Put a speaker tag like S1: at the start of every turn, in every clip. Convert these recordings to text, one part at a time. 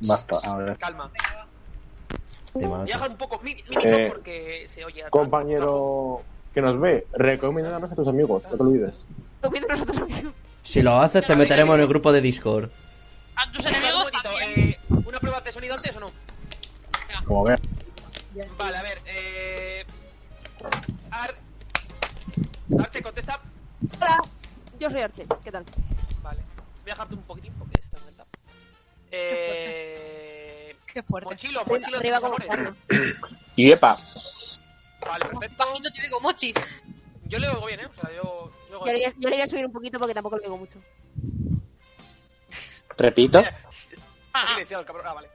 S1: Basta, a ver.
S2: Calma.
S3: Te mato.
S2: Viaja un poco mí- mínimo
S4: Eh,
S2: porque se oye. atrás.
S4: Compañero que nos ve, recomiéndanos a tus amigos, no te olvides.
S5: Comiendo nosotros amigos.
S3: Si lo haces, te meteremos en el grupo de Discord.
S6: A tus
S2: Vale, un
S6: enemigos
S2: momentito,
S6: también.
S2: eh, ¿Una prueba de sonido antes o no?
S4: Como veas.
S2: Vale, a ver. Eh... Ar... Arche, contesta.
S5: Hola, yo soy Arche. ¿Qué tal?
S2: Vale. Voy a dejarte un poquitín porque está en Eh...
S6: Qué fuerte.
S2: Mochilo, mochilo,
S5: Arriba
S2: tus
S5: como
S2: amores.
S5: Juan.
S4: Y epa,
S2: Vale, perfecto.
S6: Bajito te digo, Mochi.
S2: Yo le oigo bien, ¿eh? O sea, yo... yo oigo
S5: Yo le, voy
S2: bien.
S5: a, yo le voy a subir un poquito porque tampoco lo digo mucho.
S4: repito.
S6: Ah,
S2: Está
S6: ah.
S2: silenciado el cabrón. Ah, vale.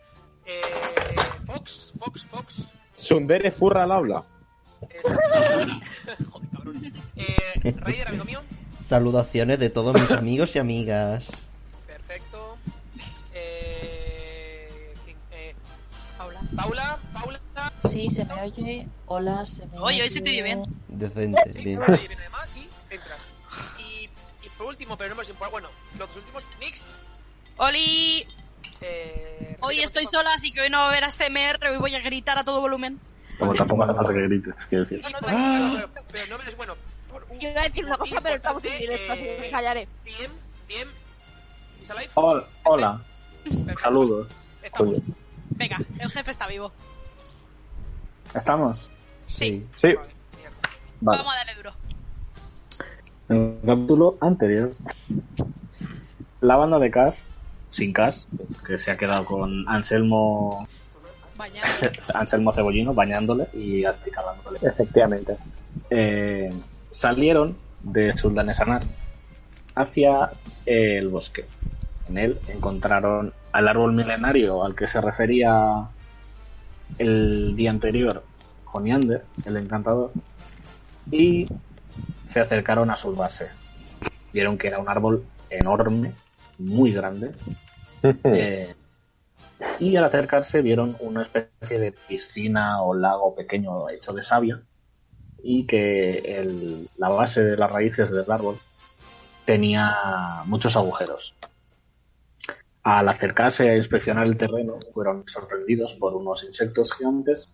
S2: Eh... Fox, Fox, Fox.
S4: Sundere furra al habla.
S2: Eh, Joder, cabrón. Eh, Raider, amigo mío.
S3: Saludaciones de todos mis amigos y amigas.
S2: Perfecto. Eh... ¿quién? Eh,
S7: Paula.
S2: Paula, Paula.
S7: Sí, se me oye. Hola, se me
S6: Oye, hoy se te oye bien.
S3: Decente,
S2: Sí,
S3: bien.
S2: ahora ya viene además y entras. Y, y por último, pero no más importante, bueno, los dos últimos, Nix.
S6: Oli,
S2: Eh,
S6: hoy
S2: repite,
S6: estoy
S2: por favor.
S6: sola, así que hoy no va a haber ASMR, hoy voy a gritar a todo volumen.
S1: Como tampoco hace falta que grites, quiero decir.
S2: No, no, tranquilo, pero- pero no me- bueno. por un-
S5: Yo iba a decir una cosa, pero estamos en
S2: importante,
S5: directo, así que me
S2: eh,
S5: callaré.
S2: Bien, bien. ¿Is alive?
S1: Hola, hola,
S2: Perfecto.
S1: saludos.
S2: Estamos.
S1: Oh, Coño.
S6: Venga, el jefe está vivo.
S1: ¿Estamos?
S3: Sí.
S4: Sí,
S2: Vale, mierda.
S1: Vale.
S6: Vamos a darle duro.
S1: En el capítulo anterior, la banda de Cas, sin Cas, que se ha quedado con Anselmo,
S6: Mañana.
S1: Anselmo Cebollino bañándole y acicalándole.
S4: efectivamente.
S1: eh, salieron de Suldanesanar hacia el bosque. En él encontraron al árbol milenario al que se refería el día anterior Joniander, el encantador, y se acercaron a su base. Vieron que era un árbol enorme, muy grande, eh, y al acercarse vieron una especie de piscina o lago pequeño hecho de savia y que el- la base de las raíces del árbol tenía muchos agujeros. Al acercarse a inspeccionar el terreno, fueron sorprendidos por unos insectos gigantes,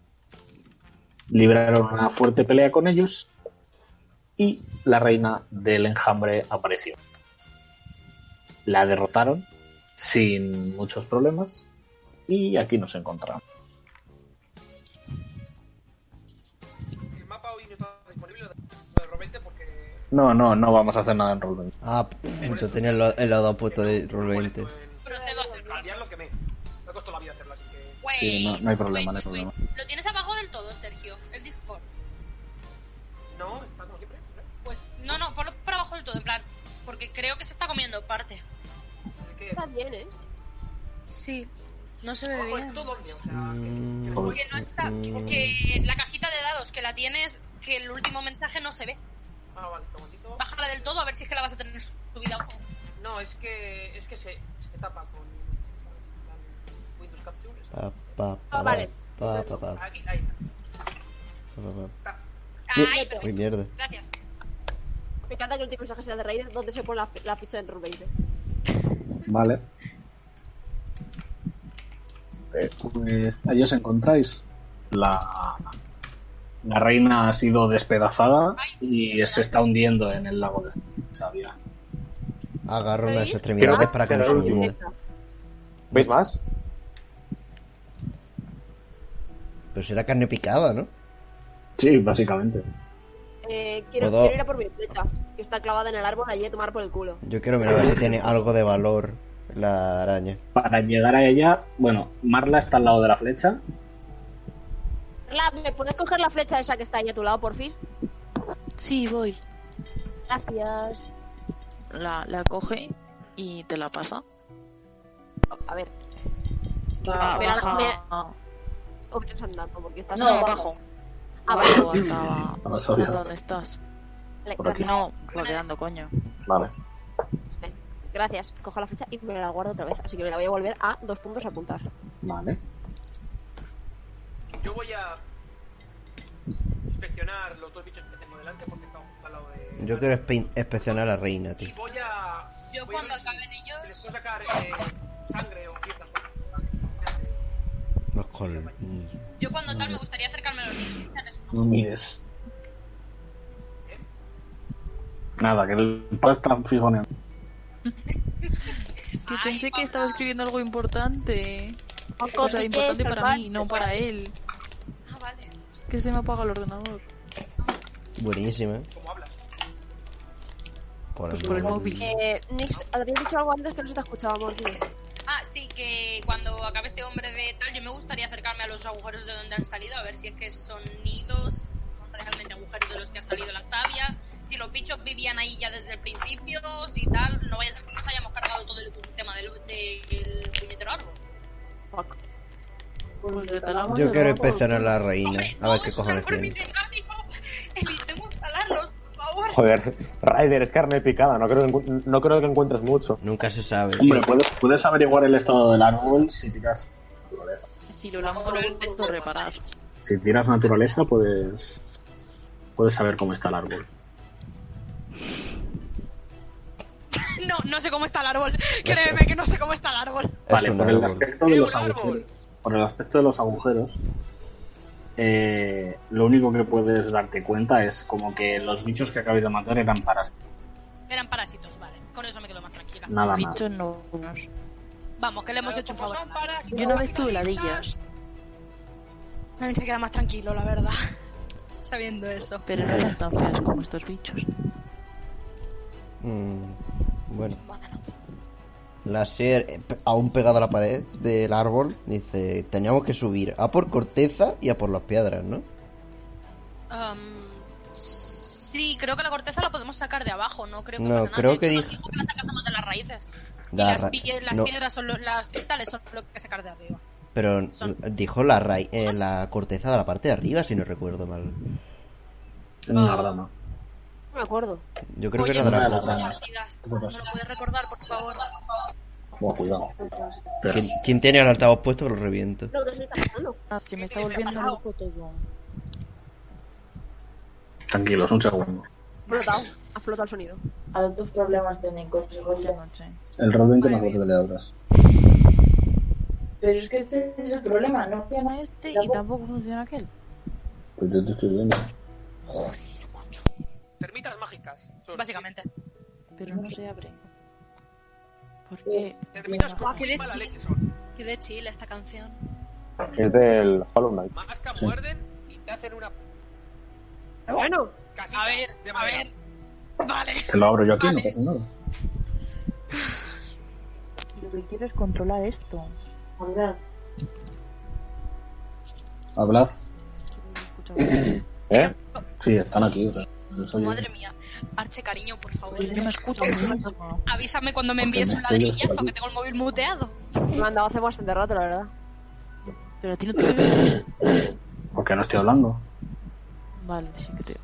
S1: libraron una fuerte pelea con ellos y la reina del enjambre apareció. La derrotaron sin muchos problemas y aquí nos encontramos.
S2: El mapa hoy no está disponible lo de lo de Roll20 porque.
S1: No, no, no vamos a hacer nada en Roll20.
S3: Ah, p- yo tenía el, el lado puesto de
S2: Bueno,
S3: Roll20.
S2: esto
S6: Procedo a hacer
S2: en- Cambiarlo que me. Me costó la vida hacerlo, así que.
S6: Wey,
S1: Sí, no- no hay problema, no hay
S6: wey, wey. Lo tienes abajo del todo, Sergio, el Discord.
S2: No, está como siempre. ¿eh?
S6: Pues no, no, ponlo por abajo del todo, en plan. Porque creo que se está comiendo parte.
S2: Así que.
S5: Estás bien, ¿eh?
S6: Sí, no se
S2: Ojo, en todo orden, o sea.
S3: Mm,
S6: Porque no está. Que la cajita de dados que la tienes, que el último mensaje no se ve.
S2: Ah, vale, un momentito.
S6: Bájala del todo a ver si es que la vas a tener subida. Ojo.
S2: No, es que, es que se, se tapa con Windows Capture. está.
S3: pa, pa,
S5: Ah,
S3: pa,
S5: vale.
S3: pa, pa, pa, pa,
S2: Aquí, ahí está.
S3: pa,
S6: Ay,
S3: pa. Uy, mierda.
S6: gracias.
S5: Me encanta que el último mensaje sea de Raider donde se pone la, la ficha en Rubén.
S1: Vale. Eh, Pues allí os encontráis. La, la reina ha sido despedazada y se está hundiendo en el lago de Sabia.
S3: Agarro las
S5: ¿Ahí?
S3: extremidades
S4: Quiero-
S3: para que no se
S4: quiero el último.
S3: hunda.
S4: ¿Veis más?
S3: Pero será carne picada, ¿no?
S1: Sí, básicamente.
S5: Eh, quiero,
S3: Puedo-
S5: quiero ir a por mi flecha, que está clavada en el árbol allí a tomar por el culo.
S3: Yo quiero mirar a ver si tiene algo de valor la araña.
S1: Para llegar a ella, bueno, Marla está al lado de la flecha.
S5: Carla, ¿me puedes coger la flecha esa que está ahí a tu lado, por fin?
S7: Sí, voy.
S5: Gracias.
S7: La, la coge y te la pasa.
S5: A ver,
S7: La
S5: Pero
S7: baja.
S5: o vienes andando, porque estás...
S7: No, abajo.
S5: Ah, vale.
S7: Abajo hasta,
S1: Vamos a ver.
S7: hasta donde estás.
S5: Vale,
S1: Por aquí.
S7: No, rodeando, coño.
S1: Vale.
S5: Gracias, cojo la flecha y me la guardo otra vez. Así que me la voy a volver a dos puntos a apuntar.
S1: Vale.
S2: Yo voy a inspeccionar los dos bichos que tengo delante porque están justo al lado de.
S3: Yo quiero espe- inspeccionar a la reina,
S2: Y
S3: tío.
S2: voy a.
S6: Yo
S2: voy a
S6: cuando
S2: ver si
S6: acaben ellos.
S2: Les puedo sacar eh, sangre o piezas.
S8: No es con.
S6: Yo cuando tal me gustaría acercarme a los niños. y darles un
S1: No mires. Nada, que el par está fijoneando.
S9: Que
S6: Ay,
S9: pensé que estaba escribiendo algo importante.
S5: Paco,
S9: O sea,
S5: ¿tú
S9: importante
S5: quieres
S9: para
S5: salvar?
S9: mí, no para él.
S6: ojo. Ah, vale.
S9: Que se me apaga el ordenador.
S3: ¿eh?
S8: Buenísima.
S2: ¿Cómo hablas?
S8: Por
S9: Pues por el móvil.
S5: Eh, Nix, habías dicho algo antes que no se te escuchaba, amor, tío.
S6: Ah, sí, que cuando acabe este hombre de tal, yo me gustaría acercarme a los agujeros de donde han salido, a ver si es que son nidos, son realmente agujeros de los que ha salido la savia, si los bichos vivían ahí ya desde el principio, si tal, no vaya a ser que nos hayamos cargado todo el ecosistema del, del puñetero árbol.
S5: Paco.
S9: Pues le talamos
S8: Yo
S9: el
S8: quiero
S9: rabo.
S8: empezar a la reina.
S6: pues, Hombre,
S8: A ver
S6: no,
S8: qué
S6: es un
S8: cojones
S6: árbol
S8: tiene.
S6: milenario. Evitemos talarlos, por favor.
S4: Joder, Ryder es carne picada, no creo, que encu- no creo que encuentres mucho.
S8: Nunca se sabe.
S1: Hombre, puedes, puedes averiguar el estado del árbol si tiras naturaleza.
S9: Si lo lamo, lo intento reparar.
S1: Si tiras naturaleza, puedes. Puedes saber cómo está el árbol.
S6: No, no sé cómo está el árbol. Créeme que no sé cómo está el árbol.
S1: Vale,
S8: un
S1: por el,
S8: árbol.
S1: aspecto de
S2: Es
S1: los
S2: un árbol.
S1: agujeros, por el aspecto de los agujeros, eh, lo único que puedes darte cuenta es como que los bichos que acabas de matar eran parásitos,
S6: Eran parásitos, vale. Con eso me quedo más tranquila.
S1: nada más.
S9: Bichos no. unos.
S6: Vamos, que le hemos
S2: Claro,
S6: hecho un
S2: como
S6: favor.
S2: son parásitos,
S9: Yo una vez tuve ladillas,
S6: Nadie se queda más tranquilo, la verdad. Sabiendo eso.
S9: pero no eran tan feas como estos bichos.
S8: Mm, bueno. La SER, eh, pe- aún pegada a la pared del árbol, dice: Teníamos que subir a por corteza y a por las piedras, ¿no?
S6: Um, sí, creo que la corteza la podemos sacar de abajo, no creo que
S8: No,
S6: pase nada.
S8: creo
S6: De
S8: que
S6: hecho,
S8: dije-
S6: dijo que la sacamos de las raíces. Y
S8: La
S6: las,
S8: ra-
S6: pie- las
S8: no,
S6: piedras son los, las cristales son lo que sacar de arriba.
S8: Pero
S6: son-
S8: dijo la, ra- eh, la corteza de la parte de arriba, si no recuerdo mal.
S1: Una rama.
S5: No me acuerdo.
S8: Yo creo
S6: Oye,
S8: que era de la
S1: no, no,
S8: corteza.
S1: no.
S6: Partidas. ¿No lo puedes recordar, por favor?
S1: Oh, cuidado. Pero-
S8: ¿Quién, quién tiene el altavoz puesto que lo reviento?
S5: No, no se está pasando.
S9: Ah, se me está volviendo loco todo.
S1: tranquilos, un segundo.
S5: Ha flotado. Ha flotado el sonido.
S10: A los tus problemas técnicos, digo yo.
S9: Noche.
S1: El rol 20
S9: más
S1: de otras.
S10: Pero es que este es el problema, no funciona
S9: Este
S10: este
S9: y tampoco funciona aquel.
S1: Pues yo te estoy viendo.
S2: Termitas mágicas. son.
S6: Básicamente.
S9: Pero no se abre. ¿Por qué? Ah,
S2: Termitas con
S6: Guau, qué
S2: mala
S6: decir.
S2: leche son.
S6: Qué de chile esta canción.
S4: Es del Hollow Knight.
S2: Masca
S1: Sí.
S2: muerden y te hacen una
S5: Ah, Bueno,
S2: casita
S6: A ver,
S2: de
S6: a
S2: madera.
S6: ver. Vale.
S1: Te lo abro yo aquí, no pasa nada.
S9: Lo que quiero es controlar esto.
S10: Hablar.
S1: Hablad.
S9: Yo
S4: ¿Eh?
S1: Sí, están aquí. o sea, yo soy-
S6: Madre mía. Arche, cariño, por favor.
S9: me escucho. ¿no?
S6: Avísame cuando me
S1: Porque
S6: envíes
S1: me
S6: un
S1: estoy
S6: ladrillazo,
S1: descuadrando.
S6: que tengo el móvil muteado.
S5: me han dado hace bastante rato, la verdad.
S9: Pero a ti no te veo.
S1: ¿Por qué no estoy hablando?
S9: Vale, sí que te veo.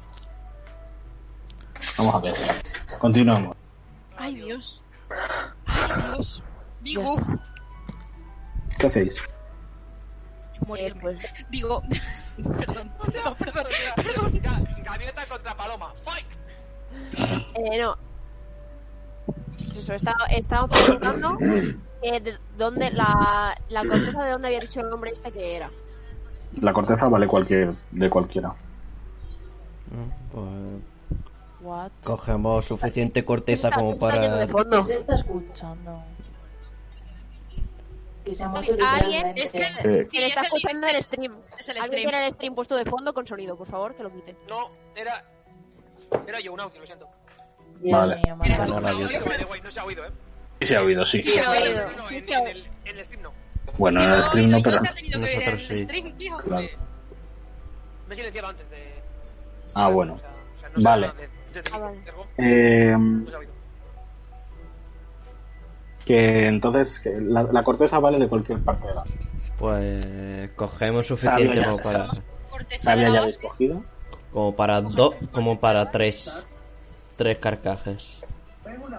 S1: Vamos a ver. Continuamos.
S9: Ay, Dios.
S6: Ay, Dios.
S9: Ya
S6: Digo,
S9: está.
S1: ¿Qué hacéis?
S6: morirme.
S5: Eh,
S10: pues,
S6: Digo, perdón,
S2: O sea,
S6: perdón, perdón.
S2: perdón, ga- Gaviota contra paloma. Fight.
S5: Eh, no. Pues Eso, está, estábamos preguntando eh, de dónde la, la corteza de dónde había dicho el hombre este que era.
S1: La corteza vale cualquier, de cualquiera.
S8: Mm, Pues
S9: What?
S8: cogemos suficiente corteza
S5: Está-
S8: como
S5: está yendo de
S8: para.
S5: fondo.
S10: se está escuchando.
S9: Escuchando.
S10: Que se ha muerto
S5: Alguien
S10: literalmente.
S6: Es el,
S4: Eh,
S6: sí,
S5: Si le está
S6: es el-
S5: escuchando el stream.
S6: es el
S5: Alguien
S6: stream.
S5: tiene el stream puesto de fondo con sonido, por favor, que lo quite.
S2: No, era. Era yo, un audio, lo siento.
S10: Dios
S1: Vale.
S10: mío, madre.
S6: Eres tú.
S2: No,
S8: No,
S2: no,
S8: no,
S2: se ha
S8: yo-
S2: oído, by the way, no se ha oído, ¿eh?
S1: Sí, se ha oído, sí.
S5: Sí, se ha
S2: En el
S5: oído.
S2: stream no, en, en el, en el stream no.
S1: Bueno, en el
S6: Sí,
S1: stream no, pero.
S6: se ha tenido que ver
S8: nosotros
S6: el
S8: sí.
S6: stream, tío.
S1: Claro.
S2: Eh, me he silenciado antes de.
S1: Ah, bueno.
S2: O sea, o sea, no se
S1: Vale.
S2: ha oído de- de-
S5: Ah, vale.
S2: ergo,
S1: Eh,
S2: no se ha oído.
S1: que entonces que la, la corteza vale de cualquier parte de la.
S8: Pues cogemos
S1: Sabia
S8: suficiente
S1: ya,
S8: como para,
S6: Corteza de
S1: sabia ya
S6: la
S1: habéis
S6: base.
S1: cogido.
S8: como para dos, como para tres, tres carcajes.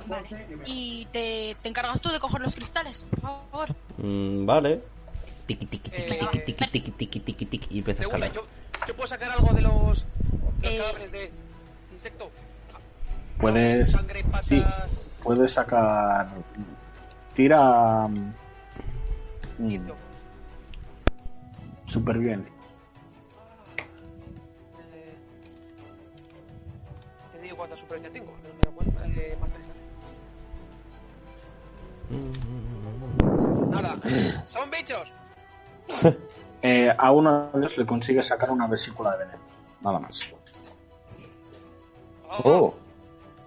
S6: Vale. Y te, te encargas tú de coger los cristales, por favor.
S8: Mm, vale. Tiki tiki tiki
S2: Eh,
S8: tiki tiki tiki tiki tiki tiki y empieza a
S2: De una,
S8: escalar.
S2: yo, yo puedo sacar algo de los. los
S6: Eh.
S2: cadáveres de. Insecto.
S1: Puedes,
S2: Sangre, patas.
S1: sí. puedes sacar. Tira. mm, Supervivencia.
S2: Eh, te digo cuánta supervivencia tengo, porque no me da cuenta. Eh, más tres. Nada, son bichos.
S1: Eh, a uno de ellos le consigue sacar una vesícula de veneno. Nada más.
S4: Oh.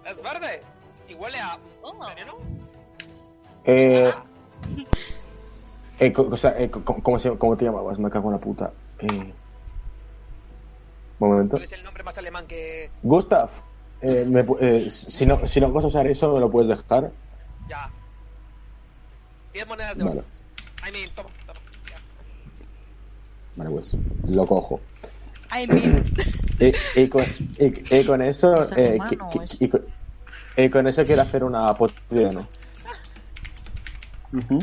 S2: Es verde y huele a
S6: Oh,
S2: veneno.
S4: Eh, eh, co- o sea, eh, co- co- ¿cómo, se- cómo te llamabas? Me cago en la puta. Eh, momento.
S2: ¿Cuál es el nombre más alemán que
S4: Gustav, eh, me pu- eh, si, no, si no vas a usar eso, me lo puedes dejar.
S2: ya? 10 monedas de
S4: Vale,
S2: oro. I mean, toma, toma. ya.
S4: vale, pues lo cojo.
S7: I mean,
S4: Y, y con, y- y con eso.
S7: Es
S4: eh,
S7: humano,
S4: qui- qui-
S7: es-
S4: y, con, y con eso quiero hacer una poción. ¿no?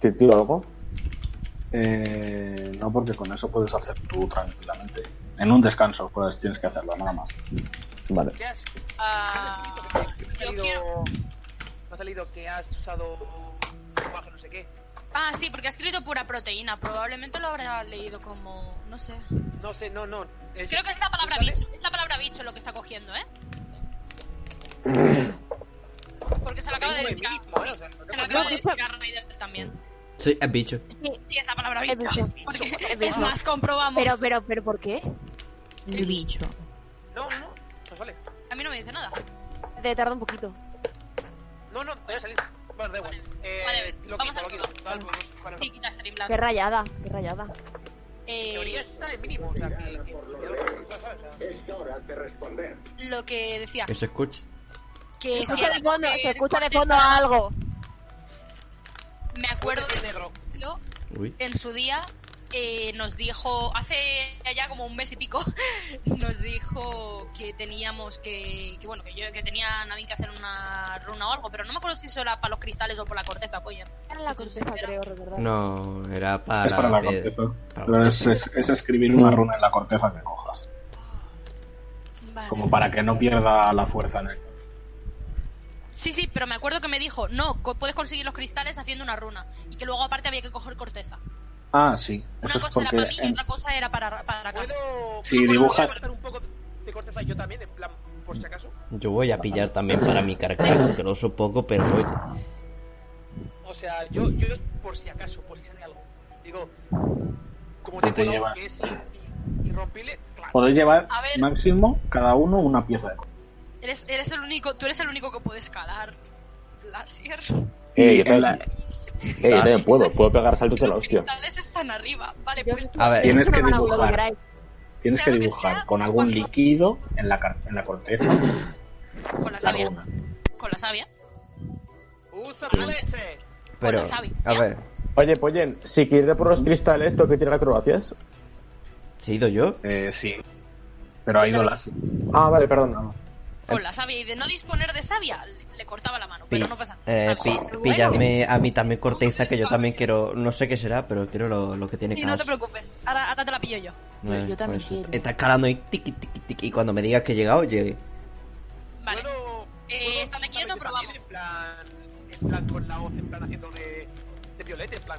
S4: ¿Te tiro algo?
S1: Eh, no, porque con eso puedes hacer tú tranquilamente. En un descanso pues, tienes que hacerlo, nada más.
S4: Vale.
S2: ¿Qué has?
S6: ah,
S2: me ha
S6: yo
S2: salido-
S6: quiero-
S2: Me ha salido que has usado un lenguaje no sé qué.
S6: Ah, sí, porque ha escrito pura proteína. Probablemente lo habrá leído como. No sé.
S2: No sé, no, no. Es-
S6: Creo que es la palabra
S2: ¿Sale?
S6: bicho. Es la palabra bicho lo que está cogiendo, ¿eh? Porque se lo acaba de
S2: Tengo de
S6: decir.
S2: mínimo, ¿eh? O sea, no
S6: Se lo
S2: tengo
S6: acaba de
S2: nada.
S6: decir a Raider también.
S8: Sí, es bicho.
S5: Sí,
S6: Sí, es la palabra
S5: es
S6: bicho.
S5: bicho.
S6: Porque
S5: Es
S6: es
S5: bicho.
S6: más, comprobamos.
S5: Pero, pero, pero, ¿por qué?
S7: el bicho.
S2: No, no, no. Pues vale.
S6: A mí no me dice nada.
S5: Te tarda un poquito.
S2: No, no, voy a salir. Bueno, da igual. Eh,
S6: Vale,
S2: lo
S6: vamos
S2: quito,
S6: a
S2: lo
S6: todo.
S2: quito. Da igual, bueno,
S6: Sí, quita Streamlabs.
S5: Qué rayada, qué rayada.
S2: teoría
S6: Eh,
S2: está en mínimo, o sea, que... que- que- ¿sabes? O sea,
S6: lo que decía.
S8: Que se escucha.
S5: Se
S6: Que si
S5: escucha
S6: era
S5: de fondo,
S6: mujer
S5: se escucha de
S6: corteza,
S5: fondo algo.
S6: Me acuerdo
S2: ponte de negro.
S6: yo,
S8: Uy.
S6: en su día eh, nos dijo, hace ya como un mes y pico, nos dijo que teníamos que, que bueno, que yo que tenía Navin que hacer una runa o algo, pero no me acuerdo si eso era para los cristales o por la corteza, pues, pollo.
S5: Era la corteza, creo, recordar.
S8: No, era para.
S1: es para la
S8: pe-
S1: corteza.
S8: para la
S1: Pero
S8: corteza.
S1: es, es- es escribir una runa en la corteza que cojas.
S6: Vale.
S1: Como para que no pierda la fuerza en él.
S6: Sí, sí, pero me acuerdo que me dijo, no, co- puedes conseguir los cristales haciendo una runa, y que luego aparte había que coger corteza.
S1: Ah, sí.
S6: Una
S1: Eso es
S6: cosa era
S1: porque.
S6: para mí y
S1: en-
S6: otra cosa era para, para acá.
S2: ¿Puedo...
S1: Si
S2: ¿puedo
S1: dibujas-
S2: cortar un poco de corteza yo también, en plan, por si acaso?
S8: Yo voy a pillar también para mi carcaj, que lo uso poco, pero voy.
S2: O sea, yo, yo es por si acaso, por si sale algo. Digo, como
S1: ¿Qué te
S2: te tengo
S1: llevas?
S2: algo que es ir- irrompible, claro.
S1: Podéis llevar
S6: A ver.
S1: máximo cada uno una pieza de corteza.
S6: Eres, eres el único, tú eres el único que puede escalar. Lasier.
S4: Eh,
S1: Y
S4: yo
S1: en
S4: también,
S1: la-
S4: eh, yo también puedo. Puedo pegar saltos de la
S6: Los
S4: hostia.
S6: cristales están arriba. Vale,
S5: Yo-
S6: pues
S8: A ver,
S1: Tienes que
S5: Una mano, lo
S1: dibujar.
S5: queráis.
S1: Tienes
S6: sea
S1: que
S6: lo que
S1: dibujar
S6: sea,
S1: con algún
S6: cuando-
S1: líquido en la, car- en la corteza
S6: con la
S1: la
S6: sabia.
S1: runa.
S6: Con la sabia.
S2: ¡Usa tu leche!
S8: Pero,
S6: Bueno, sabe,
S8: a
S6: ya.
S8: ver,
S4: Oye, Pollen, si quieres ir por los cristales, tengo que tirar acrobacias.
S8: ¿se ha ido yo?
S1: Eh, sí. Pero ha ido las.
S4: Ah, vale, perdón.
S6: Con la sabia. Y de no disponer de sabia, le, le cortaba la mano.
S8: Pi-
S6: Pero no pasa nada.
S8: Eh,
S6: Está
S8: pi-
S6: bien. Bueno,
S8: píllame a mí también corteza, que yo también quiero. No sé qué será, pero quiero lo, lo que tiene
S6: Sí, no
S8: Chaos.
S6: te preocupes. Ahora, ahora te la pillo yo.
S7: Yo- yo
S8: por
S7: también
S8: eso.
S7: quiero.
S8: Está escalando ahí, tiqui, tiqui, tiqui. Y cuando me digas que he llegado, llegue.
S6: Vale.
S2: ¿Puedo,
S6: Eh,
S2: puedo
S6: están
S2: cortar
S6: aquí, yo te
S2: leche
S6: probamos.
S2: también, En plan, en plan, con la hoz, en plan, haciendo de, de violeta, en plan...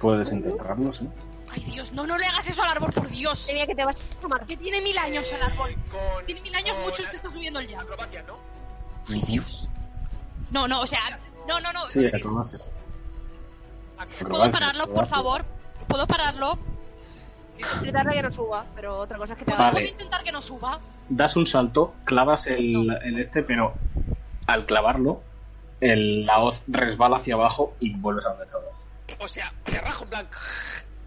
S1: Puedes intentarlo, sí.
S6: Ay, Dios, no, no le hagas eso al árbol, por Dios.
S5: Madre mía, que te vas a fumar.
S6: Eh, Que tiene mil años el
S2: eh,
S6: árbol.
S2: Con,
S6: Tiene mil años
S2: con
S6: muchos
S2: ac-
S6: que está subiendo el ya.
S2: Acrobacia, ¿no?
S6: Ay, Dios. No, no, o sea, no, no, no.
S1: Sí, ya conoces.
S6: ¿Puedo
S1: acrobacia,
S6: pararlo, por
S1: acrobacia.
S6: favor? ¿Puedo pararlo?
S5: Intentarlo que no suba, pero otra cosa es que te
S6: ¿Puedo,
S5: va
S1: Vale.
S5: a...
S6: puedo intentar que no suba?
S1: das un salto, clavas el, el este, pero al clavarlo, el- la hoz resbala hacia abajo y vuelves a donde todo.
S2: O sea, te rajo, en plan...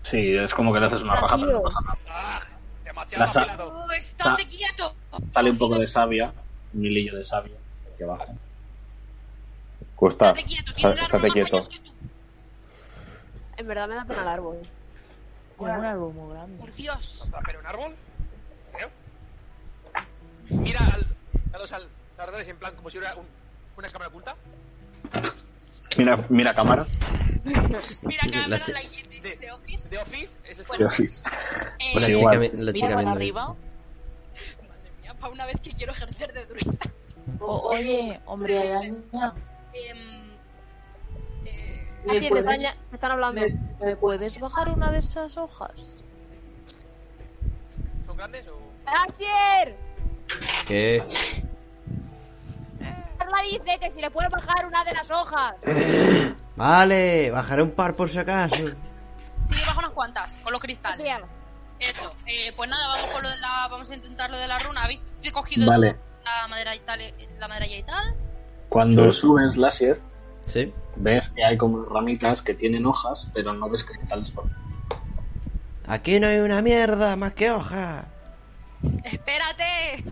S1: Sí, es como que le haces una raja, pero no pasa nada.
S2: ¡Ah!
S1: La
S2: Demasiado
S1: sa-
S2: apilado.
S6: ¡Oh, estate quieto!
S1: Sale un poco de savia, un hilillo de savia, que baja.
S4: Gustav,
S6: Estate quieto, tiene un árbol
S4: estate
S6: más
S4: quieto.
S6: años que tú.
S5: En verdad me da pena el árbol.
S7: Era un árbol muy grande.
S6: Por Dios.
S2: ¿Pero un árbol? ¿En serio? Mira al, a los al, ardores en plan como si fuera un- una cámara oculta.
S1: Mira, mira cámara.
S6: Mira, acá
S8: La
S6: la
S8: chi-
S6: de, de, de Office.
S2: De Office, ese es
S6: Bueno.
S1: ¿Qué hacéis?
S6: Eh,
S8: La
S1: Sí,
S8: chica,
S1: igual.
S8: me- la chica
S7: Mira para
S8: me-
S7: arriba.
S6: Madre mía, para una vez que quiero ejercer de druida.
S7: O- oye, hombre araña.
S6: Em, eh,
S5: Ah, sí,
S1: pues,
S5: me, están, ya- me están hablando.
S11: me- me puedes
S5: ¿Puedes bajar una de esas hojas?
S2: ¿Son grandes o.?
S5: ¡Asier!
S8: ¿Qué?
S5: Carla dice que si le puedes bajar una de las hojas.
S8: Vale, bajaré un par por si acaso.
S6: Sí, bajo unas cuantas, con los cristales.
S5: Bien.
S6: Eso, eh, pues nada, vamos con lo de la, vamos a intentar lo de la runa. ¿Habéis recogido
S1: Vale.
S6: todo? la madera y tal, eh, la madera y tal?
S4: Pues,
S1: Cuando subes la sed,
S8: ¿Sí?
S1: ves que hay como ramitas que tienen hojas, pero no ves cristales. por-
S8: Aquí no hay una mierda más que hoja.
S6: Espérate.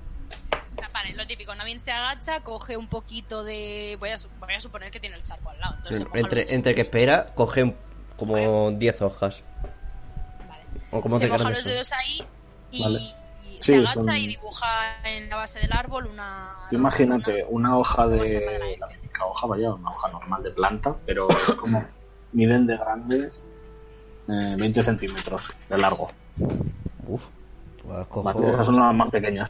S6: Ah, Vale, lo típico, Navin se agacha, coge un poquito de... Voy a, su- voy a suponer que tiene el charco al lado. Entonces, se moja los-
S8: Entre, entre que espera, coge un- como 10 hojas.
S6: Vale.
S8: O como
S6: se
S8: te
S6: moja
S8: quedan
S6: los dedos ahí y,
S1: Vale.
S6: y
S1: Sí,
S6: se agacha
S1: son-
S6: y dibuja en la base del árbol una...
S1: Tú Imagínate una hoja
S6: Vamos a hacer la
S1: de.
S6: F.
S1: La típica hoja, vaya, una hoja normal de planta, pero es como. Miden de grandes eh, 20 centímetros de largo.
S8: Uf. Pues cojo,
S1: Vale, esas son las más pequeñas.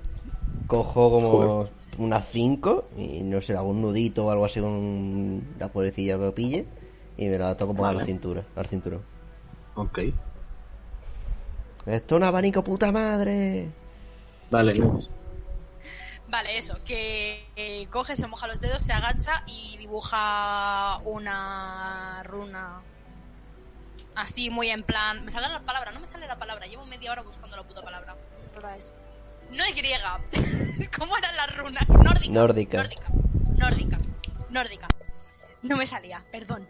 S8: cojo como unas 5 y no sé, le hago un nudito o algo así con la pobrecilla que lo pille y me la toco como a la
S1: Vale.
S8: cintura, al cinturón.
S1: Ok.
S8: Esto es un abanico puta madre.
S1: Vale, entonces,
S6: Vale, eso, que eh, coge, se moja los dedos, se agacha y dibuja una runa. Así, muy en plan. Me sale la palabra, no me sale la palabra. Llevo media hora buscando la puta palabra. No es griega. ¿Cómo eran las runas? Nórdica.
S8: Nórdica.
S6: Nórdica. Nórdica. Nórdica. No me salía, perdón.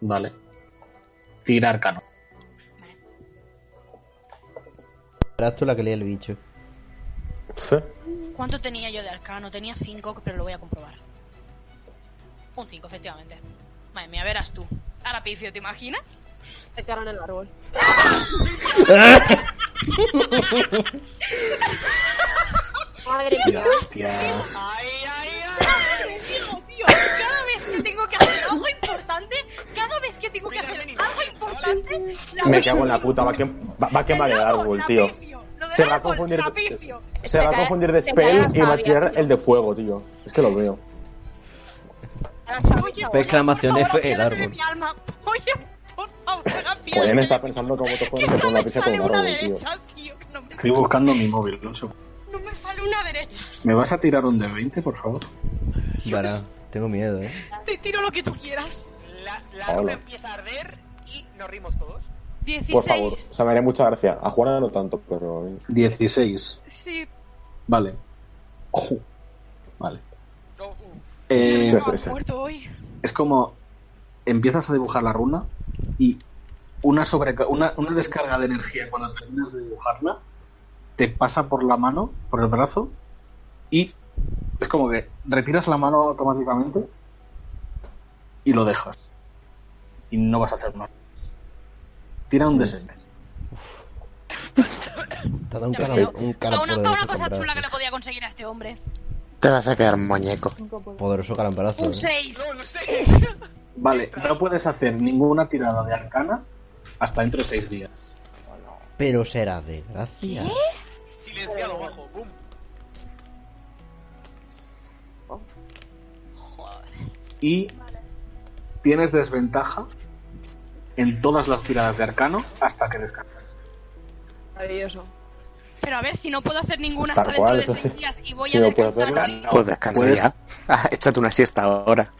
S1: Vale. Tira arcano.
S8: Eras tú la que leía el bicho.
S4: Sí.
S6: ¿Cuánto tenía yo de arcano? Tenía 5, pero lo voy a comprobar. Un 5, efectivamente. Madre mía, verás tú. Ahora picio, ¿te imaginas?
S5: Se quedaron en el árbol. Madre
S1: Tira,
S5: mía.
S1: hostia.
S2: ¡Ay, ay,
S6: Te digo, tío, cada vez que tengo que hacer algo importante, cada vez que tengo que hacer algo importante, la
S4: Me cago en la puta, va a, quem- va, va a quemar el
S6: lobo,
S4: árbol, tío.
S6: trapecio, lo del
S4: Se va a
S6: árbol,
S4: confundir,
S6: trapecio.
S4: se va a
S5: cae-
S4: confundir de
S5: se
S4: spell
S5: cae la
S4: y va a
S5: savia,
S4: tirar
S5: tío.
S4: el de fuego, tío. Es que lo veo.
S5: Ahora sabe,
S6: Oye,
S5: chaval.
S8: Pues exclamación
S6: por favor,
S8: F el
S6: apiádate de
S8: árbol.
S6: mi alma. Oye, por favor, apiádate
S4: Pueden
S6: de
S4: estar
S6: mi-
S4: pensando cómo te
S6: que
S4: pueden
S6: no
S4: meter una
S6: me
S4: pizza con
S6: sale
S4: un
S6: una
S4: árbol, tío.
S6: derecha, tío, que no me,
S1: Estoy buscando mi móvil, no sé.
S6: no me sale una derecha.
S1: ¿Me vas a tirar un de 20, por favor?
S8: Vara, tengo miedo, eh.
S6: Te tiro lo que tú quieras.
S2: La, la
S4: Hola.
S2: luna empieza a arder y nos rimos todos.
S6: 16.
S4: Por favor, o sea, me haría mucha gracia. A Juana no tanto, pero eh. a mí.
S1: 16.
S6: Sí,
S1: Vale. Ojo. Vale.
S2: No, uh,
S1: Eh,
S4: Sí,
S6: no,
S4: sí,
S6: ha
S4: sí.
S6: muerto hoy.
S1: es como empiezas a dibujar la runa y una, sobreca- una, una descarga de energía cuando terminas de dibujarla te pasa por la mano, por el brazo y es como que retiras la mano automáticamente y lo dejas. Y no vas a hacer más. Tira un deseo.
S8: Te ha dado un
S6: Ya me
S8: calor,
S6: veo.
S8: un
S6: A una,
S8: calambrazo.
S6: a una cosa chula que le podía conseguir a este hombre.
S12: Te vas a quedar muñeco.
S8: Poderoso calambrazo.
S6: Un
S8: eh.
S6: 6.
S2: no, no sé.
S1: Vale, no puedes hacer ninguna tirada de arcana hasta dentro de seis días.
S8: Pero será de gracia.
S2: Silenciado bajo. Boom.
S1: y tienes desventaja en todas las tiradas de arcano hasta que descanses.
S11: Maravilloso.
S6: Pero a ver, si no puedo hacer ninguna
S4: Tal
S6: hasta dentro
S4: cual,
S6: de
S4: eso
S6: seis
S4: sí.
S6: días y voy
S4: Sí,
S6: a
S4: lo puedo
S6: descansar
S1: hacer.
S6: hoy-
S12: Pues descansa
S1: Puedes-
S12: ya. Ah, échate una siesta ahora.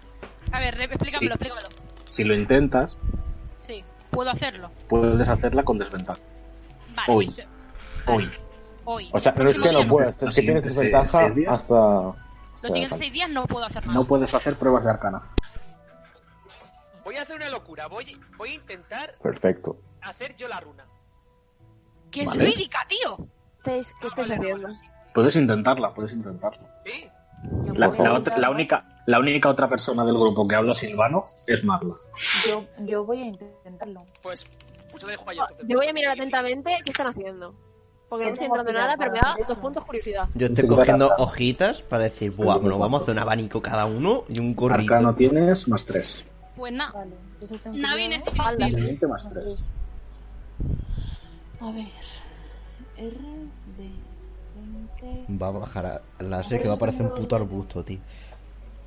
S6: A ver, re- explícamelo,
S1: Sí.
S6: explícamelo.
S1: Si lo intentas,
S6: Sí, puedo hacerlo.
S1: puedes hacerla con desventaja.
S6: Vale.
S1: Hoy.
S6: o sea,
S1: Hoy.
S6: hoy.
S4: O sea,
S6: El
S4: no es
S6: próximo
S4: que
S6: día
S4: no puedas,
S1: Los
S4: es que tienes
S1: siguientes, eh,
S4: desventaja
S1: seis días.
S4: hasta.
S6: Los siguientes seis días no puedo hacer nada.
S1: No puedes hacer pruebas de arcana.
S2: Voy a hacer una locura. Voy, voy a intentar
S4: Perfecto.
S2: hacer yo la runa.
S6: que es
S1: Vale.
S6: lúdica, tío.
S5: ¿Estáis- ¿Qué estáis haciendo?
S1: Puedes intentarla, puedes intentarla.
S2: ¿Sí?
S1: La,
S4: Por favor.
S1: la otra- la única, la única otra persona del grupo que habla silvano es Marla.
S11: Yo, yo voy a intentarlo.
S2: Pues, pues lo dejo ahí entonces.
S5: Yo Ah, voy a mirar
S2: Sí, sí.
S5: atentamente qué están haciendo. Porque no estoy
S11: Tengo
S5: entrando en
S11: que
S5: nada, pero me da
S11: tirar.
S5: dos puntos curiosidad.
S8: Yo estoy cogiendo hojitas para decir, buah, bueno, vamos a hacer un abanico cada uno y un gorrito.
S1: Arcano tienes más 3.
S6: Pues nada.
S11: Vale. Entonces tengo que
S6: Navin
S11: tirar
S6: es
S5: Falda.
S6: inútil.
S1: más 3.
S11: A ver. R D 20.
S8: Va a bajar a la S que va a parecer un puto arbusto, tío.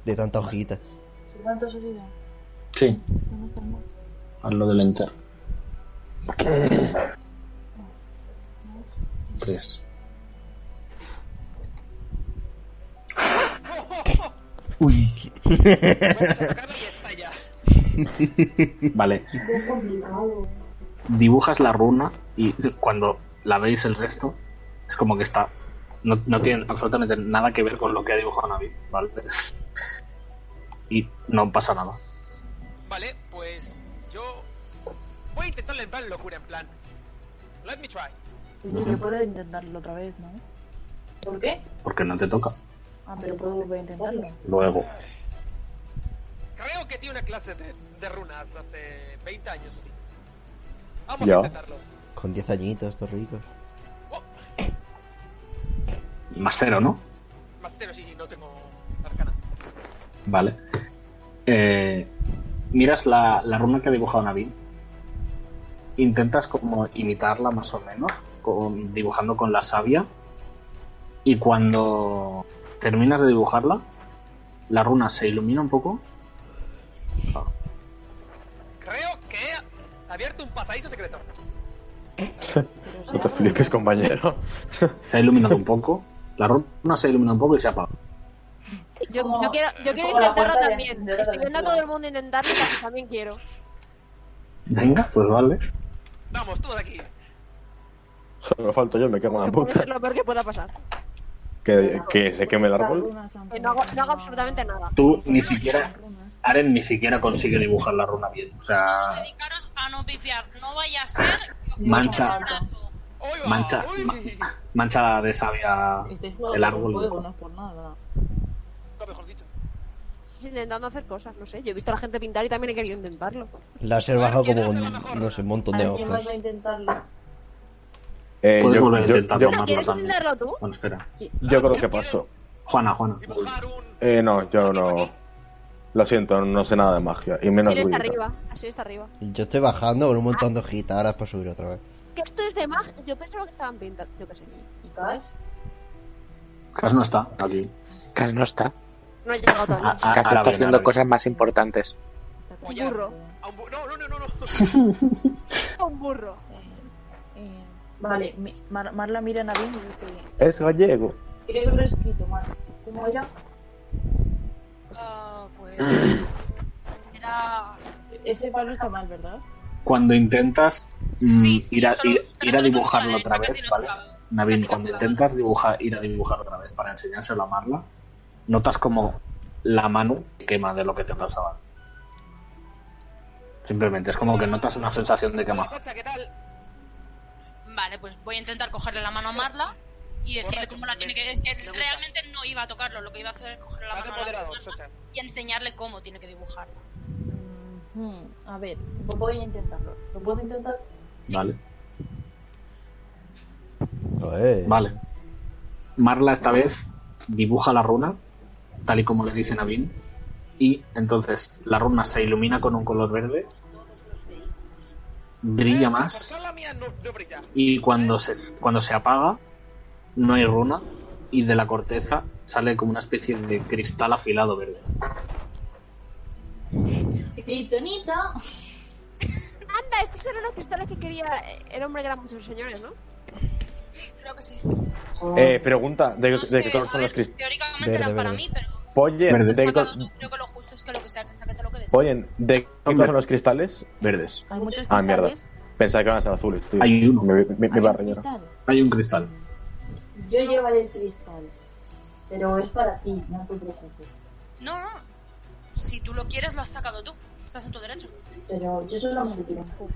S8: De tanta hojita.
S11: ¿Cuánto sería?
S1: Sí. Hazlo del enter. Tres. Uy. vale. Dibujas la runa y cuando la veis el resto, es como que está. No, no tiene absolutamente nada que ver con lo que ha dibujado Navi, ¿vale? Y no pasa nada.
S2: Vale, pues yo voy a intentarle en plan locura, en plan. Let me try.
S9: Yo puedo intentarlo otra vez, ¿no?
S13: ¿Por qué?
S1: Porque no te toca.
S9: Ah, pero puedo volver a intentarlo.
S1: Luego.
S2: Creo que tiene una clase de, de runas hace 20 años o así. Vamos
S8: Ya.
S2: a intentarlo.
S8: Con 10 añitos, estos ricos.
S1: Más cero, ¿no?
S2: Más cero, sí, sí, no tengo arcana.
S1: Vale. Eh, miras la, la runa que ha dibujado Navi. Intentas como imitarla más o menos, con- dibujando con la savia. Y cuando terminas de dibujarla, la runa se ilumina un poco.
S2: Creo que he abierto un pasadizo secreto.
S4: No te flipes, compañero.
S1: Se ha iluminado un poco. La runa se ilumina un poco y se apaga.
S5: Yo, yo quiero, yo quiero
S9: como la
S5: intentarlo
S9: puerta de
S5: también.
S9: Ascender a
S5: Estoy viendo a
S9: Aventuras.
S5: todo el mundo intentarlo y también quiero.
S1: Venga, pues vale.
S2: Vamos, todos aquí.
S4: Solo falto yo, me cago en la
S5: Puede
S4: puta.
S5: ser lo peor que pueda pasar.
S4: Que, que Eh, se queme el árbol.
S5: Que no hago, no hago absolutamente nada.
S1: Tú ni siquiera, Aren ni siquiera consigue dibujar la runa bien. O sea,
S6: Dedicaros a no pifiar. No vaya a ser. que os
S1: Mancha.
S6: corte un brazo.
S1: mancha, ma- mancha de savia
S9: Este
S1: el
S9: juego con
S1: árbol.
S9: fuego, no es por nada.
S5: Estoy intentando hacer cosas, no sé. Yo he visto a la gente pintar y también he querido intentarlo.
S8: Láser bajado como, no sé, un montón de
S9: ¿Quién más
S8: ojos.
S9: va a intentarlo?
S4: Eh,
S1: Puedes
S4: yo,
S1: volver a
S4: yo-
S1: intentarlo,
S4: yo-
S1: Marlo,
S5: ¿Quieres
S1: también.
S5: intentarlo tú?
S1: Bueno, espera.
S4: yo creo que paso.
S1: Juana, Juana.
S4: Eh, no, yo no. Lo siento, no sé nada de magia. Y menos
S5: Así está
S4: druida.
S5: arriba, así está arriba.
S8: Yo estoy bajando con un montón de hojitas ahora es para subir otra vez.
S5: Que esto es de mag, yo pensaba que estaban pintando, yo qué sé.
S9: ¿Y Cas?
S1: Cas Pues no está aquí.
S12: Cas no está.
S5: No he llegado
S1: Ah,
S5: todavía.
S1: ah,
S12: Cas
S1: ahora
S12: está
S1: bien,
S12: haciendo
S1: ahora
S12: cosas más importantes.
S5: Un burro. Un burro.
S9: Eh, vale, mi- Mar- Marla mira a Navin y dice...
S4: Es gallego.
S9: ¿Quieres un resquito, Marla? ¿Cómo era?
S6: Ah, pues. Era.
S9: Ese palo está mal, ¿verdad?
S1: Cuando intentas mm,
S6: Sí, sí,
S1: ir, a,
S6: solo-
S1: ir-
S6: solo
S1: ir a
S6: se
S1: dibujarlo
S6: puede,
S1: otra
S6: casi
S1: vez,
S6: no se
S1: ¿vale?
S6: puede.
S1: Navin,
S6: Casi no
S1: cuando
S6: se puede.
S1: intentas dibujar, ir a dibujar otra vez para enseñárselo a Marla, notas como la mano te quema de lo que te pasaba. Simplemente es como que notas una sensación de quema.
S2: Sacha, ¿qué tal?
S6: Vale, pues voy a intentar cogerle la mano a Marla y decirle cómo la tiene que. Es que realmente no iba a tocarlo, lo que iba a hacer es cogerle la
S2: Más
S6: mano a Marla
S2: moderado, Sacha.
S6: y enseñarle cómo tiene que dibujarla.
S9: Ujú, Mm, hmm, A ver, voy a intentarlo. ¿Lo puedo intentar?
S1: Vale.
S8: Joder.
S1: Vale. Marla esta vez dibuja la runa, tal y como le dice Navin, y entonces la runa se ilumina con un color verde, brilla más,
S2: Por la mía no, no brilla.
S1: y cuando se, cuando se apaga, no hay runa, y de la corteza sale como una especie de cristal afilado verde.
S9: ¡Tonita!
S5: Anda, estos eran los cristales que quería eh, el hombre que eran muchos señores, ¿no?
S6: Creo que sí.
S4: Eh, pregunta, ¿de,
S6: No
S4: de
S6: sé,
S4: qué color
S6: a
S4: son
S6: ver,
S4: los cristales?
S6: Teóricamente
S8: Verde,
S6: era para
S8: verde.
S6: mí, pero.
S4: Oye,
S1: Verde.
S4: ¿de qué,
S6: Sácalo
S4: col-
S6: tú, creo que lo justo es que lo que sea, que sáquete lo que des.
S4: Oyen, ¿de qué color son los cristales?
S1: Verdes.
S13: Hay muchos
S4: Ah, mierda.
S13: cristales.
S4: Pensaba que iban a ser azules, tío.
S1: Hay uno.
S4: Me, me, me
S9: ¿Hay
S4: va a
S9: un
S4: rellenar.
S9: cristal?
S1: Hay un cristal.
S9: Yo llevaré el cristal. Pero es para ti, no te preocupes.
S6: No, no. Si tú lo quieres, lo has sacado tú. Estás en tu derecho.
S9: Pero yo solo me tiro un poco.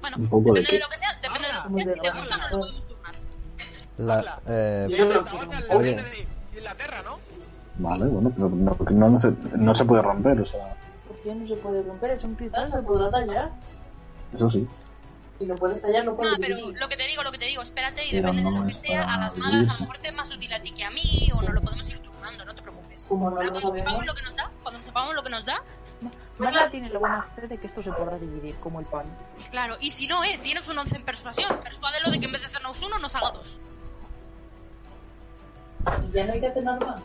S6: Bueno,
S1: Un poco de
S6: depende de,
S1: qué.
S6: lo que sea, depende de lo que
S9: Muy
S6: sea. Si te
S9: bien,
S6: gusta, no lo podemos turnar.
S8: La, eh,
S2: Oye.
S8: oye,
S2: Inglaterra, ¿no?
S1: Vale, bueno, pero no, no- no se, no se puede romper, o sea,
S9: ¿Por qué no se puede romper? Es un cristal, se podrá tallar.
S1: eso sí.
S9: Si lo puedes tallar, no
S6: No,
S9: puedes
S6: Ah, pero
S9: vivir.
S6: lo que te digo, lo que te digo, espérate y
S1: Pero
S6: depende de
S1: no
S6: lo que
S1: es
S6: sea, a
S1: para
S6: las malas a
S1: vivirse.
S6: lo mejor te es más útil a ti que a mí, o no lo podemos ir turnando, no te preocupes.
S9: Como no
S6: Pero
S9: lo
S6: cuando sepamos
S9: sabemos.
S6: lo que nos da, cuando sepamos lo que nos da, pues
S13: Marla tiene la buena fe de que esto se podrá dividir como el pan.
S6: claro, y si no, eh, tienes un 11 en persuasión, persuádelo de que en vez de hacernos uno, nos haga dos.
S9: Y ya no hay que hacer nada más.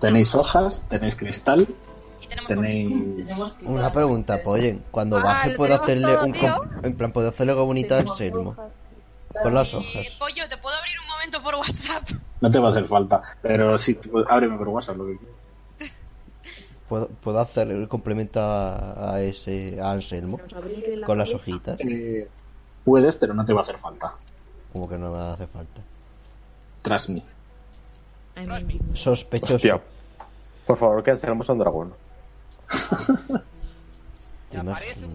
S1: Tenéis hojas, tenéis cristal
S6: Y Y tenemos
S1: Tenéis.
S8: Una pregunta, Pollen. Cuando
S5: Ah,
S8: baje,
S5: lo
S8: ¿puedo
S5: tenemos
S8: hacerle
S5: todo,
S8: un.
S5: tío.
S8: com- En plan, ¿puedo hacerle algo bonito a Anselmo? Con las
S6: Eh,
S5: pues-
S8: hojas.
S6: pollo, ¿te puedo abrir un momento por WhatsApp?
S1: No te va a hacer falta, pero sí, pues, ábreme por WhatsApp lo que quieras.
S8: ¿Puedo, puedo hacerle el complemento a, a ese. a Anselmo? Con las hojitas.
S1: Eh, puedes, pero no te va a hacer falta.
S8: Como que no me hace falta.
S1: Trust me.
S8: Sospechoso.
S4: Hostia. Por favor, cancelemos a un dragón.
S8: ¿Te imaginas?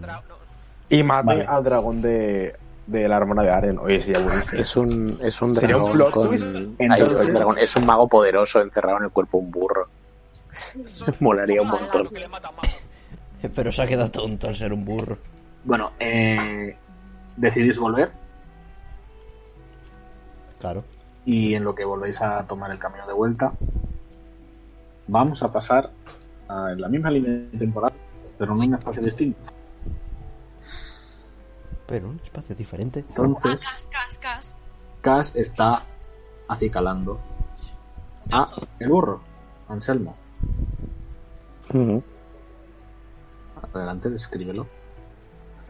S4: Y maten
S1: Vale.
S4: al dragón de, de la hermana de Aren. Oye, sería buenísimo.
S12: Es un, es un
S4: Sería
S12: dragón.
S4: un plot
S12: con-
S4: twist.
S12: Ahí,
S1: Entonces-
S12: el dragón. Es un mago poderoso encerrado en el cuerpo de un burro. Molaría un montón.
S2: Que le matan más.
S8: Pero se ha quedado tonto al ser un burro.
S1: Bueno, eh, decidís volver
S8: Claro.
S1: y en lo que volvéis a tomar el camino de vuelta, vamos a pasar a la misma línea temporal, pero en un espacio distinto.
S8: Pero un espacio diferente.
S1: Entonces,
S6: Ah, Cas, cas.
S1: Cass está acicalando a el burro, Anselmo.
S12: Ujú.
S1: Adelante, descríbelo.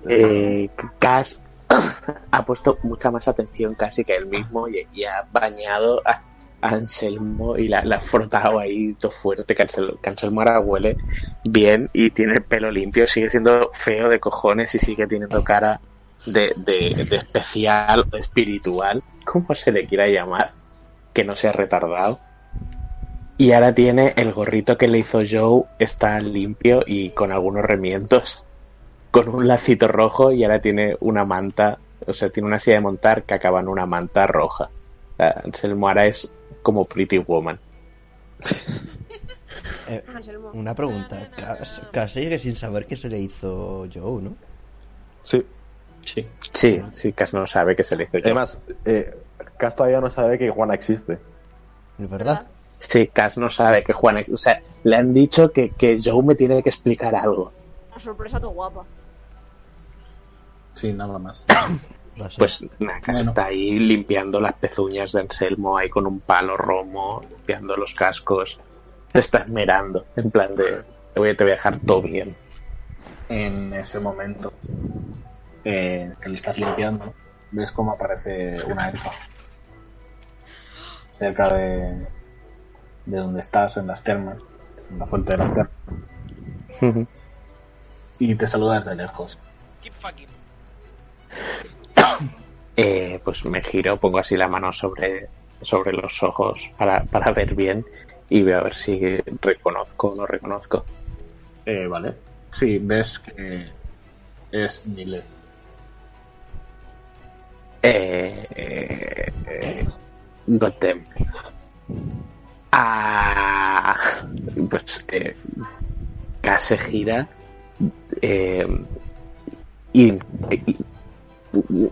S12: Eh, Cass ha puesto mucha más atención casi que él mismo y, y ha bañado a a Anselmo y la, la ha frotado ahí todo fuerte. Que Ansel- que Anselmo ahora huele bien y tiene el pelo limpio. Sigue siendo feo de cojones y sigue teniendo cara de, de, de especial o espiritual, como se le quiera llamar, que no sea retardado. Y ahora tiene el gorrito que le hizo Joe, está limpio y con algunos remientos con un lacito rojo y ahora tiene una manta, o sea, tiene una silla de montar que acaba en una manta roja. O sea, Anselmo ahora es como Pretty Woman.
S8: Eh,
S5: Anselmo.
S8: una pregunta. Cas- Cas sigue sin saber qué se le hizo Joe, ¿no?
S4: Sí.
S1: Sí.
S12: Sí, sí, Cas no sabe que se le hizo. yo.
S4: Además, eh, Cass todavía no sabe que Juana existe.
S8: ¿Es verdad?
S12: Sí, Cas no sabe que Juan. O sea, le han dicho que, que Joe me tiene que explicar algo.
S5: La sorpresa tu guapa.
S1: Sí, nada más.
S8: Va a ser.
S12: Pues nada, Cas
S1: Bueno.
S12: está ahí limpiando las pezuñas de Anselmo, ahí con un palo romo, limpiando los cascos. Te está esmerando, en plan de. Te voy, te voy a dejar todo bien.
S1: en ese momento eh, que le estás limpiando, ves cómo aparece una elfa cerca de, de donde estás, en las termas, en la fuente de las termas, y te saluda desde lejos.
S2: Keep fucking.
S12: Eh, pues me giro, pongo así la mano sobre, sobre los ojos para, para ver bien y veo a ver si reconozco o no reconozco.
S1: Eh, vale. Sí, ves que es Mile.
S12: Eh, eh, eh, Gotham. Ah, pues eh, K se gira eh, y, y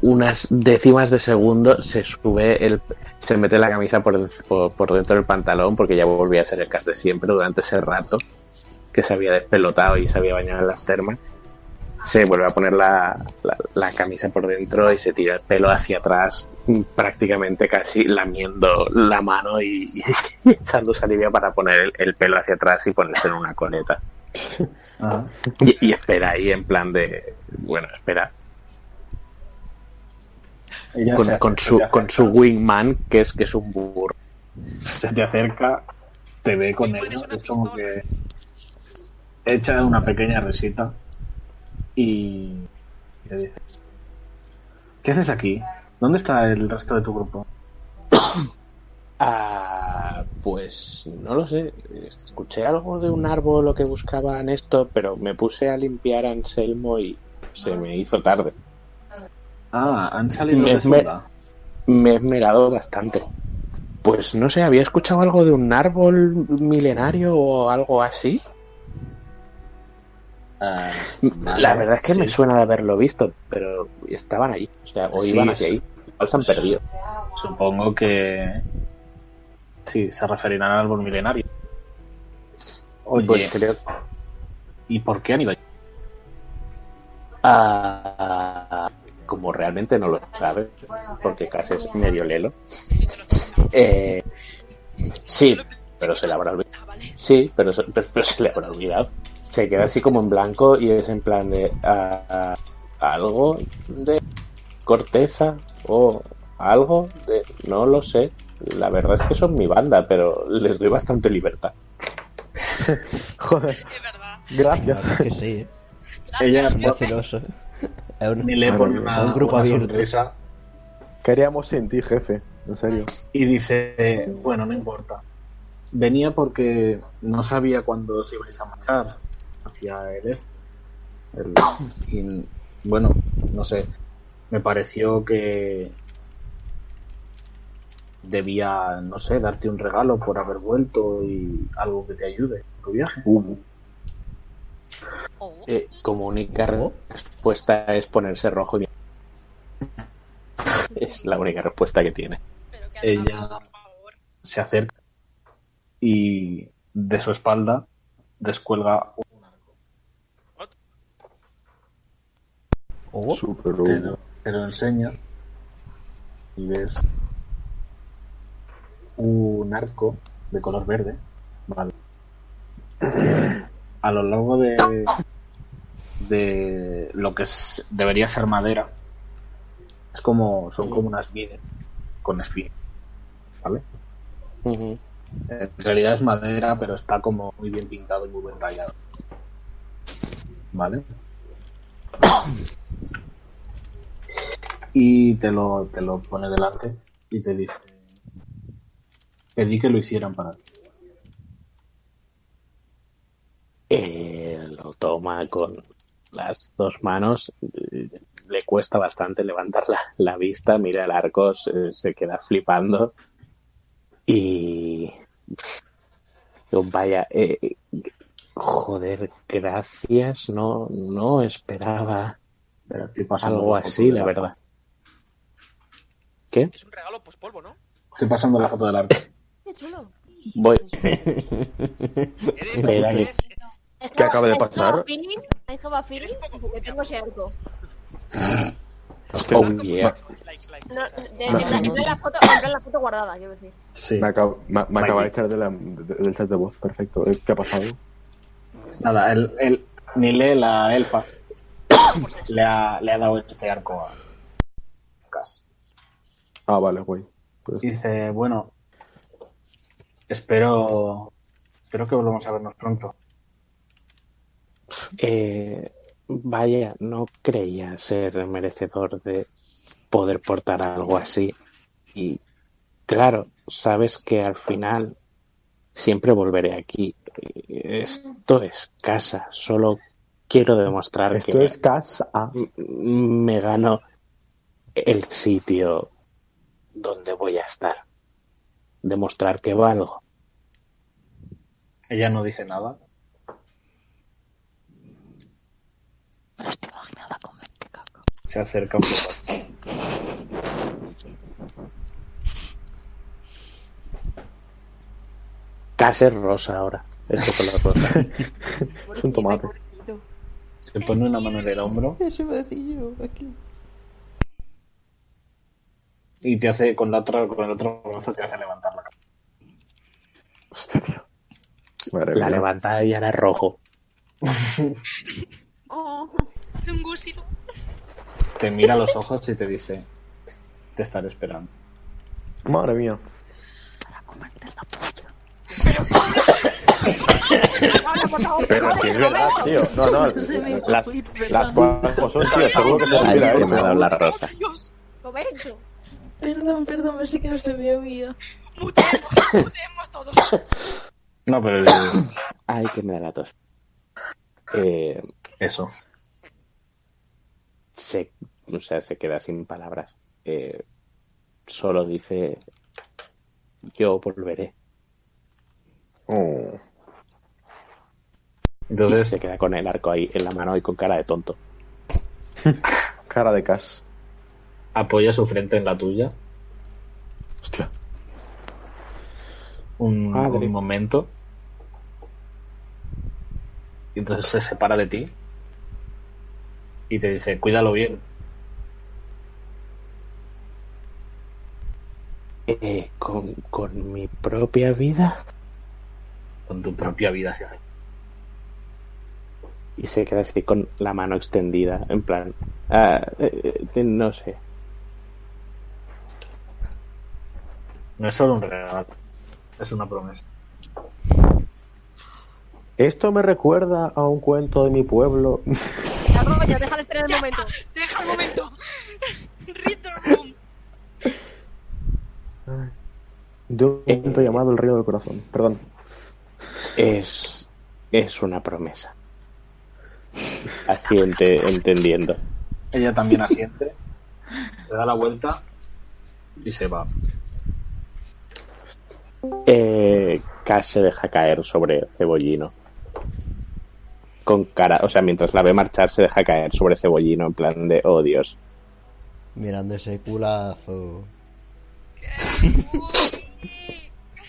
S12: unas décimas de segundo se sube el se mete la camisa por, en- por, por dentro del pantalón porque ya volvía a ser el cas de siempre durante ese rato que se había despelotado y se había bañado en las termas se vuelve a poner la, la- la camisa por dentro y se tira el pelo hacia atrás, mm, prácticamente casi lamiendo la mano y, y echando saliva para poner el, el pelo hacia atrás y ponerse en una coleta. Ah. Y, y espera ahí en plan de, bueno, espera,
S1: Ella
S12: con,
S1: se,
S12: con
S1: se
S12: su,
S1: te
S12: con su wingman, que es que es un burro.
S1: acerca- se te acerca, te ve con
S2: Igual
S1: él,
S2: es una
S1: es como
S2: pistola.
S1: que echa una pequeña risita y te dice, ¿qué haces aquí? ¿Dónde está el resto de tu grupo?
S12: Ah, pues no lo sé. Escuché algo de un árbol o que buscaban esto, pero me puse a limpiar a Anselmo y se me hizo tarde.
S1: Ah, han salido
S12: Me-
S1: de Zelda.
S12: me he esmerado bastante. Pues no sé, había escuchado algo de un árbol milenario o algo así.
S1: Ah,
S12: La
S1: vale,
S12: verdad es que me
S1: sí.
S12: suena de haberlo visto, pero estaban allí. O sea, o
S1: Sí,
S12: iban hacia
S1: sí.
S12: ahí. O se han perdido.
S1: Supongo que... Sí, se referirán al árbol milenario. Oye,
S12: Pues creo.
S1: ¿y por qué han ido allí?
S12: Ah, como realmente no lo sabe, porque casi es medio lelo. Eh, sí, pero se le habrá olvidado.
S6: Ah, vale.
S12: Sí, pero, se- pero- pero se le habrá olvidado. se queda así como en blanco y es en plan de ah, ah, algo de corteza o algo de no lo sé. La verdad es que son mi banda, pero les doy bastante libertad.
S4: Joder.
S6: Es verdad.
S8: Es
S4: Gracias.
S8: Ah, que sí, ¿eh?
S1: Ella
S6: Gracias,
S1: es
S6: jefe.
S8: vaciloso. Es un,
S1: Ni le pone
S4: un
S1: una,
S8: grupo
S1: una
S8: abierto.
S1: sonrisa
S4: Queríamos sin ti, jefe. En serio.
S1: y dice, eh, bueno, no importa. Venía porque no sabía cuándo os ibais a marchar hacia el este. El- y, bueno, no sé. Me pareció que debía, no sé, darte un regalo por haber vuelto y algo que te ayude en tu viaje.
S12: Uh,
S6: Oh.
S12: eh, como única respuesta es ponerse rojo y es la única respuesta que tiene.
S6: Pero que
S1: eh, Ella-
S6: andaba, por favor.
S1: se acerca y de su espalda descuelga un arco.
S8: Oh,
S4: Super.
S1: Te lo, te lo enseña y ves un arco de color verde. Vale. Que A lo largo de, de lo que es- debería ser madera, es como son como unas vides con espinas. ¿Vale?
S12: Ujú.
S1: En realidad es madera, pero está como muy bien pintado y muy bien tallado. ¿Vale? Y te lo, te lo pone delante y te dice: Pedí que lo hicieran para ti.
S12: Eh, lo toma con las dos manos. eh, Le cuesta bastante levantar la, la vista, mira el arco, se, se queda flipando. Y. digo, Vaya, eh, joder, gracias. No, no esperaba
S1: Pero estoy pasando
S12: algo
S1: la foto
S12: así,
S1: del
S12: la
S1: arco.
S12: verdad. ¿Qué?
S2: Es un regalo pospolvo, ¿no?
S1: Estoy pasando la foto del arco.
S5: Qué chulo.
S12: Voy.
S2: Eres,
S12: Espera, que-
S2: eres,
S4: ¿Qué acaba de pasar?
S5: ¿Has acabado feeling? Porque tengo ese arco.
S12: Oh, yeah.
S2: like, like,
S5: No,
S2: o sea,
S5: de- en plan- en plan la foto, en plan la foto guardada, quiero decir.
S1: Sí.
S4: Me, acabo, me, me acaba
S1: Mikey.
S4: de echar de la- de- del chat de voz. Perfecto. Eh, ¿Qué ha pasado?
S1: Nada, el, el, ni lee la elfa. le, ha, le ha dado este arco a Lucas.
S4: Ah, vale, güey. Pues,
S1: Dice, bueno, espero, espero que volvamos a vernos pronto.
S12: Eh, vaya, no creía ser merecedor de poder portar algo así. Y claro, sabes que al final siempre volveré aquí. Esto es casa. Solo quiero demostrar
S4: Esto
S12: que
S4: es casa.
S12: m- me gano el sitio donde voy a estar. Demostrar que valgo.
S1: Ella no dice nada. Se acerca un poco.
S12: Casa es rosa ahora. Este color rosa.
S4: Es un tomate.
S1: Se pone una mano en el hombro
S8: eso me decía yo aquí.
S1: y te hace con, la otra, con el otro brazo te hace levantar la cabeza.
S4: Hostia, tío. Madre
S12: La
S4: mía.
S12: levantada y ahora rojo.
S5: Oh,
S6: Es un gusilo.
S1: Te mira a los ojos y te dice, te estaré esperando.
S4: Madre mía.
S5: habla, por favor.
S4: Pero si es verdad, tío. No, no. Las, las cosas como son, tío. Seguro que ¿eh? te hubiera
S12: Ayer me ha dado
S4: eso.
S12: la rosa.
S6: Dios.
S5: Roberto.
S7: Perdón, perdón, pero sí que no se me oía.
S6: Mutemos, mutemos todos.
S1: No, pero
S12: Ay, que me da la tos. Eh,
S1: eso.
S12: se, o sea, se queda sin palabras. Eh, solo dice, yo volveré.
S4: Oh.
S12: Entonces
S1: Entonces
S12: se queda con el arco ahí en la mano y con cara de tonto.
S4: Cara de cas.
S1: apoya su frente en la tuya
S4: Hostia.
S1: un,
S12: Madre.
S1: un momento y entonces se separa de ti y te dice, cuídalo bien.
S12: Eh, con, con mi propia vida.
S1: con tu propia vida si hace.
S12: y se queda así con la mano extendida, en plan, ah, eh, eh, no sé.
S1: No es solo un regalo, es una promesa.
S4: Esto me recuerda a un cuento de mi pueblo.
S5: La roña, déjala esperar un momento.
S6: Deja un momento. Ritor Boom.
S4: De un cuento llamado El Río del Corazón. Perdón.
S12: Es, es una promesa. Así ente- entendiendo.
S1: Ella también asiente, se da la vuelta y se va.
S12: Eh, Cass se deja caer sobre Cebollino. Con cara, o sea, mientras la ve marchar, se deja caer sobre Cebollino en plan de, oh Dios.
S8: Mirando ese culazo.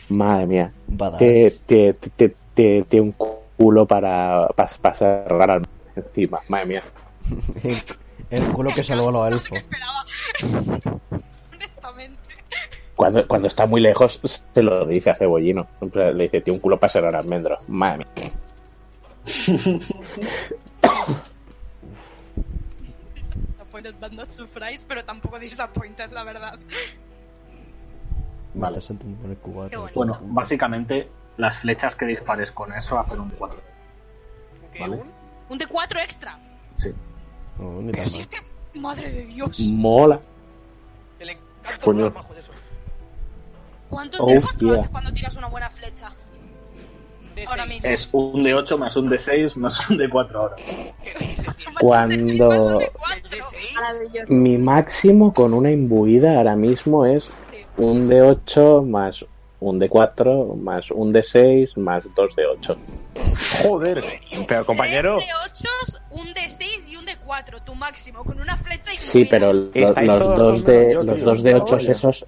S12: Madre mía.
S8: Badass.
S12: Te, te, te, te, te- te un culo para, para, cerrar al encima. Madre mía.
S8: El culo que salvó a los elfos.
S6: Honestamente.
S12: Cuando, cuando está muy lejos, se lo dice a Cebollino. En plan, Le dice, tiene un culo para cerrar almendro. Madre mía.
S6: Disappointed but not surprised, pero tampoco disappointed, la verdad.
S8: Me estás sentando con el cubate.
S6: Qué bonito.
S1: Bueno, básicamente las flechas que dispares con eso hacen un 4.
S6: Ok,
S1: Vale.
S6: un, un D4 extra.
S1: Sí.
S8: No, ni tan
S6: Pero si
S8: mal.
S6: este... Madre de Dios.
S12: Mola.
S2: El encanto
S12: Coño.
S2: mola majo de eso.
S6: ¿Cuántos
S12: Oh,
S6: D4
S12: yeah.
S6: haces cuando tiras una buena flecha?
S2: De
S6: Ahora
S2: seis.
S6: mismo.
S12: Eh,
S1: Es un de 8 más un de 6 más un de 4 ahora.
S6: Ocho más
S12: Cuando-
S6: un D6 más un D4.
S2: El de seis,
S5: Maravilloso.
S12: Mi máximo con una imbuida ahora mismo es
S6: Sí.
S12: un de 8 más un de 4 más un de 6 más dos de 8.
S4: Joder. Pero compañero.
S6: Tres de 8, un de 6 y un de 4, tu máximo, con una flecha y
S12: Sí,
S6: una.
S12: pero lo-
S4: Estáis
S12: los
S4: todos
S12: dos
S4: los
S12: de
S4: menos yo,
S12: los
S4: tío.
S12: dos de 8
S4: Oye.
S12: esos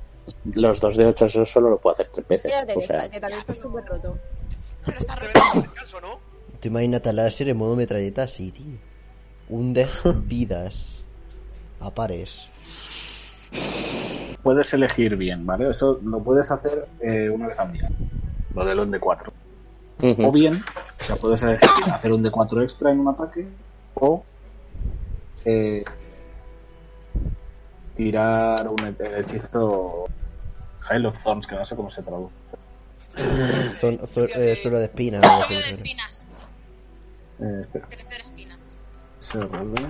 S12: los dos de 8 esos solo lo puedo hacer tres veces.
S5: Tírate
S12: O
S5: de
S12: sea,
S5: esta, que también está súper roto.
S6: Pero está
S2: te
S6: re...
S2: verás un descanso, ¿no?
S8: Tú imagínate a láser en modo metralleta así, tío. Hundes vidas. A pares.
S1: Puedes elegir bien, ¿vale? Eso lo puedes hacer eh, una vez al día. Lo del un de 4.
S12: ujú.
S1: O bien, o sea, puedes elegir hacer un de 4 extra en un ataque o eh, tirar un, el hechizo Hail of Thorns, que no sé cómo se traduce.
S8: Zon- zo- eh, suelo de espina. algo así,
S6: Cambio de
S8: creo.
S6: espinas,
S1: Eh, espera,
S6: crecer espinas.
S1: se vuelve.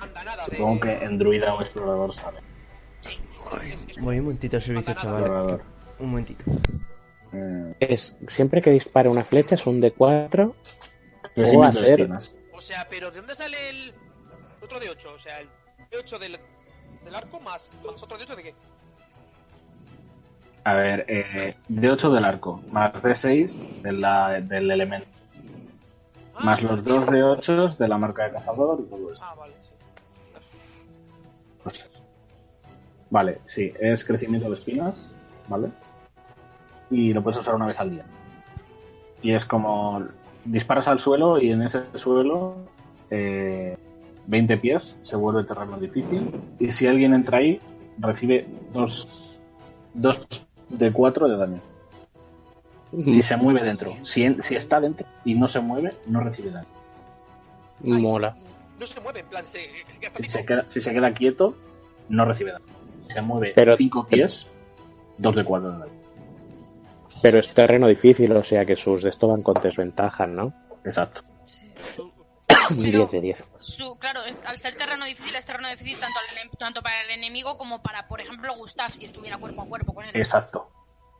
S2: Andanada de...
S1: Supongo que en druida o explorador sale.
S8: Voy un momentito al servicio, chaval.
S1: Explorador.
S8: Un momentito.
S1: Eh,
S12: Es siempre que dispara una flecha es un de 4
S1: crecimiento de
S12: hacer-
S1: espinas.
S2: O sea, pero ¿de dónde sale el otro de 8? O sea, el de 8 del, del arco más, más otro de 8 de qué?
S1: A ver, eh, de 8 del arco, más de 6 de la, del elemento,
S2: Ah,
S1: más los 2 de 8 de la marca de cazador y todo eso.
S2: Ah, vale, sí.
S1: Pues- Vale, sí, es crecimiento de espinas, ¿vale? Y lo puedes usar una vez al día. Y es como disparas al suelo y en ese suelo, eh, 20 pies, se vuelve terreno difícil. Y si alguien entra ahí, recibe 2 dos, de 4 de daño. Si se mueve dentro. Si, en- si está dentro y no se mueve, no recibe daño.
S12: Mola.
S2: No se mueve, en plan, se, se queda
S1: Si
S2: estático.
S1: se queda, si se queda quieto, no recibe daño. Si se mueve
S12: Pero-
S1: 5 pies, 2 de 4 de daño.
S12: Pero es terreno difícil, o sea que sus de esto van con desventajas, ¿no?
S1: Exacto.
S12: Un
S6: Pero-
S12: 10 de 10.
S6: Su, claro, es- al ser terreno difícil, es terreno difícil tanto, al enem- tanto para el enemigo como para, por ejemplo, Gustav, si estuviera cuerpo a cuerpo con él.
S1: Exacto.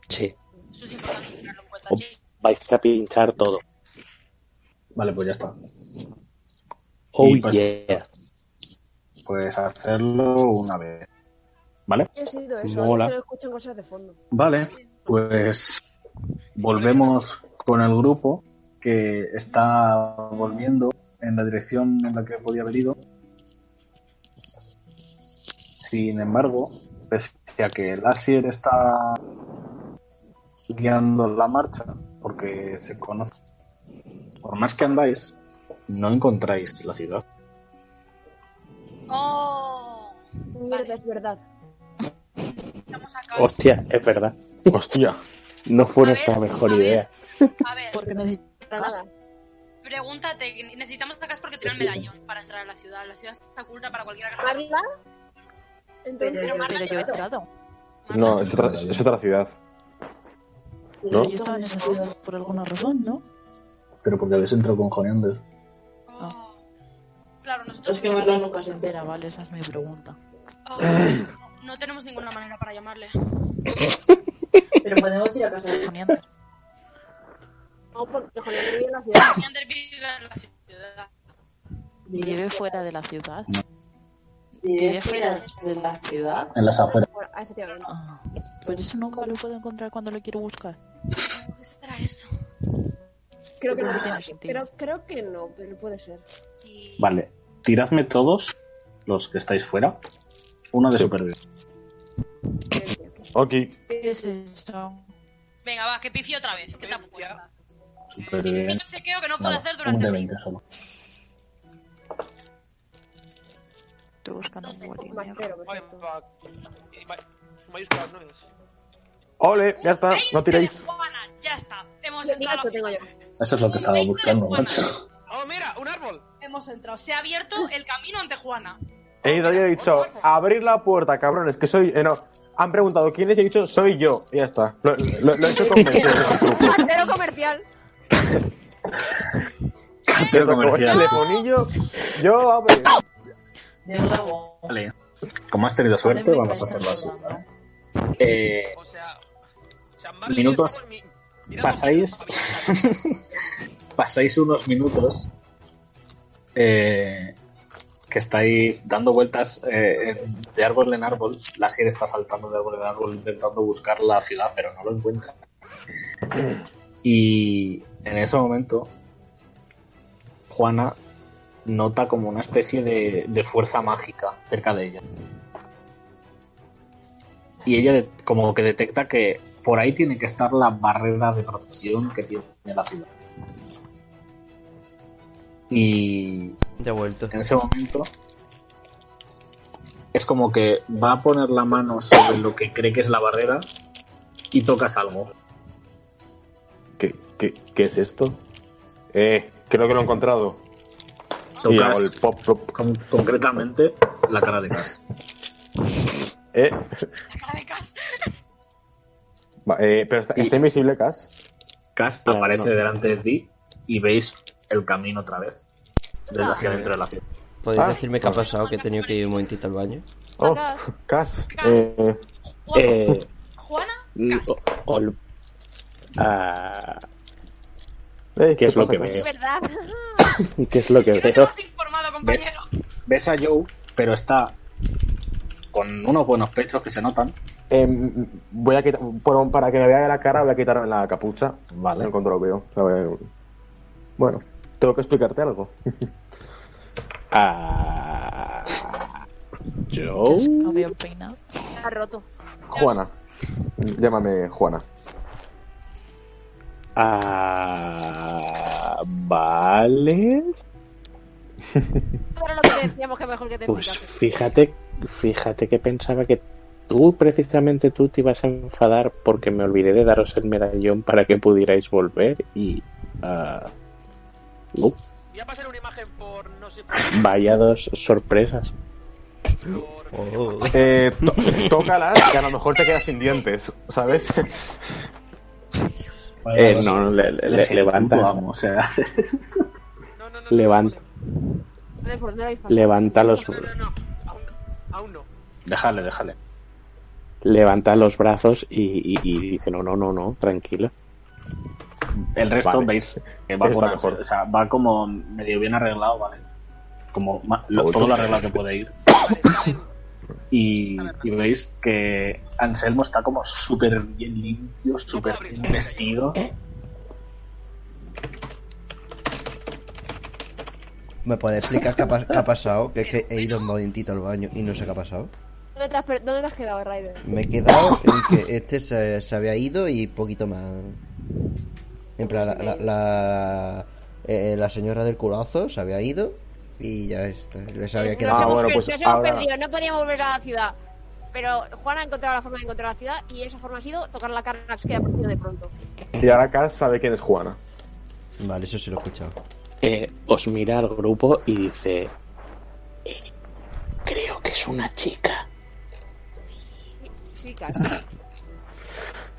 S12: Sí.
S6: Eso es importante tenerlo en cuenta,
S12: Oh.
S6: chicos.
S12: Vais a pinchar todo.
S1: Vale, pues ya está.
S12: Oh
S1: pues-
S12: yeah.
S1: Pues hacerlo una vez. ¿Vale?
S5: Yo he sido eso,
S12: Mola.
S5: yo lo escucho en cosas de fondo.
S1: Vale. Pues volvemos con el grupo que está volviendo en la dirección en la que podía haber ido. Sin embargo, pese a que Lassier está guiando la marcha, porque se conoce, por más que andáis, no encontráis la ciudad.
S6: Oh,
S5: Mierda, es verdad.
S6: estamos acá.
S12: Hostia, es verdad.
S4: Hostia.
S12: No fue
S6: A
S12: nuestra
S6: ver,
S12: mejor
S6: a ver.
S12: idea.
S6: A ver,
S7: Porque necesito
S5: Para nada.
S6: Pregunta técnica. Necesitamos tacas porque tiran medallón para entrar a la ciudad. La ciudad está oculta para cualquiera que
S5: ¿Marla? Entonces,
S7: Pero yo he entrado.
S4: No, es otra, es otra ciudad.
S7: Pero yo estaba en esa ciudad por alguna razón, ¿no?
S1: Pero porque habéis entrado con Joneander.
S6: Oh. Claro, nosotros.
S7: Es que Marla nunca se entera, vale, esa es mi pregunta.
S6: Ah, no, no tenemos ninguna manera para llamarle.
S11: Pero podemos ir a casa de
S7: Poniente.
S5: No, porque Julián vive en la ciudad.
S6: Neander vive en la ciudad.
S7: Vive fuera de la ciudad.
S11: Vive fuera de la ciudad.
S1: En las afueras.
S5: Bueno, ah, efectivamente.
S7: Ah, por eso nunca lo puedo encontrar cuando lo quiero buscar.
S6: ¿Qué será eso?
S5: Creo que no.
S7: Sí tiene sentido.
S5: Pero creo que no, pero puede ser.
S6: Y-
S1: Vale. Tiradme todos los que estáis fuera. Uno de supervivencia.
S4: Ok.
S7: ¿Qué es eso?
S6: Venga, va, que pifie otra vez. Que está puesta.
S1: Supervivencia.
S6: Un chequeo que no puedo
S1: Nada,
S6: hacer
S1: un
S6: durante
S1: de
S6: seis.
S1: 20 solo.
S7: Estoy buscando un
S5: Más
S7: guardián.
S5: cero, por
S2: Vale,
S5: cierto.
S2: va- eh, ma- Mayúsculas, ¿no es?
S4: Ole, ya está, no
S6: 20 de
S4: tiréis.
S6: Juana, Ya está. Hemos
S5: Yo digo
S6: entrado.
S5: que tengo yo.
S1: Eso es lo que estaba
S6: 20 de
S1: buscando,
S6: Juana.
S1: macho.
S2: ¡Oh, mira! ¡Un árbol!
S6: Hemos entrado. Se ha
S5: Ah.
S6: abierto el camino ante Juana.
S4: He ido y he dicho, abrir la puerta, cabrones, que soy. eh, no. Han preguntado quién es y he dicho, soy yo. Y ya está. Lo, lo- lo he hecho con
S5: Cartero comercial.
S1: Cartero comercial.
S4: telefonillo. Yo abro.
S11: De nuevo.
S1: Vale. Como has tenido suerte, vamos a hacerlo así. Eh,
S2: O sea. o sea, Marley
S1: Minutos.
S2: es como mi- mirando-
S1: pasáis pasáis unos minutos eh, que estáis dando vueltas eh, en- de árbol en árbol la sierra está saltando de árbol en árbol intentando buscar la ciudad pero no lo encuentra y en ese momento Juana nota como una especie de, de fuerza mágica cerca de ella y ella de- como que detecta que por ahí tiene que estar la barrera de protección que tiene la ciudad. Y
S8: Ya he vuelto.
S1: en ese momento es como que va a poner la mano sobre lo que cree que es la barrera y tocas algo.
S4: ¿Qué, qué, qué es esto? Eh, creo que lo he encontrado. Y hago el
S1: Tocas
S4: pop, pop.
S1: con- concretamente la cara de Gas.
S4: Eh,
S6: La cara de Cas.
S4: va, eh, pero está,
S1: Y-
S4: está invisible, Cas.
S1: Cas
S4: Ah,
S1: aparece
S4: no.
S1: delante de ti y veis el camino otra vez
S12: Ah.
S1: desde hacia dentro de la ciudad.
S8: ¿Podéis
S4: Ah.
S8: decirme qué ha pasado? Que he tenido que ir un momentito al baño.
S4: Oh,
S5: Cas.
S4: Cas.
S6: Cas.
S4: Eh,
S6: Juana.
S12: Eh,
S6: Juana.
S12: l- ol- ah,
S4: eh,
S12: ¿Qué es lo
S4: pasa,
S12: que
S4: Cas?
S12: veo?
S5: Es verdad.
S12: ¿Qué es lo que
S6: Si no te
S12: veo?
S6: hemos informado, compañero.
S1: Ves a Joe, pero está con unos buenos pechos que se notan.
S4: Em, voy a quitar, bueno, para que me vea la cara, voy a quitarme la capucha. Vale. En cuanto lo veo. La voy a- Bueno, tengo que explicarte algo.
S12: Ah,
S1: Joe.
S7: No veo peinado.
S5: Está roto.
S4: Juana. Llámame Juana.
S12: ah, vale.
S5: Esto era lo que decíamos que mejor que te
S12: Pues
S5: explicase.
S12: fíjate, fíjate que pensaba que tú, precisamente tú, te ibas a enfadar porque me olvidé de daros el medallón para que pudierais volver y... ah, uh,
S2: Voy a pasar una imagen por. No sé.
S12: vaya dos sorpresas.
S2: Por.
S8: Oh.
S4: Eh, to- tócalas, que a lo mejor te quedas sin dientes, ¿sabes?
S12: Eh, no, le, le- le- levanta,
S1: Vamos, o sea,
S2: No, no, no. no,
S12: Levanta.
S5: De por dónde la
S12: levanta los,
S2: No, no, no. no. Aún, aún no.
S1: déjale, déjale.
S12: levanta los brazos y, y- y dice, no, no, no, no, tranquilo.
S1: El resto
S12: Vale.
S1: veis que va,
S4: Está
S1: con-
S4: mejor.
S1: o sea, va como medio bien arreglado, ¿vale? Como ma- lo-
S4: Uy,
S1: todo
S4: tú.
S1: lo arreglado que puede ir.
S2: Vale, está bien.
S1: Y, y veis que Anselmo está como súper bien limpio, súper bien vestido.
S8: ¿Me podéis explicar qué ha, pas- qué ha pasado? Que es que he ido un momentito al baño y no sé qué ha pasado.
S5: ¿Dónde te has, per- dónde te has quedado, Raiden?
S8: Me he quedado en que este se, se había ido y poquito más. En plan, la, la, la- eh, la señora del culazo se había ido y ya está, les había
S5: Nos
S8: quedado.
S4: Ah,
S5: hemos
S4: bueno,
S5: per-
S4: pues
S5: nos hemos
S4: ahora-
S5: perdido, no podíamos volver a la ciudad. Pero Juan ha encontrado la forma de encontrar la ciudad y esa forma ha sido tocar la cara que ha aparecido de pronto.
S4: Y ahora Cas sabe quién es Juana.
S8: Vale, eso sí lo he escuchado.
S12: eh, os mira al grupo y dice: Creo que es una chica.
S5: Chicas.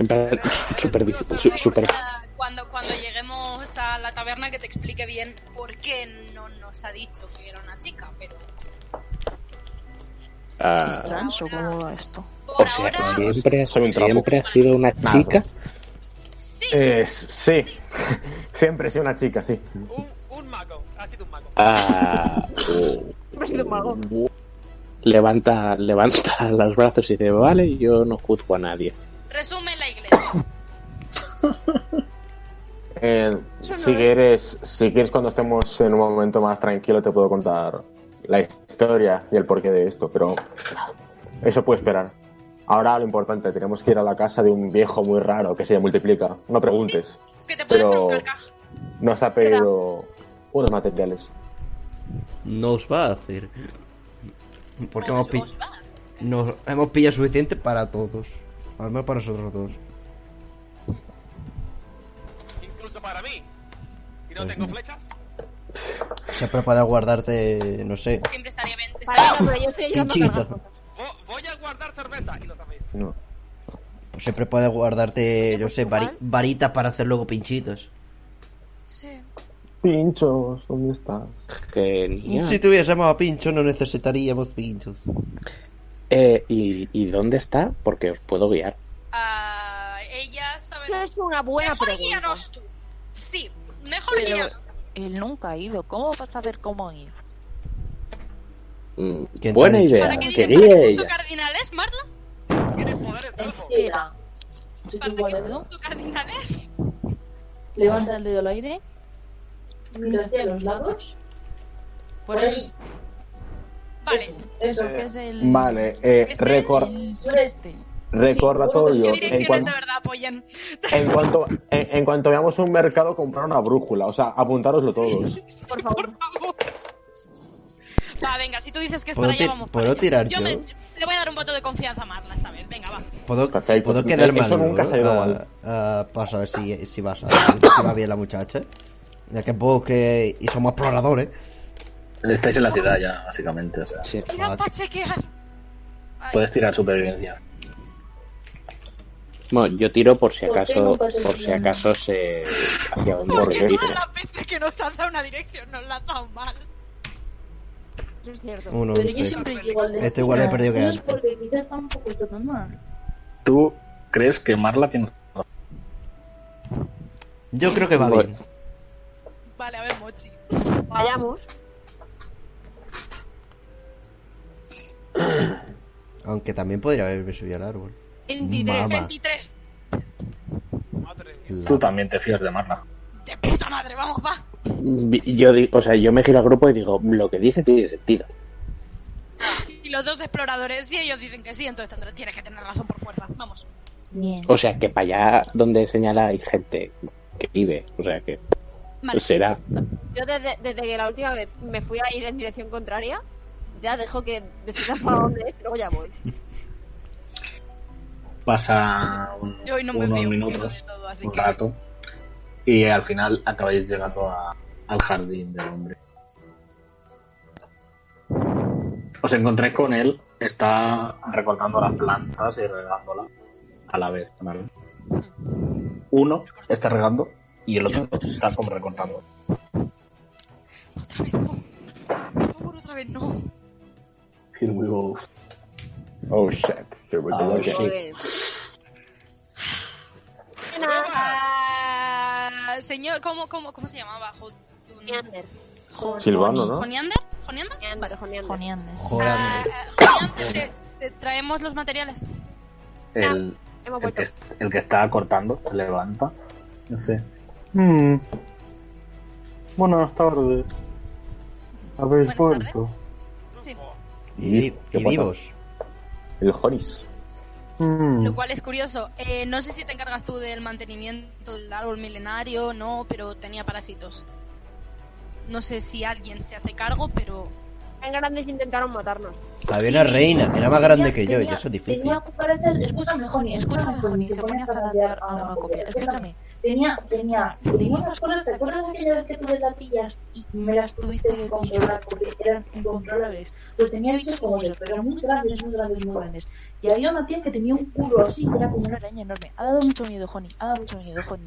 S12: En plan, súper dis- su- súper.
S6: Ah, Cuando, cuando lleguemos a la taberna que te explique bien por qué no nos ha dicho que era una chica, pero
S7: ¿Es
S12: ah,
S7: trans o cómo va esto?
S12: o sea, siempre, siempre ha sido una chica.
S4: Eh, sí. Siempre he sido una chica, sí.
S2: Un mago, ha sido un mago.
S12: Ah,
S5: Siempre he sido un mago.
S12: levanta, levanta los brazos y dice: Vale, yo no juzgo a nadie.
S6: resume la iglesia.
S4: Eh,
S5: Eso no
S4: si,
S5: es-
S4: quieres, si quieres, cuando estemos en un momento más tranquilo, te puedo contar la historia y el porqué de esto, pero eso puede esperar. Ahora lo importante, tenemos que ir a la casa de un viejo muy raro que se multiplica. No preguntes.
S6: Que te puede
S4: Pero-
S6: hacer un carcaj.
S4: Nos ha pedido unos materiales.
S8: No os va a hacer. Porque hemos,
S6: Os-
S8: pi-
S6: Pues os va.
S8: nos hemos pillado suficiente para todos. Al menos para nosotros dos.
S2: Incluso para mí. ¿Y no tengo flechas?
S8: Siempre para guardarte, no sé.
S6: Siempre estaría bien.
S5: Para
S6: estaría
S5: mí no, pero yo estoy ayudando a
S8: Pinchito.
S5: cargar cosas.
S2: Vo- voy a guardar cerveza. Y lo sabéis.
S4: No.
S8: Pues siempre puedes guardarte, yo
S5: pues
S8: sé,
S5: igual.
S8: vari- varitas para hacer luego pinchitos.
S6: Sí.
S4: Pinchos, ¿dónde estás?
S12: Genial.
S8: Si tuviésemos a pincho, no necesitaríamos pinchos.
S12: Eh, ¿y, y dónde está? Porque os puedo guiar.
S6: Ah, ella sabe.
S5: Eso es una buena
S6: mejor
S5: pregunta.
S6: guíanos tú. Sí, mejor
S7: Pero-
S6: guíanos.
S7: Él nunca ha ido. ¿Cómo vas a saber cómo ir?
S12: Mm,
S8: ¿Quién te
S12: Buena
S8: ha dicho?
S12: idea,
S6: ¿Para
S12: que
S6: qué dice ¿Para
S12: guíe
S6: qué
S12: ella.
S6: punto cardinal es, Marla?
S2: Tienes poderes de elfo.
S11: Espera. Soy
S6: ¿Para
S11: tu
S6: qué
S11: guardián.
S6: punto cardinal es?
S7: Levanta el dedo al aire.
S11: Mira hacia los lados.
S7: Por ahí.
S6: Vale.
S11: Eso.
S7: Creo que es el.
S4: Vale, eh,
S6: Es el-
S4: recor-
S7: el este. sureste.
S4: recordatorio.
S6: ¿Qué
S11: Dios,
S4: En,
S6: direcciones
S4: cuan-
S6: de verdad apoyan?
S4: en cuanto, en, en cuanto veamos un mercado, comprar una brújula. O sea, apuntároslo todos.
S5: Por
S6: Por
S5: favor.
S6: favor. Va, venga, si tú dices que es
S8: ¿Puedo
S6: para allá,
S8: ti-
S6: vamos.
S8: puedo
S6: para allá.
S8: tirar yo?
S6: me- le voy a dar un voto de confianza a Marla esta vez. Venga, va.
S8: Puedo,
S4: Perfecto.
S8: puedo quedar mal.
S4: Eso nunca
S8: ¿no?
S4: se ha ido
S8: Ah,
S4: mal.
S8: ah, para saber si, si, vas a- si va bien la muchacha. Ya que es bosque y somos exploradores.
S1: Estáis en la ciudad ya, básicamente. O sea,
S12: Sí.
S6: Tira
S8: Fuck.
S6: para chequear. Ay,
S1: puedes tirar supervivencia.
S12: Bueno, yo tiro por si
S11: ¿Por qué
S12: acaso,
S11: nunca se
S12: por si
S11: entiende?
S12: acaso se hacia dónde
S4: ¿Por
S6: porque
S4: qué?
S12: dirige.
S6: todas las veces que nos han dado una dirección nos la han dado mal.
S5: Eso es cierto.
S8: Uno,
S7: Pero yo
S8: dice.
S7: siempre llego al
S8: Este igual he
S7: destino.
S8: perdido que
S11: Pues
S8: antes.
S11: porque quizás tampoco está tan mal.
S1: ¿Tú crees que Marla tiene
S8: Yo creo que va
S12: Voy.
S8: bien.
S6: Vale, a ver, Mochi.
S5: Vayamos.
S8: Aunque también podría haberme subido al árbol.
S6: 23,
S8: Mama.
S6: 23.
S2: Madre mía.
S8: La-
S1: Tú también te fías de Marla.
S6: De puta madre, vamos, va.
S12: Vi- Yo di- o sea, yo me giro al grupo y digo, lo que dice tiene sentido.
S6: Y los dos exploradores, si ellos dicen que sí, entonces tendrás, tienes que tener razón por fuerza. Vamos.
S7: Bien.
S12: O sea, que para allá donde señala hay gente que vive, o sea que
S6: Vale.
S12: será.
S5: Yo desde, desde que la última vez me fui a ir en dirección contraria, ya dejo que decidas para dónde es, luego ya voy.
S1: Pasa un-
S6: Yo hoy no me
S1: unos
S6: fío
S1: minutos,
S6: de todo, así
S1: un
S6: que-
S1: rato, y al final acabáis llegando a- al jardín del hombre. Os encontréis con él, está recortando las plantas y regándolas a la vez. ¿vale? Uno está regando y el otro está como recortando.
S6: Otra vez no. Por favor, otra vez no.
S1: Here we go.
S4: Oh shit. Here we go
S1: Oh,
S4: again.
S1: shit.
S5: Joder.
S6: Ah, señor, ¿cómo, cómo, ¿cómo se llamaba? Jo- Jun-
S5: Joneander,
S4: Silvano, ¿no?
S6: ¿Joniander? ¿Joniander?
S5: joneander, joneander.
S7: Joniander.
S6: Ah,
S8: Jorande.
S6: Joniander, te, te traemos los materiales.
S1: El,
S5: Hemos
S1: el,
S5: vuelto.
S1: que, Este es- el que está cortando se levanta. No sé. Hmm. Buenas tardes.
S6: Buenas vuelto? Sí,
S8: Y, vi-
S4: ¿Qué
S8: y
S4: pasa?
S8: vivos.
S4: El Horis. Mm,
S6: lo cual es curioso. Eh, no sé si te encargas tú del mantenimiento del árbol milenario, no, pero tenía parásitos. No sé si alguien se hace cargo, pero
S5: tan grandes intentaron matarnos.
S8: Había una reina, era más grande que yo, y
S9: Tenía-
S8: eso es difícil.
S14: Tenía cucarachas. Escúchame, Joni,
S9: Escúchame, Joni, se pone a zarandear a Macopia. Escúchame.
S14: Tenía, tenía, tenía unas cosas. ¿Te acuerdas aquella vez que tuve latillas y me las tuviste que controlar porque eran incontrolables? Pues tenía bichos como esos, pero muy grandes, muy grandes, muy grandes. Y había una tía que tenía un culo así, que era como una araña enorme. Ha dado mucho miedo, Joni. Ha dado mucho miedo, Joni.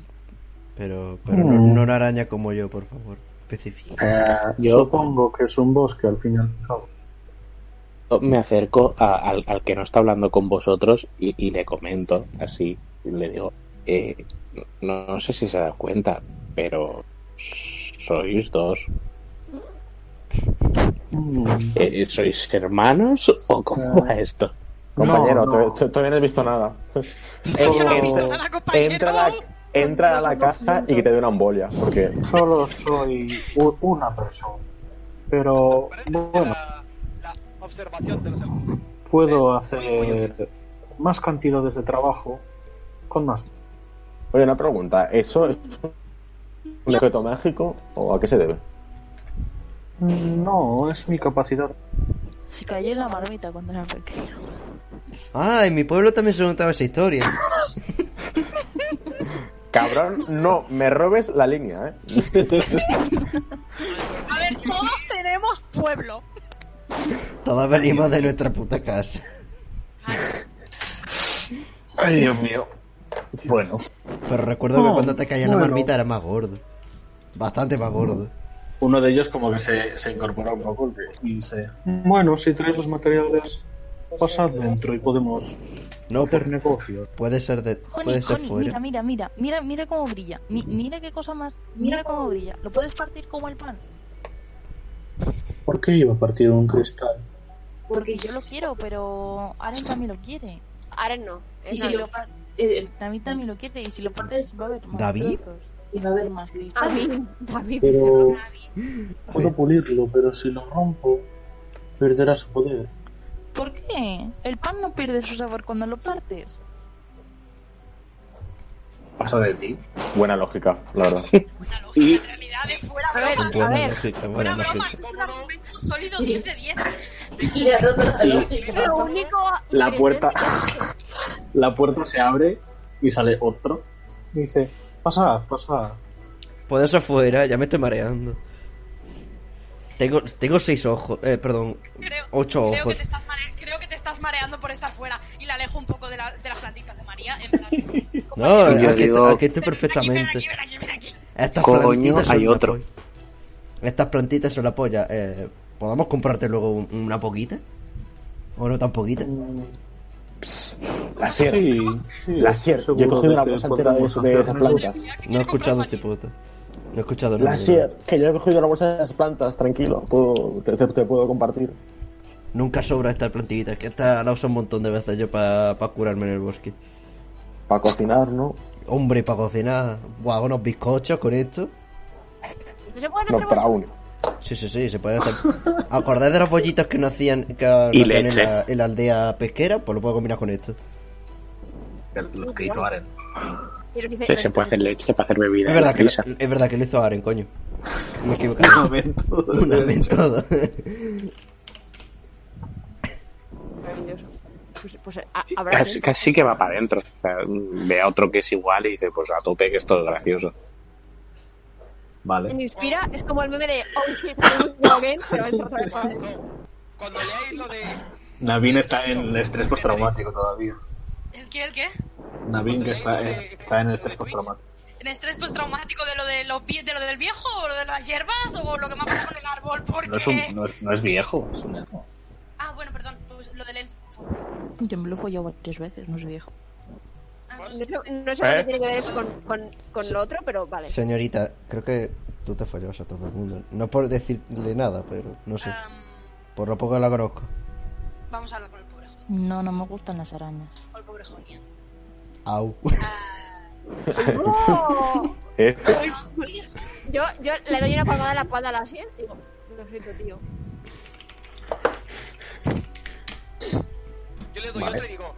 S8: Pero, pero no,
S12: Mm.
S8: no una araña como yo, por favor. Específica.
S1: Eh,
S12: Yo-
S1: Supongo que es un bosque al fin y al cabo.
S12: Me acerco a- al, al que no está hablando con vosotros y, y le comento así, y le digo, eh, no, no sé si se da cuenta, pero sois dos.
S8: Mm.
S12: Eh, ¿Sois hermanos o
S8: Ah.
S12: cómo va esto?
S4: Compañero,
S1: No, no.
S4: tú- tú- tú no has visto nada.
S2: Yo no he
S4: Solo-
S2: visto nada, compañero.
S4: Entra a la, entra a la casa y que te dé una embolia, porque
S1: Solo soy u- una persona. Pero
S2: Parece
S1: bueno,
S2: la, la observación de los elfos.
S1: puedo hacer más cantidades de trabajo con más.
S4: Oye, una pregunta, ¿eso es un objeto mágico o a qué se debe?
S1: No, es mi capacidad.
S9: Se cayó en la marmita cuando era pequeño.
S8: Ah, en mi pueblo también se contaba esa historia.
S4: Cabrón, no, me robes la línea, ¿eh?
S6: A ver, todos tenemos pueblo.
S8: Todas venimos de nuestra puta casa.
S1: Ay, Dios mío. Bueno,
S8: Pero recuerdo que
S1: Oh,
S8: cuando te caía la
S1: bueno.
S8: marmita era más gordo. Bastante más gordo.
S1: uno de ellos como que se, se incorpora un poco y dice: Bueno, si traes los materiales, pasad dentro y podemos
S8: No,
S1: hacer
S8: pu-
S1: negocios.
S8: puede ser de,
S9: Joni,
S8: puede ser
S9: Joni, mira,
S8: fuera.
S9: mira, mira, mira, mira cómo brilla. Mi- mira qué cosa más, mira cómo brilla. Lo puedes partir como el pan,
S1: ¿Por qué iba a partir un cristal?
S9: porque yo lo quiero, pero Aren también lo quiere.
S5: Aren no.
S9: Y
S5: es
S9: si
S5: Aren.
S9: lo par- eh, eh, David también lo quiere y si lo partes va a haber más
S8: ¿David?
S9: trozos. y va a haber más listas.
S5: Ah, David, David.
S1: Pero
S8: A
S1: puedo
S8: ver,
S1: pulirlo, pero si lo rompo, perderá su poder.
S9: ¿Por qué? El pan no pierde su sabor cuando lo partes.
S1: Pasa de ti.
S4: Buena lógica, la verdad.
S6: La lógica, en realidad, es fuera
S5: A ver,
S6: broma.
S5: a
S8: buena
S5: ver.
S8: lógica, buena
S6: Fuera broma,
S8: lógica.
S6: es un argumento sólido 10 de 10.
S14: Y le ha roto la
S1: Sí.
S14: lógica.
S5: Lo único.
S1: La puerta, la puerta se abre y sale otro. Dice, pasad, pasad.
S8: Puedes afuera, ya me estoy mareando. Tengo, tengo seis ojos, eh, perdón,
S6: Creo,
S8: ocho
S6: creo que
S8: ojos.
S6: te estás mare- creo que te estás mareando por estar fuera. Y la alejo un poco de, la- de las plantitas de María. En plan,
S8: No,
S12: Yo
S8: aquí,
S12: digo-
S8: aquí estoy
S6: Ven
S8: perfectamente.
S6: aquí, ven aquí, ven aquí, ven aquí.
S8: Estas
S12: Coño,
S8: plantitas son
S12: hay
S8: la
S12: otro.
S8: polla. Estas plantitas son la polla. Eh, ¿Podamos comprarte luego un- una poquita? ¿O no tan poquita?
S4: Mm. La sierra.
S1: sí,
S4: La sierra. Yo he cogido una bolsa entera de, de esas plantas.
S6: Mira, que
S8: No he
S6: quiero
S8: escuchado este
S6: comprar
S8: cipote. No he escuchado nada.
S4: La sierra, que yo he cogido una bolsa de esas plantas, tranquilo, puedo- te, te- te puedo compartir.
S8: Nunca sobra esta plantillita, que esta la uso un montón de veces yo para curarme en el bosque.
S4: Para cocinar, ¿no?
S8: Hombre, para cocinar, buah, unos bizcochos con esto.
S5: ¿No se pueden
S4: No,
S5: hacer
S4: para uno.
S8: Sí, sí, sí, se pueden hacer. ¿Acordáis de los bollitos que no hacían, que no
S12: Y
S8: hacían en,
S12: leche.
S8: la, en la aldea pesquera? Pues lo puedo combinar con esto.
S1: Lo que hizo Aren.
S5: Y nos dice-
S12: Se puede hacer leche para hacer bebida.
S8: Es verdad, que,
S12: pizza.
S8: lo- es verdad que lo hizo Aren, coño. Me he equivocado. Una mentada.
S5: Maravilloso. Pues, pues, a- habrá
S12: Casi,
S5: gente.
S12: casi que va para adentro. O sea, ve a otro que es igual y dice, pues a tope que esto es gracioso.
S1: Vale.
S5: Me inspira, es como el meme de Oh shit, I'm good again, pero es otra vez.
S2: No. Cuando leáis lo de.
S1: Navin está en estrés postraumático todavía.
S6: ¿El qué? ¿El qué?
S1: Navin que está, en- está en estrés postraumático.
S6: ¿El estrés postraumático de lo, de, los, vie- de lo del viejo o lo de las hierbas o lo que me ha pasado con el árbol? Porque...
S1: No es, un, no, es, no es viejo, es un elfo.
S6: Ah, bueno, perdón. pues lo del elfo.
S9: Yo me lo he follado varias veces, no soy viejo.
S6: Ah,
S5: No sé, no sé por qué tiene que ver eso con, con, con lo otro, pero vale.
S8: Señorita, creo que tú te fallabas a todo el mundo. No por decirle nada, pero no sé.
S6: um,
S8: Por lo poco que la conozco.
S6: vamos a hablar con el pobre, Jo-
S9: No, no me gustan las arañas.
S6: con el pobre Jonia.
S8: Au.
S6: Ah,
S5: ¡Oh!
S4: ¿Eh?
S5: Yo, yo le doy una palmada en la espalda a la sien y digo, lo siento, tío.
S2: Yo le doy
S1: Vale.
S2: otro y digo: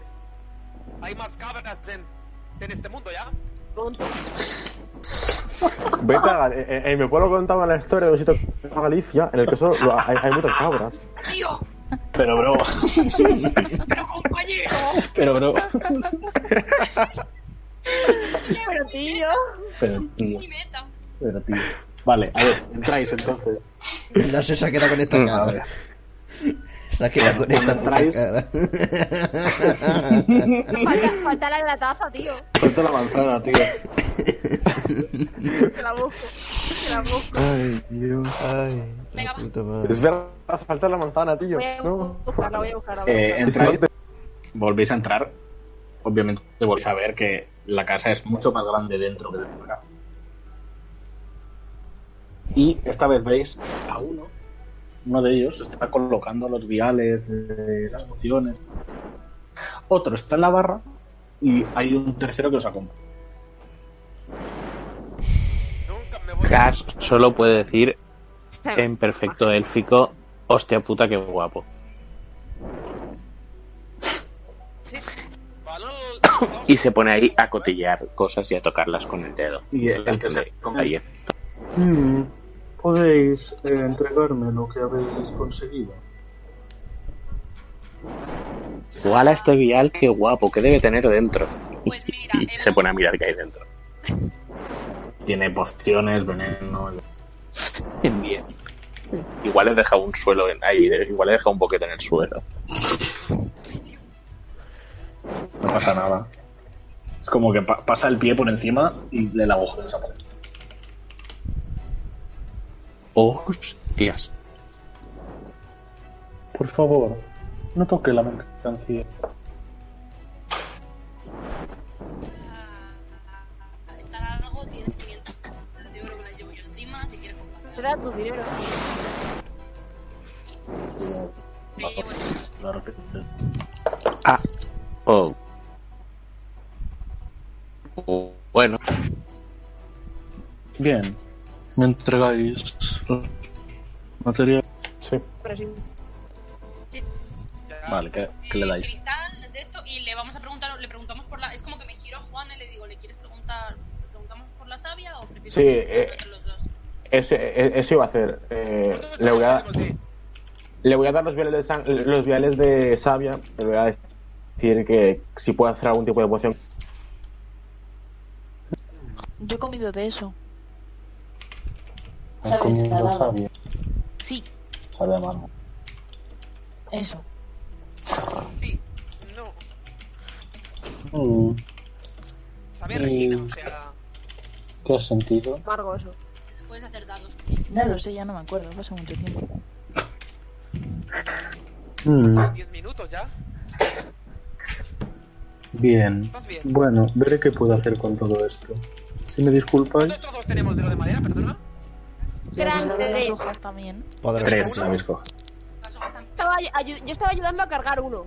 S2: Hay más cabras en, en este mundo ya.
S5: Gonzo.
S4: Vete a, Gal- eh, en, en mi pueblo contaban la historia de un sitio que se llama Galicia en el que solo lo- hay, hay muchas cabras.
S6: ¡Tío!
S1: Pero bro,
S6: ¡Pero compañero!
S1: pero bro,
S5: Pero tío.
S1: pero tío,
S6: Mi meta.
S1: pero tío. Vale, a ver, entráis entonces.
S8: No se ha quedado con esta
S1: Mm, A
S8: cara.
S1: ver.
S8: Se ha quedado con esta puta
S1: Traes-
S8: cara.
S5: Falta, falta la de la taza, tío.
S1: Suelta la manzana, tío.
S5: Que la busco. Que la busco.
S4: Ay, Dios.
S8: Ay, la
S6: Venga, va.
S8: puta
S4: Es
S8: madre.
S4: verdad, falta la manzana, tío.
S5: Voy a
S4: No.
S5: buscarla, voy a buscarla. Voy a
S1: Eh,
S5: buscarla.
S1: entráis, volvéis a entrar. Obviamente volvéis a ver que la casa es mucho más grande dentro que de fuera. Y esta vez veis a uno, uno de ellos está colocando los viales de las pociones. Otro está en la barra y hay un tercero que os acompaña.
S2: Nunca me voy a...
S12: Gas solo puede decir
S5: Espera.
S12: en perfecto élfico, hostia puta, qué guapo.
S2: Balón...
S12: Y se pone ahí a cotillar cosas y a tocarlas con el dedo.
S1: Y el, el que se
S12: Ahí.
S1: acompaña. Mm, ¿Podéis eh, entregarme lo que habéis conseguido?
S12: Guala este vial, qué guapo, que debe tener dentro.
S6: Pues mira,
S12: Y se pone a mirar qué hay dentro.
S1: Tiene pociones, veneno,
S12: Bien. Igual le deja un suelo en ahí, igual le deja un boquete en el suelo.
S1: No pasa nada. Es como que pa- pasa el pie por encima y le la agujero desaparece.
S12: Hostias.
S1: Por favor, no toque la mercancía.
S6: ah, Estar algo, tienes 500 de oro que las llevo yo encima. Si quieres
S5: Te
S6: comprarlas,
S5: da tu dinero.
S6: te llevo encima.
S12: Ah. Oh. Bueno,
S1: Bien, me entregáis material.
S4: Sí.
S5: Pero sí.
S2: Ya,
S1: Vale, ¿qué, qué le
S6: Eh,
S1: dais?
S6: Cristal de esto y le vamos a preguntar, le preguntamos por la. Es como que me giro a Juan y le digo, ¿le quieres preguntar? ¿Le preguntamos por la savia o prefieres
S4: Sí,
S6: que
S4: eh,
S6: estén los dos?
S4: Ese- e- eso iba a hacer. Eh, le, voy a, le voy a dar los viales de, sang- los viales de savia. Le voy a decir que si puede hacer algún tipo de poción.
S7: Yo he comido de eso.
S11: Sabes, salada.
S7: Sí.
S1: Sabe a mano.
S11: Eso.
S2: Sí, no.
S1: Mm,
S2: Saber
S1: Mm.
S4: Eh.
S2: resina, o sea...
S1: ¿Qué has sentido?
S5: Amargo eso.
S6: Puedes hacer dados.
S7: No lo sé, ya no me acuerdo. Fue hace mucho tiempo.
S1: Hmm,
S2: 10 minutos ya.
S1: bien.
S2: ¿Estás bien?
S1: Bueno, veré qué puedo hacer con todo esto. Si me disculpáis.
S2: ¿Cuántos trozos tenemos de lo de madera, perdona?
S7: Le
S5: Gran
S4: pues,
S7: guardo las
S5: tres.
S7: hojas también.
S8: Podrás-
S1: Tres, habéis cogido.
S6: Las hojas están-
S5: Estaba ayu- yo estaba ayudando a cargar uno,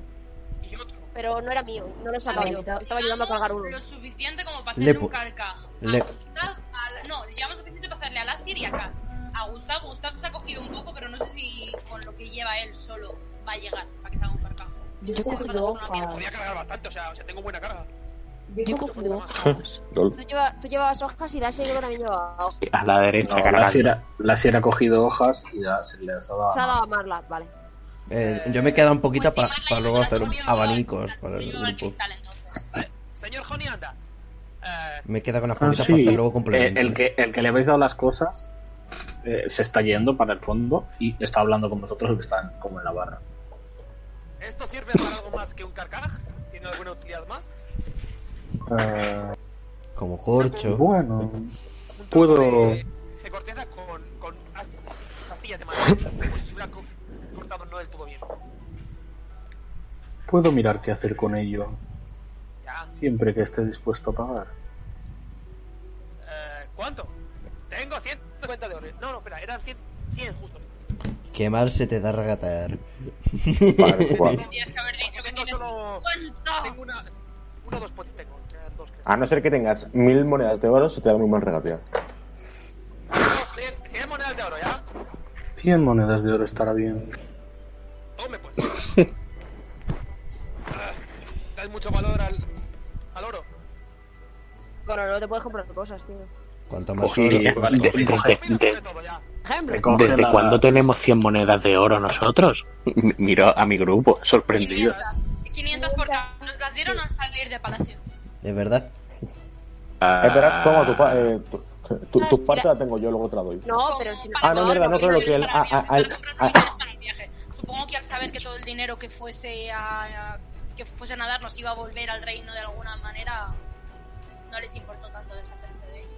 S2: Y otro.
S5: pero no era mío. No lo he sacado yo. Estaba ayudando a cargar
S6: Llevamos
S5: uno.
S6: lo suficiente como para
S8: Le
S6: hacerle un
S8: pu-
S6: carcaj.
S8: le-
S6: A Gustav, a la- no, llevamos suficiente para hacerle a Lassir y a Cass. A Gustav, Gustav se ha cogido un poco, pero no sé si con lo que lleva él solo va a llegar para que se haga un carcaj.
S11: Yo he cogido
S9: Ah.
S11: hojas.
S2: Podría cargar bastante, o sea, o sea, tengo buena carga.
S7: Yo he cogido hojas.
S5: Tú, lleva- tú llevabas hojas y la serie también llevaba hojas.
S12: a la derecha,
S1: No,
S12: cargando.
S1: la Sierra la Sierra ha cogido hojas y ya se le ha dado
S5: Se
S1: a
S5: ha dado a Marla, vale.
S8: Eh, yo me he quedado un poquito
S6: Pues si
S8: para
S6: Marla lleva
S8: luego
S6: la
S8: hacer
S6: comida,
S8: abanicos para el
S6: Yo al
S8: grupo.
S6: cristal, entonces.
S2: Señor Honey, anda. Eh,
S8: Me he quedado con las
S1: Ah,
S8: poquitas
S1: sí.
S8: para hacer luego
S1: Eh,
S8: complemento.
S1: el, que, el que le habéis dado las cosas eh, se está yendo para el fondo y está hablando con vosotros el que están como en la barra.
S2: ¿esto sirve para algo más que un carcaj? ¿Tiene alguna utilidad más?
S4: Ah,
S8: Como corcho.
S1: bueno,
S2: Un trozo
S1: Puedo-
S2: De, de corteza con, con as- pastillas de madera. Como si hubiera co- cortado no del todo bien.
S1: puedo mirar qué hacer con ello
S2: Ya.
S1: siempre que esté dispuesto a pagar.
S2: Eh, ¿Cuánto? Tengo 150 de oro. No, no, espera, eran 100, 100 justo.
S8: Qué mal se te da regatear.
S4: Vale, vale.
S6: Tienes que haber dicho que
S2: Tengo
S6: tienes
S2: solo.
S6: cuánto.
S2: Tengo una. Uno o dos potes tengo. Eran dos, creo.
S4: A no ser que tengas mil monedas de oro, se te da muy mal regateo.
S2: No, 100, 100 monedas de oro, ¿ya?
S1: 100 monedas de oro estará bien.
S2: Tome, pues. Ah, Dais mucho valor al, al oro.
S5: Bueno, no te puedes comprar cosas, tío.
S8: Cuanto más
S12: Cogí-
S8: oro-
S12: de- desde- de-
S1: la-
S12: ¿Desde cuándo tenemos 100 monedas de oro nosotros? M- Miro a mi grupo, sorprendido.
S6: 500 porque nos las dieron al salir de palacio.
S8: de verdad.
S12: Ah,
S4: Espera, toma tu, pa- eh, tu, tu-
S5: No,
S4: tu
S5: es que
S4: parte, la tengo yo, luego te la doy.
S5: No, pero si no.
S4: Ah, no, mierda, no creo que él. Ah, ah, ah, ah, ah,
S6: Supongo que al saber que todo el dinero que fuese a, a- que fuesen a dar nos iba a volver al reino de alguna manera, no les importó tanto deshacerse de ello.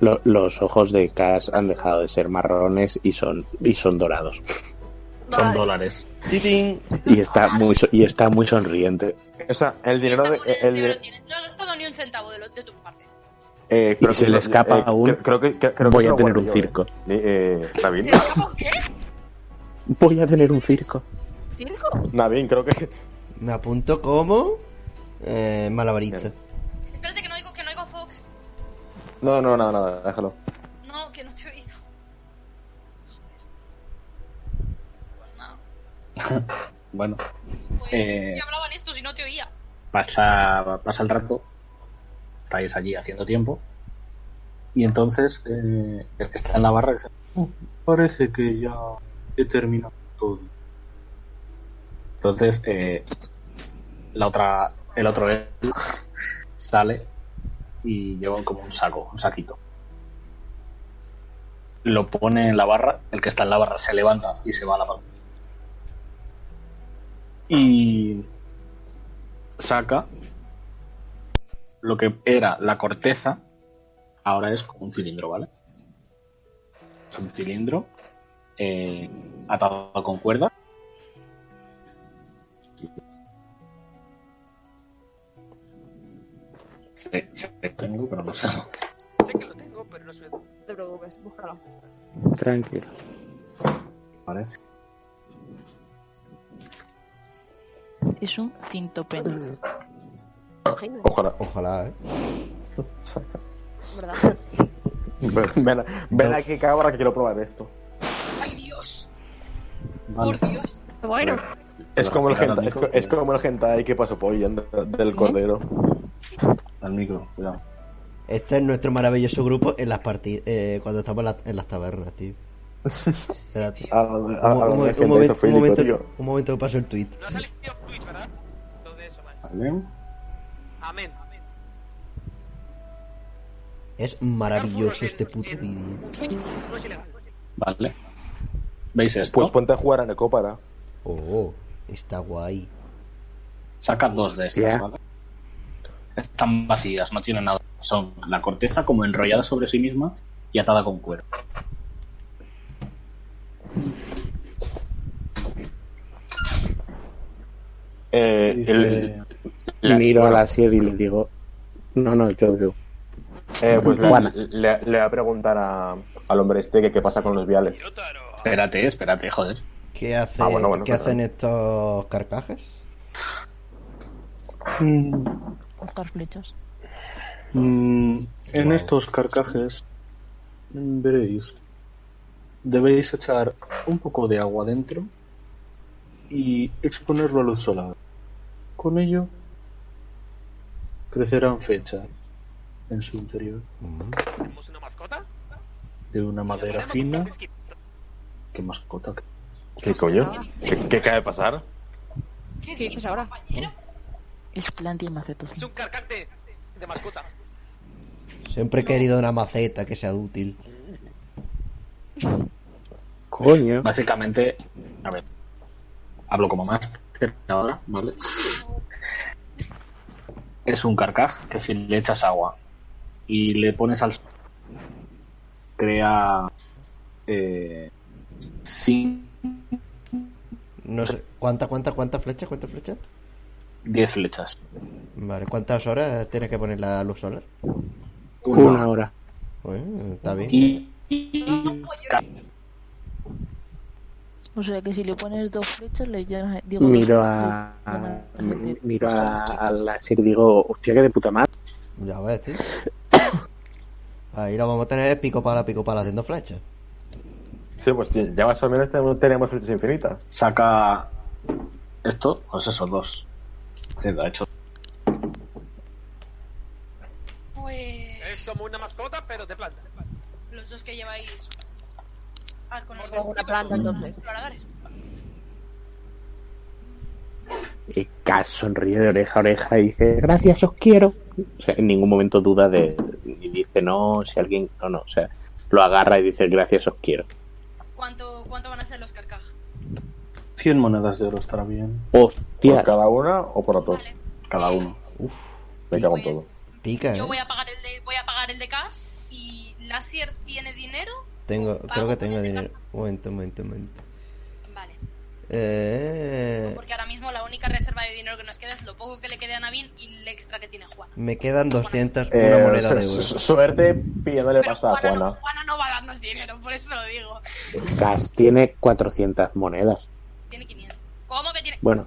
S12: Lo- los ojos de Cass han dejado de ser marrones y son, y son dorados.
S1: Son dólares.
S8: Titín.
S12: Y está muy, so- y está muy sonriente.
S4: o sea, el dinero de. El,
S6: Pero
S4: el-
S6: tienes- no has gastado ni un centavo de, lo- de tu parte.
S4: eh, creo
S12: se
S4: que
S12: le
S4: lo-
S12: escapa
S4: eh,
S12: aún,
S4: cre- Creo que, cre- creo que
S12: voy
S4: se
S12: a
S4: lo
S12: tener
S4: guardo
S12: un
S4: yo,
S12: circo.
S4: Eh, Eh, Navin,
S6: ¿Qué?
S12: Voy a tener un circo.
S5: ¿Circo?
S4: Navin, creo que.
S8: Me apunto como eh, malabarista.
S6: Espérate que no oigo, que no oigo Fox.
S4: No, no, nada, nada, déjalo.
S6: No, que no te oigo. Pues nada,
S1: Bueno,
S6: pues,
S1: Eh.
S6: ¿qué hablaban estos y no te oía?
S1: pasa, pasa el rato, estáis allí haciendo tiempo, y entonces eh, el que está en la barra dice, "Oh, parece que ya he terminado todo. Entonces, eh, la otra, el otro él sale y lleva como un saco, un saquito. Lo pone en la barra, el que está en la barra se levanta y se va a la barra. Y saca lo que era la corteza, ahora es como un cilindro, ¿vale? Es un cilindro eh, atado con cuerda. Se, se tengo, pero no sé.
S2: Sé que lo tengo, pero no soy.
S5: No te preocupes, búscalo.
S12: Tranquilo.
S1: Parece.
S7: Es un cinto pene.
S5: Imagino,
S4: Ojalá.
S8: Ojalá, eh.
S5: ¿verdad?
S4: Ven, ven aquí, cabra, que quiero probar esto.
S6: Ay, Dios,
S1: Vale.
S6: por Dios.
S5: Bueno,
S4: Es como el
S1: Ahora
S4: hentai, es,
S1: mismo,
S4: co- es como el hentai que pasó por del cordero.
S1: Al micro, cuidado.
S8: Este es nuestro maravilloso grupo en las partidas. cuando estamos en, la- en las tabernas, tío. Espérate.
S4: A- a- a-
S8: Un,
S4: a-
S8: un- un
S4: hentai
S8: momento, un
S4: zoofílico,
S8: momento-
S4: tío.
S8: un momento que paso el tweet.
S2: No ha salido en Twitch, ¿verdad? Todo de eso, vale.
S1: Vale.
S2: Amén. Amén.
S8: Es maravilloso este puto vídeo.
S2: Un Twitch no es ilegal.
S1: Vale. ¿Veis esto?
S4: Pues ponte a jugar a Necópara.
S8: Oh, está guay.
S1: Saca dos de estas,
S12: Ya.
S1: ¿vale? Están vacías, no tienen nada. Son la corteza como enrollada sobre sí misma y atada con cuero.
S4: Eh,
S1: Dice-
S4: el- la-
S12: Miro a
S4: bueno,
S12: la Sied y le digo, no, no, yo, yo.
S4: eh, pues le-
S12: Juana.
S4: le, le voy a preguntar a- al hombre este que qué pasa con los viales.
S2: Yotaro.
S1: Espérate, espérate, joder.
S8: ¿Qué, hace,
S4: Ah, bueno, bueno,
S8: ¿qué
S4: perdón.
S8: hacen estos carcajes?
S1: Mm.
S7: Buscar flechas.
S1: en estos carcajes veréis. Debéis echar un poco de agua dentro y exponerlo a luz solar. Con ello crecerán fechas en su interior
S8: Mm.
S2: ¿Tenemos una mascota?
S1: de una madera
S2: Tenemos
S1: fina.
S2: un biscuit.
S1: Qué mascota.
S4: ¿Qué coño? ¿Qué, qué acaba de pasar?
S5: ¿qué dices ahora?
S6: Compañero,
S7: Es plantia y
S2: Es
S7: macetozón.
S2: un carcacte de mascota.
S8: Siempre he querido una maceta que sea útil.
S12: Coño.
S1: Básicamente, a ver, hablo como máster ahora, ¿vale? Es un carcaj que si le echas agua y le pones al sol, crea eh, cin-
S8: No sé. ¿Cuántas, cuántas, cuántas flechas? ¿Cuántas flechas?
S1: 10 flechas.
S8: Vale, ¿cuántas horas tiene que poner la luz solar?
S12: Una hora.
S8: Bueno, está bien.
S1: Y,
S7: O sea que si le pones dos flechas, le llenas. digo, dos
S12: Miro
S7: flechas,
S12: a,
S7: le llenas la gente.
S12: miro a, a la Sied y digo, hostia, que de puta madre.
S8: Ya ves, tío. Ahí lo vamos a tener pico pala, pico pala haciendo flechas.
S4: Sí, pues ya más o menos tenemos, tenemos flechas infinitas.
S1: saca esto, pues esos dos. Se lo ha hecho.
S6: pues.
S2: Es como una mascota, pero de planta.
S6: Los dos que lleváis. Ah, con el
S5: Como una planta, entonces.
S6: Exploradores.
S12: Y Cass sonríe de oreja a oreja y dice, gracias, os quiero. O sea, en ningún momento duda de... Y dice, no, si alguien... No, no, o sea, lo agarra y dice, gracias, os quiero.
S6: ¿Cuánto, ¿Cuánto van a ser los carcaj?
S1: 100 monedas de oro estará bien.
S12: Hostia,
S4: ¿Por cada una o por las dos?
S6: Vale.
S1: Cada uno.
S4: Me cago en
S6: Pues,
S4: todo.
S8: Pica, ¿eh?
S6: Yo voy a pagar el de, voy a pagar el de Cass y Lassier tiene dinero.
S8: Tengo,
S6: pago
S8: creo que
S6: con este
S8: tengo
S6: el de
S8: dinero. Un momento, un momento, un momento.
S6: Cass. Vale.
S8: Eh,
S6: Porque ahora mismo la única reserva de dinero que nos queda es lo poco que le quede a Navin y el extra que tiene Juana.
S8: me quedan 200,
S4: Eh,
S8: una moneda de
S4: su-
S8: oro.
S4: su- Suerte pillándole
S6: Pero
S4: pasta a
S6: Juana, no,
S4: Juana.
S6: Juana no va a darnos dinero, por eso lo digo.
S12: Cass tiene 400 monedas.
S6: Tiene 500. ¿Cómo que tiene?
S12: Bueno,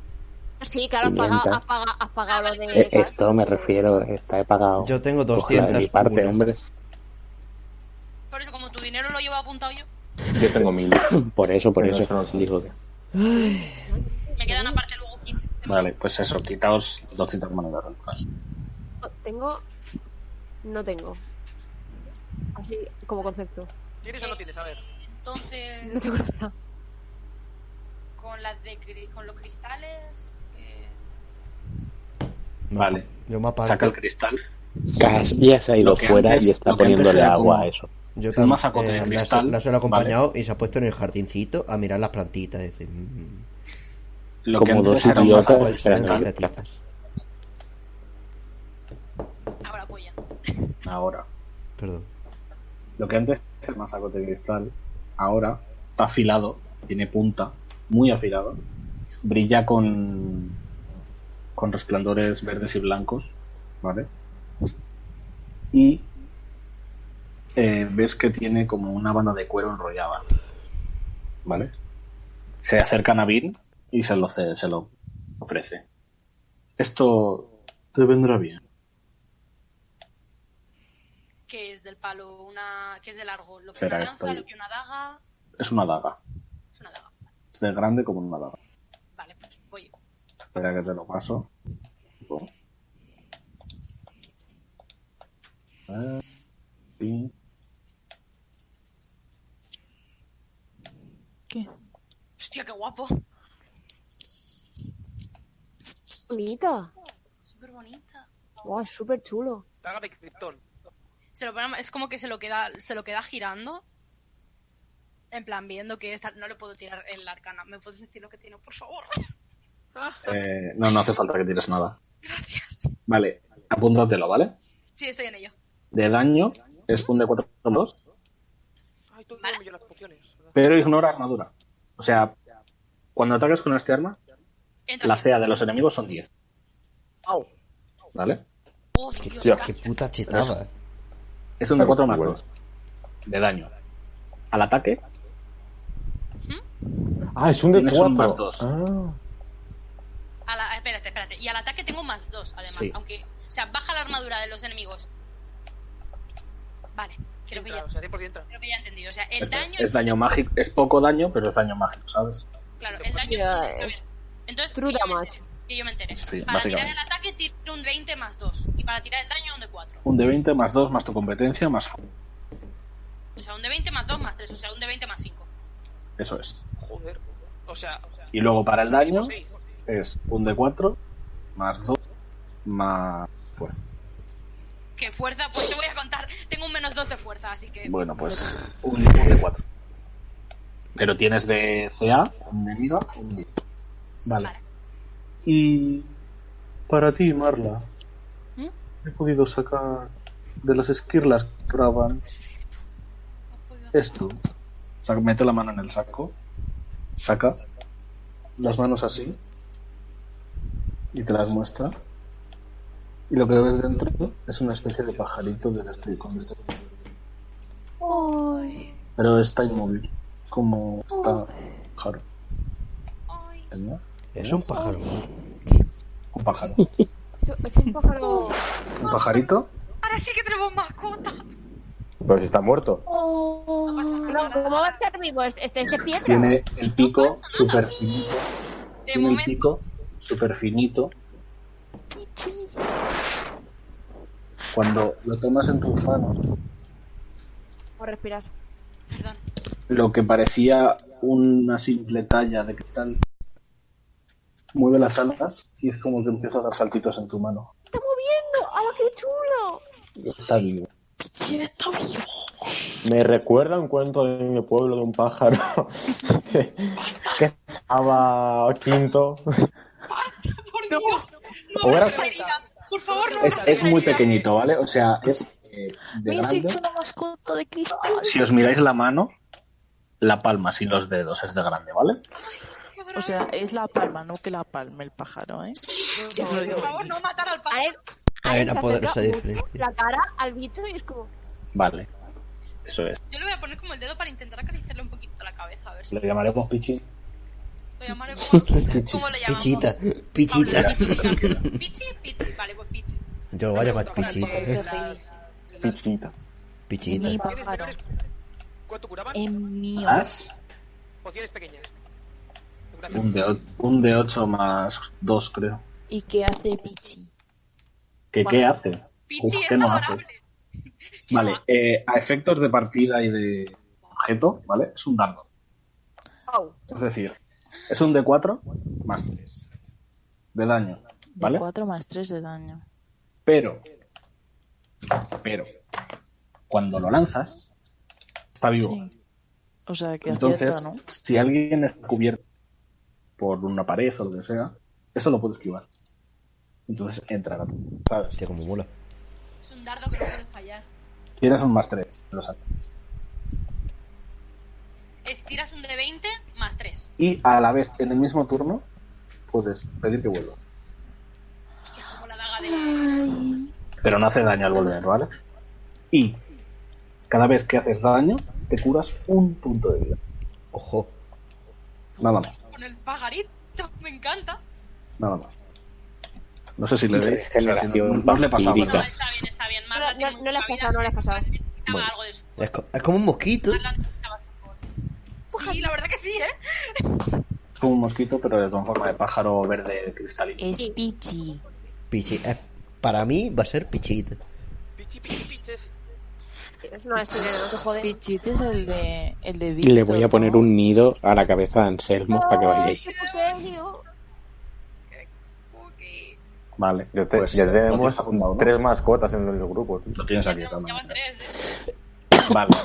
S5: Sí, claro, has pagado,
S12: Pimienta.
S5: has pagado, has pagado
S6: Ah,
S5: lo de.
S12: eh, esto me refiero, está he pagado.
S8: Yo tengo
S12: Cógela
S8: 200.
S12: de mi parte,
S8: unas.
S12: hombre.
S6: Por eso, como tu dinero lo llevo apuntado yo,
S4: Yo tengo mil.
S12: Por eso, por
S4: Pero
S12: eso.
S4: eso no lo sé.
S12: Digo,
S6: me quedan aparte luego 15.
S1: Vale, pues eso, quitaos 200 monedas. entonces.
S5: Tengo. No tengo. Así como concepto.
S2: ¿Tienes o no tienes? A ver.
S5: No
S6: Entonces,
S5: tengo nada.
S6: con, las de, cri- con los cristales. eh,
S1: Vale,
S8: Yo me apago.
S1: saca el cristal.
S12: Cass ya se ha ido
S1: Lo que
S12: fuera
S1: antes-
S12: y está
S1: lo que antes
S12: poniéndole
S1: era
S12: agua
S1: como-
S12: a eso.
S8: Yo
S1: el
S8: tam-
S1: mazacote de
S8: la se-
S1: cristal,
S8: La suelo acompañado y se ha puesto en el jardincito a mirar las plantitas. Dice, "Mm,
S1: Lo que
S12: Como
S1: antes
S12: dos
S1: era un
S12: idiotas,
S1: mazacote de
S8: ¿cuáles serán
S12: espera,
S8: las
S1: cristal,
S12: espera.
S8: gatitas?".
S6: ahora apoya.
S1: ahora.
S8: Perdón.
S1: Lo que antes era un mazacote de cristal, ahora está afilado, tiene punta, muy afilado. Brilla con, con resplandores verdes y blancos, ¿vale? Y eh, ves que tiene como una banda de cuero enrollada, ¿vale? Se acerca a Navin y se lo, ce- se lo ofrece. Esto te vendrá bien.
S6: Que es del palo, una. que es de largo. Lo que
S1: Espera,
S6: una lanza,
S1: estoy-
S6: lo que una daga.
S1: Es una daga,
S6: Es una daga.
S1: es de grande como una daga.
S6: Vale, pues voy.
S1: Espera que te lo paso. Eh, sí.
S6: Hostia, qué guapo.
S5: Bonito.
S6: Súper bonita.
S5: Wow, es súper chulo.
S2: Daga de Krypton.
S6: se lo pone- es como que se lo queda se lo queda girando en plan viendo que esta no le puedo tirar el arcana me puedes decir lo que tiene por favor
S1: Eh, no, no hace falta que tires nada.
S6: gracias
S1: Vale, apúntatelo, ¿vale?
S6: sí estoy en ello
S1: De daño es un de 4 2,
S2: Ay, tú
S6: Vale.
S2: no me yo las pociones.
S1: pero ignora armadura. O sea, cuando ataques con este arma,
S6: entra
S1: la CA de los enemigos son 10,
S2: Au.
S1: ¿vale?
S6: oh Dios
S8: Qué
S4: Hostia,
S6: gracias
S8: puta chetada. ¿eh?
S1: Es un de 4 más
S4: Bueno.
S1: 2 de daño. Al ataque,
S4: Ah, es un de
S1: Tienes un más
S4: cuatro.
S1: dos.
S4: Ah,
S6: A la- espérate espérate y al ataque tengo más dos además
S1: Sí.
S6: aunque o sea baja la armadura de los enemigos vale creo que
S2: Entra,
S6: ya
S2: o sea, 100% entra.
S6: creo que ya he entendido o sea el
S1: es,
S6: daño
S1: es daño mágico, es poco daño, pero es daño mágico, ¿sabes?
S6: claro el daño
S5: Ya,
S6: es- a ver,
S5: es
S6: entonces
S5: true
S6: que yo me
S5: damage.
S6: entere, que yo me entere
S1: Sí,
S6: para tirar
S1: básicamente.
S6: el ataque tiro un 20 más 2 y para tirar el daño un de 4
S1: Un de 20 más 2 más tu competencia más fu-
S6: O sea, un de 20 más 2 más 3, o sea, un de 20 más 5.
S1: Eso es.
S2: Joder. O sea, o sea,
S1: Y luego para el daño,
S2: sí.
S1: es un de 4 más 2 más pues
S6: Que fuerza, pues te voy a contar. Tengo un menos 2 de fuerza, así que.
S1: bueno pues un de 4 pero tienes de CA un de miga un de... vale.
S6: Vale.
S1: y para ti Marla
S6: ¿Mm?
S1: he podido sacar de las esquirlas que graban
S6: pues,
S1: esto Saca- mete la mano en el saco saca las manos así y te las muestra y lo que ves dentro es una especie de pajarito del este, con este- pero está inmóvil como está pájaro
S6: Ay,
S1: ¿no?
S8: Es un pájaro.
S1: un pájaro
S5: Es un pájaro.
S1: un pajarito
S6: ahora sí que tenemos mascota.
S4: pero si está muerto.
S6: No pasa
S5: No,
S6: nada.
S5: ¿Cómo va a estar vivo? Este este es de piedra.
S1: tiene el pico
S6: pasa nada.
S1: súper finito
S6: De
S1: tiene el
S6: momento.
S1: pico súper finito Cuando lo tomas en tus manos,
S5: O respirar.
S6: Perdón.
S1: lo que parecía una simple talla de cristal mueve las alas y es como que empieza a dar saltitos en tu mano.
S5: ¡Está moviendo! ¡Hala, qué chulo!
S1: Está vivo.
S5: ¡Sí, está vivo!
S4: Me recuerda un cuento de mi pueblo de un pájaro que, que estaba quinto.
S6: Por Dios, no,
S4: Ahora-
S6: me salía. Por favor, no me
S1: Es, es muy
S6: salía.
S1: pequeñito, ¿vale? O sea, es eh, de
S7: Me has
S1: grande. Ah,
S7: hecho una mascota de cristal.
S1: Si os miráis la mano, la palma sin los dedos es de grande, ¿vale?
S9: O sea, es la palma, no que la palme el pájaro, ¿eh? Lo digo.
S6: Por favor, no matar al padre.
S5: Aren,
S3: Hay
S5: Aren
S3: una
S5: se
S3: poderosa
S5: acerca mucho
S3: diferencia.
S5: la cara al bicho y es como...
S1: Vale. Eso es.
S6: Yo le voy a poner como el dedo para intentar acariciarle un poquito la cabeza, a ver si
S1: Lo llamaremos pichín.
S6: lo llamaré como... ¿Cómo le llamamos?
S3: Pichita, pichita.
S6: Pichi, pichi, vale, pues pichi.
S3: Yo lo voy a llamar pichita.
S8: eh.
S4: Pichita.
S3: Pichita.
S7: Mi
S2: ¿Tienes
S7: pájaro.
S2: menores? ¿Cuánto curaban?
S6: Eh.
S7: Es mío.
S1: Haz
S2: Pociones pequeñas. Gracias.
S1: un de, o- un de 8 más 2, creo.
S7: ¿Y qué hace Pichi?
S1: ¿Qué, qué hace?
S6: Pichi
S1: Uf,
S6: es
S1: ¿Qué nos hace?
S6: adorable.
S1: Vale, eh, a efectos de partida y de objeto, ¿vale? Es un dardo.
S5: ¡Au!
S1: Es decir, es un D4 más 3 de daño,
S7: De
S1: ¿vale?
S7: 4 más 3 de daño.
S1: Pero, pero, cuando lo lanzas, está vivo.
S7: Sí. O sea, que
S1: Entonces,
S7: acierta, ¿no?
S1: si alguien está cubierto por una pared o lo que sea, eso lo puede esquivar. Entonces entra, ¿sabes?
S3: Hostia, como mola.
S6: Es un dardo que no puede fallar.
S1: Tienes un más 3, lo sacas.
S6: Estiras un de 20 más 3.
S1: Y a la vez, en el mismo turno, puedes pedir que vuelva.
S6: Hostia, como la daga
S5: Mm.
S6: de...
S1: Pero no hace daño al volver, ¿vale? Y cada vez que haces daño, te curas un punto de vida.
S3: Ojo.
S1: Nada más,
S6: Con el pajarito, me encanta.
S1: nada más. No sé si le veis. o sea, si no,
S12: Regeneración
S1: no os le he pasado,
S12: vampírica.
S6: No,
S1: ¿verdad?
S6: está bien, está bien.
S5: No,
S6: Marla
S5: no,
S6: tiene
S5: no le has
S6: mucha vida.
S5: pasado, no le has pasado.
S6: Necesitaba
S3: Bueno.
S6: algo de su
S3: Es, co- es como un mosquito.
S6: Marla necesitaba soporte. Sí, la verdad que sí, ¿eh?
S1: Es como un mosquito, pero es con forma de pájaro verde cristalino.
S7: Es Pichi.
S3: Pichi. eh, para mí va a ser pichita.
S2: Pichi, pichi, piches.
S5: Es una sirena, no te jode.
S7: Pichita este es el de, el de Víctor.
S12: Le voy a poner
S7: ¿no?
S12: un nido a la cabeza de Anselmo para que vayáis.
S5: ¡Qué pequeño!
S6: Ok.
S1: Vale,
S4: Ya, te-
S1: pues,
S4: ya
S1: lo
S4: tenemos
S1: tienes apuntado, ¿no?
S4: tres mascotas en el grupo. tío.
S1: Lo tienes
S6: Ya
S1: aquí
S6: van- ya
S1: también.
S6: van tres, ¿eh?
S1: Vale.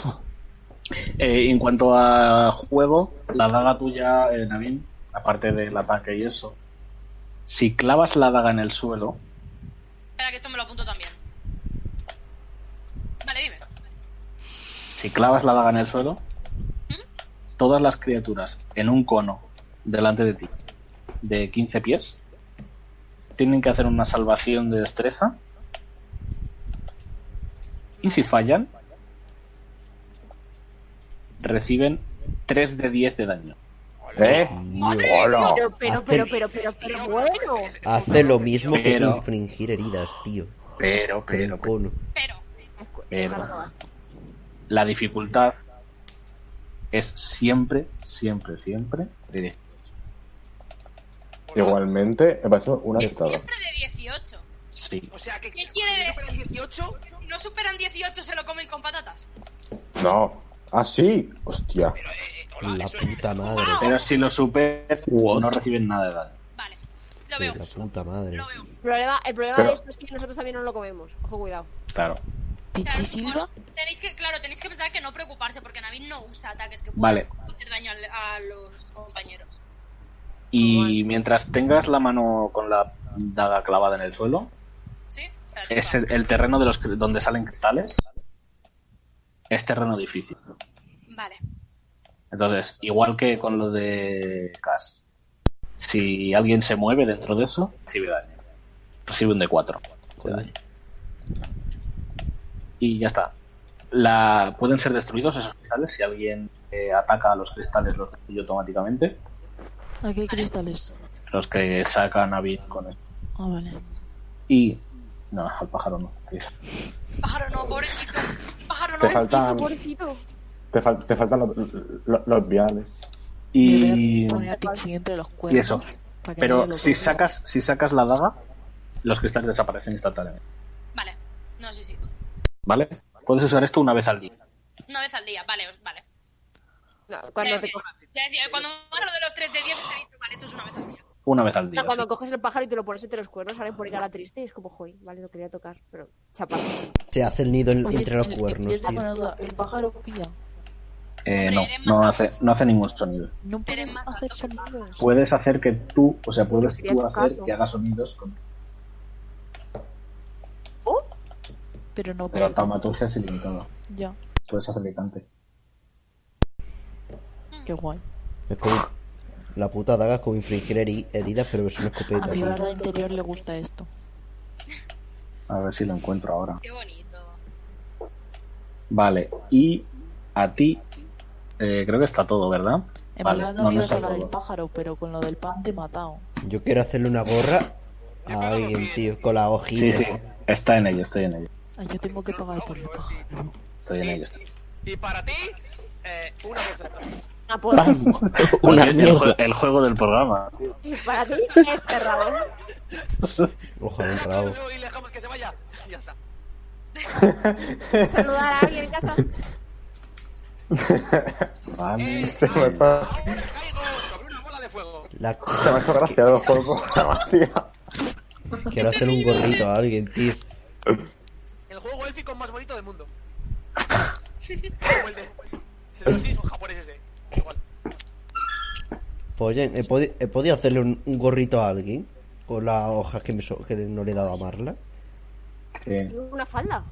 S1: Eh, en cuanto a juego, la daga tuya, eh, Navin, aparte del ataque y eso, si clavas la daga en el suelo,
S6: Espera, que esto me lo apunto también. Vale, dime.
S1: si clavas la daga en el suelo, todas las criaturas en un cono delante de ti de 15 pies tienen que hacer una salvación de destreza. Y si fallan, reciben 3 de 10 de daño.
S4: ¿Eh? ¡Hola!
S5: Pero, pero, pero, pero, pero, pero, bueno.
S2: pues,
S3: Hace lo mismo que
S1: Pero-
S3: infringir heridas, tío.
S1: Pero,
S3: Pero en
S1: pero,
S3: cono.
S6: Pero,
S1: pero. La dificultad es siempre, siempre, siempre de 10.
S4: Igualmente, me parece un
S6: es
S4: atestado.
S6: siempre de 18.
S1: Sí.
S2: O sea, que
S6: ¿Qué quiere
S2: si superan 18,
S6: Si no superan 18, se lo comen con patatas.
S4: No. Ah, sí. Hostia.
S3: La puta madre.
S1: Pero si lo superan, no reciben nada de daño.
S6: Vale, lo veo.
S3: La puta madre.
S6: Lo veo.
S5: El problema, el problema
S4: Pero-
S5: de esto es que nosotros también nos lo comemos. Ojo, cuidado.
S1: Claro.
S7: Pichi
S6: Claro,
S7: Silva.
S6: bueno, tenéis que, claro, tenéis que pensar que no preocuparse porque Navid no usa ataques que
S1: Vale.
S6: pueden hacer daño al- a, los compañeros.
S1: Y mientras tengas la mano con la daga clavada en el suelo,
S6: ¿Sí? Espérate,
S1: es
S6: va.
S1: el, el terreno de los cri- donde salen cristales. Es terreno difícil.
S6: Vale.
S1: Entonces, igual que con lo de Cash, si alguien se mueve dentro de eso, recibe daño. Recibe un D4 de daño. Y ya está. La, pueden ser destruidos esos cristales si alguien eh, ataca a los cristales, los destruye automáticamente.
S7: Aquí hay cristales.
S1: Los que sacan a Bit con esto.
S7: Ah, vale.
S1: Y. No, al pájaro no. que es-
S6: Pájaro no, pobrecito. Pájaro
S4: Te
S6: no.
S4: faltan,
S5: Pobrecito.
S4: te fal- te faltan los, los- los viales.
S7: Y...
S1: Y.
S7: Poner a Pichi entre los cuernos.
S1: Y eso.
S7: para que nadie
S1: Pero
S7: lo
S1: si
S7: toque.
S1: sacas, si sacas la daga, los cristales desaparecen instantáneamente.
S6: Vale. No, sí,
S1: ¿Vale? Puedes usar esto una vez al día.
S6: Una vez al día, vale, vale.
S5: No, cuando
S6: ya,
S5: te
S6: decía- ya decía, cuando me acuerdo de los 3 de 10 he dicho, vale, esto es una vez al día.
S1: Una vez al día.
S5: No, cuando
S1: sí.
S5: coges el pájaro y te lo pones entre los cuernos, sale por cara triste y es como, joy, vale, lo quería tocar, pero chapado.
S8: Se hace el nido en-
S7: Oye,
S8: entre los
S7: el- el-
S8: cuernos,
S7: el-
S8: tío.
S7: El pájaro pía.
S1: Eh, no, no hace, no hace ningún sonido.
S7: No puedes hacer sonidos.
S1: Puedes hacer que tú, o sea, puedes
S7: Quería
S1: tú hacer
S7: tocarlo.
S1: que haga sonidos con
S7: Pero no,
S1: Pero
S7: pero.
S1: la taumaturgia es ilimitada.
S7: Ya.
S1: Puedes hacer que cante.
S7: Qué guay.
S8: Es como... La puta daga es como infligir heri- heridas, pero es una
S7: A
S8: escopeta,
S7: mi
S8: tío.
S7: barda interior le gusta esto.
S1: A ver si lo encuentro ahora.
S6: Qué bonito.
S1: Vale, y a ti, eh, creo que está todo, ¿verdad?
S7: En
S1: vale,
S7: verdad no,
S1: no, no
S7: quiero
S1: está
S7: sacar el
S1: todo.
S7: pájaro, pero con lo del pan te he matado.
S8: Yo quiero hacerle una gorra a alguien, tío, con la hojita.
S1: Sí, sí, está en ello, estoy en ello.
S7: Ay, yo tengo que pagar por el pájaro.
S1: Estoy en ello. estoy-
S2: Y para ti, eh, una vez al día.
S5: Pues,
S12: Una
S1: el, el jue- el juego del programa. tío.
S5: Para ti eh, es cerrado.
S8: Ojalá un rabo.
S2: Y le dejamos que se vaya. Ya está.
S5: Saludar a alguien en casa.
S1: Vale.
S4: Se me ha
S8: La-
S4: se me ha hecho graciado el juego. tío.
S8: Quiero hacer un gorrito a alguien, tío.
S2: El juego élfico más bonito del mundo. Como el de el de los hijos japoneses, eh. Igual.
S8: Pues oye, he, podi- he podido hacerle un, un gorrito a alguien con las hojas que, me so- que no le he dado a Marla.
S1: Sí,
S5: Una falda.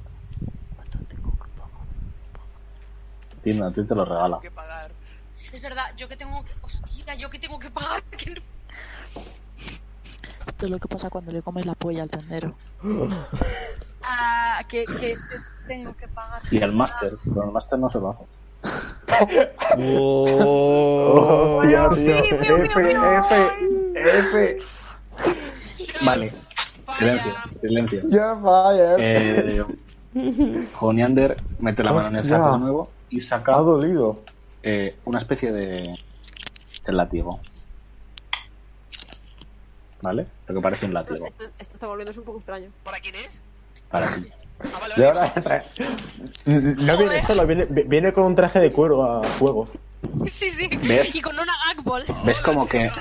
S1: Tina, a ti te lo regala.
S6: Es verdad, yo que tengo que. Hostia, yo que tengo que pagar. que no-
S7: Esto es lo que pasa cuando le comes la polla al tendero.
S6: Ah, que, que te- tengo que pagar.
S1: Y el máster, pero el máster no se lo hace.
S8: ¡Oh!
S4: Hostia, tío. F, F, F.
S1: Vale, silencio, silencio.
S4: Ya falla.
S1: Eh, Joniander mete la mano en el saco
S4: Hostia.
S1: de nuevo y
S4: Ha
S1: saca
S4: dolido.
S1: eh, una especie de, de látigo. ¿Vale? Lo que parece un látigo
S5: Esto, esto está volviéndose un poco extraño.
S2: ¿Para quién es?
S1: para ti.
S2: Ah, vale,
S4: Y
S2: vale.
S4: ahora. No viene solo, viene, viene con un traje de cuero a fuego.
S6: Sí, sí.
S1: ¿Ves?
S6: Y con una gagball.
S1: ¿Ves como que,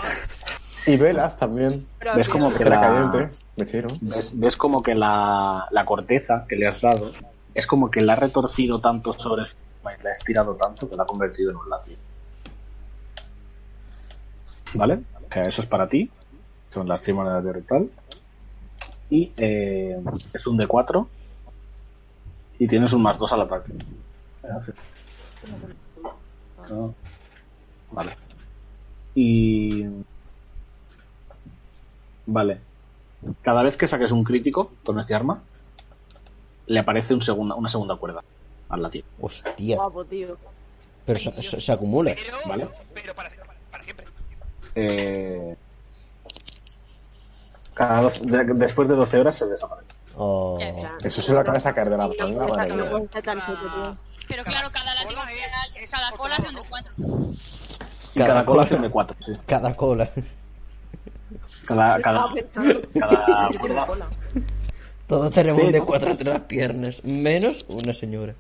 S4: Y velas también.
S1: ves como que la,
S4: Era caliente. Me tiro.
S1: ves, ves como que la, la corteza que le has dado es como que la ha retorcido tanto sobre sí misma y la ha estirado tanto que la ha convertido en un látigo. ¿Vale? O sea, eso es para ti. Son las 100 monedas de ritual. Y eh, es un D4. Y tienes un más 2 al ataque. No. Vale. Y. Vale. Cada vez que saques un crítico con este arma, le aparece un segunda, una segunda cuerda al latín.
S8: Hostia,
S5: Guapo, tío.
S8: pero se, se- se acumula.
S2: Pero,
S1: ¿Vale?
S2: pero para, para siempre.
S1: Eh, cada doce- de- después de 12 horas se desaparece.
S8: Oh,
S6: Ya, claro.
S4: Eso se lo acaba de sacar de la
S5: Sí, no
S4: manga,
S5: puede
S4: madre
S5: estar- no
S4: mía.
S5: puede estar tan seco, tío.
S6: Pero claro, cada látigo.
S2: cola es-
S6: Cada,
S2: es
S6: cada
S2: otro
S6: cola
S2: lado,
S6: son de
S2: ¿no?
S6: cuatro.
S1: Y cada
S8: Cada
S1: cola
S8: cola.
S1: son de 4. Sí.
S8: cada cola.
S1: Cada, cada,
S5: Estaba pensando.
S1: cada cuerda.
S8: Todos tenemos
S1: Sí.
S8: un de cuatro entre las piernas, menos una señora.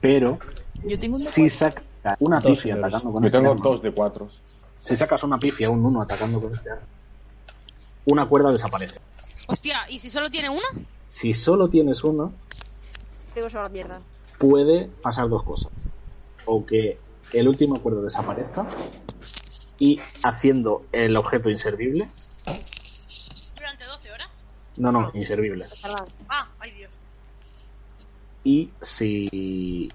S1: Pero
S7: Yo tengo un
S1: si sacas una
S8: Dos
S1: pifia
S8: señores.
S1: atacando con
S4: Yo
S1: este
S4: tengo
S1: arma,
S4: dos de cuatro.
S1: si sacas una pifia, un 1 atacando con este arma, una cuerda desaparece.
S6: Hostia, ¿y si solo tiene una?
S1: Si solo tienes una,
S5: Tengo sobre la mierda.
S1: puede pasar dos cosas. O que el último acuerdo desaparezca y haciendo el objeto inservible.
S6: Durante 12 horas.
S1: No, no, inservible.
S5: Perdón.
S6: Ah, ay Dios.
S1: Y si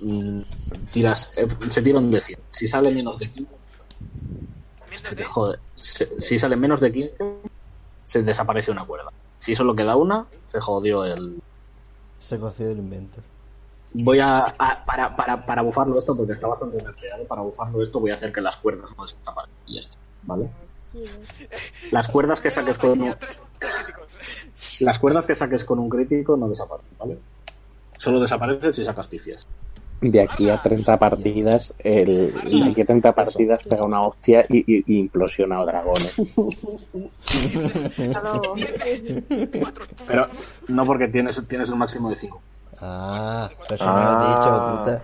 S1: mm, tiras, eh, se tira un de 100. Si sale menos de 15, se te jode. Se- si sale menos de 15, se desaparece una cuerda. Si solo queda una, se jodió el.
S8: Se cogió el invento.
S1: Voy a. a- para, para, para bufarlo esto, porque está bastante nerfeado, para bufarlo esto voy a hacer que las cuerdas no desaparezcan. Y ya está, ¿vale? Las cuerdas que saques con un,
S2: Tres, tres críticos.
S1: las cuerdas que saques con un crítico no desaparecen, ¿vale? Solo desaparecen si sacas pifias.
S12: De aquí a 30 partidas, el, de aquí a 30 partidas pega una hostia y, y- y implosiona a dragones.
S5: Hasta luego.
S1: Pero no porque tienes, tienes un máximo de 5.
S8: Ah, pero eso me lo has dicho, puta.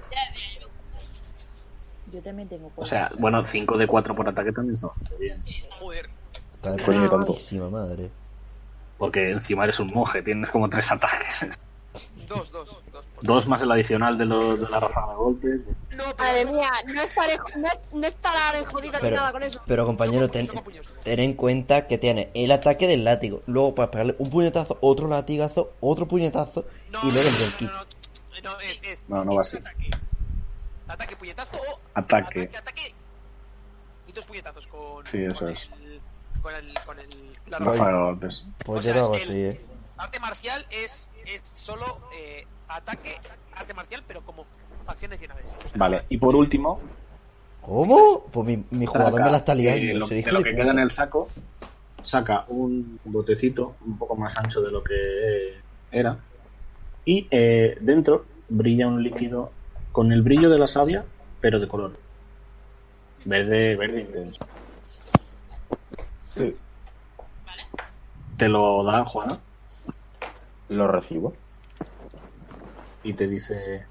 S9: Yo también tengo
S1: O sea, bueno, 5 de 4 por ataque también está bastante bien.
S2: Joder.
S8: Está de
S4: Coño, tonto.
S8: putísima madre.
S1: Porque encima eres un monje, tienes como 3 ataques.
S2: Dos, dos, dos.
S1: Dos más el adicional de, los, de la ráfaga de golpes.
S5: Madre mía, no estaré, no, es- no estaré jodido ni
S8: Pero,
S5: nada con eso.
S8: pero compañero, ten, ten en cuenta que tiene el ataque del látigo, luego para pegarle un puñetazo, otro latigazo, otro puñetazo y luego el del kick.
S2: No, es, es
S1: No, no va así.
S2: ataque puñetazo o
S1: Ataque.
S2: ataque, ataque. Y dos puñetazos con,
S1: Sí, eso
S2: con
S1: es.
S2: el con el con el la
S1: Ráfaga de golpes.
S8: Pues
S2: O
S8: yo
S2: sea,
S8: lo hago
S2: es
S8: así, eh.
S2: Arte marcial es, es solo eh, ataque, arte marcial, pero como acción adicional. O sea,
S1: Vale, y por último,
S8: ¿Cómo? Pues mi, mi jugador
S1: saca,
S8: me la está
S1: eh,
S8: liando.
S1: lo-
S8: ese
S1: de
S8: hijo
S1: lo
S8: de
S1: que
S8: puta.
S1: queda en el saco, saca un botecito un poco más ancho de lo que eh, era. Y eh, dentro brilla un líquido con el brillo de la savia, pero de color. Verde, verde intenso. Te lo da Juana
S4: Lo recibo.
S1: y te dice...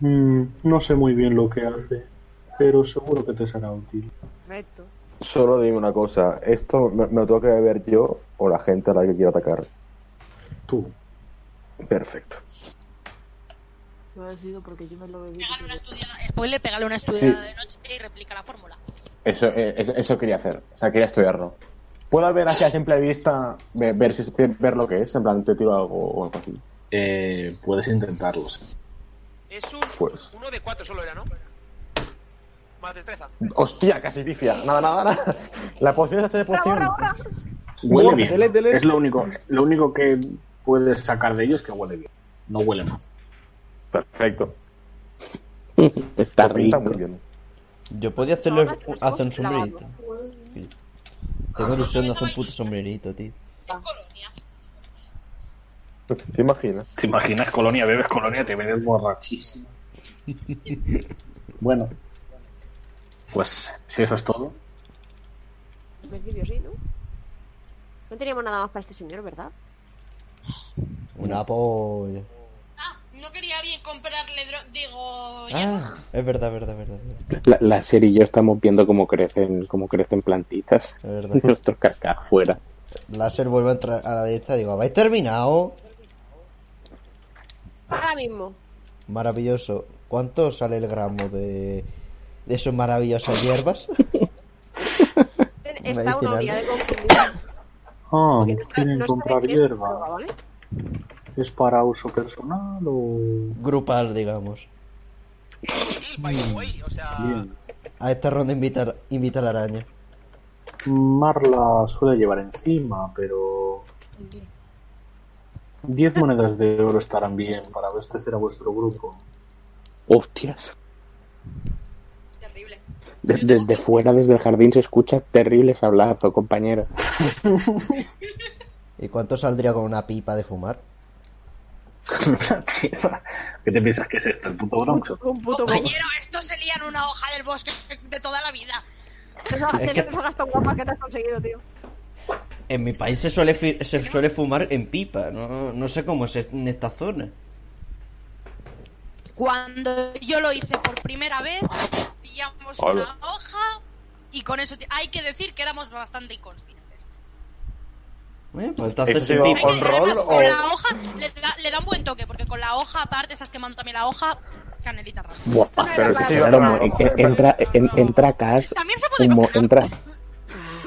S1: "Mm, no sé muy bien lo que hace, pero seguro que te será útil.
S5: Perfecto.
S4: Solo dime una cosa. ¿Esto me, me lo tengo que beber yo o la gente a la que quiero atacar?
S1: Tú.
S4: Perfecto.
S15: Lo ha sido porque yo me lo bebí.
S6: Pégale una estudiada, eh, spoiler, pégale una estudiada de noche y replica la fórmula.
S4: Eso, eh, eso, eso quería hacer. O sea, quería estudiarlo. ¿Puedo ver hacia simple vista, ve- ver, si, ver lo que es? En plan, te tiro algo o algo así.
S1: Eh, puedes intentarlo. sí.
S2: es un
S4: Pues.
S2: uno de cuatro solo era, ¿no? Más destreza.
S4: Mm. Hostia, casi pifia. Nada, nada, nada. La poción es hacer poción.
S1: Huele
S4: Dele,
S1: bien.
S4: dele, dele.
S1: Es lo único, lo único que puedes sacar de ellos que huele bien. No huele mal.
S4: Perfecto.
S12: Está
S4: Pinta
S12: rico.
S4: muy bien.
S8: Yo podía hacerlo hacer un sombrerito. Tengo ilusión de hacer un puto sombrerito, tío.
S4: ¿Te imaginas?
S1: ¿Te imaginas colonia? Bebes colonia, te ves borrachísimo. bueno. Pues si eso es todo.
S5: En principio sí, ¿no? No teníamos nada más para este señor, ¿verdad?
S8: Una polla.
S6: Ah, no quería alguien comprarle dro- digo,
S8: Ah, es verdad, verdad, verdad.
S12: La, la serie y yo estamos viendo cómo crecen, cómo crecen plantitas.
S8: Es verdad.
S12: Nuestros carcajes fuera.
S8: Láser vuelve a entrar a la de esta. Digo, ¿habéis terminado?
S5: Ahora mismo.
S8: Maravilloso. ¿Cuánto sale el gramo de, de esas maravillosas hierbas?
S5: Está
S8: Medicinal.
S5: una unidad de confundida.
S1: Ah,
S5: Porque no- no sabe qué es droga, ¿vale?
S1: ¿Es para uso personal o...?
S8: Grupal, digamos.
S2: Sí, by the way, o sea,
S8: A esta ronda invita, invita a la araña.
S1: Marla suele llevar encima, pero... Diez monedas de oro estarán bien para abastecer a vuestro grupo.
S12: Hostias.
S6: terrible.
S12: De- Desde fuera, desde el jardín, se escucha terribles hablazos, compañero.
S8: ¿Y cuánto saldría con una pipa de fumar?
S1: ¿Qué te piensas que es esto, el puto broncho?
S5: Un puto
S6: Compañero, esto se lía en una hoja del bosque de toda la vida.
S5: Te que... hagas tan guapas que te has conseguido, tío.
S8: En mi país se suele, fi- se suele fumar en pipa. No, no sé cómo es en esta zona.
S6: Cuando yo lo hice por primera vez, pillamos
S4: Hola.
S6: una hoja y con eso ti- hay que decir que éramos bastante inconspirables.
S8: Eh, pues entonces
S4: ¿Eso
S8: en
S4: lleva
S8: pipa.
S4: ¿Con rol
S6: Además,
S4: o-
S6: con la hoja le da, le da un buen toque, porque con la hoja, aparte, estás quemando también la hoja, canelita rara.
S12: Buah,
S5: no era para
S4: sí,
S12: claro,
S4: claro.
S12: es que entra, en- entra Cas,
S6: También se puede
S12: un mo-
S6: coger.
S12: entra,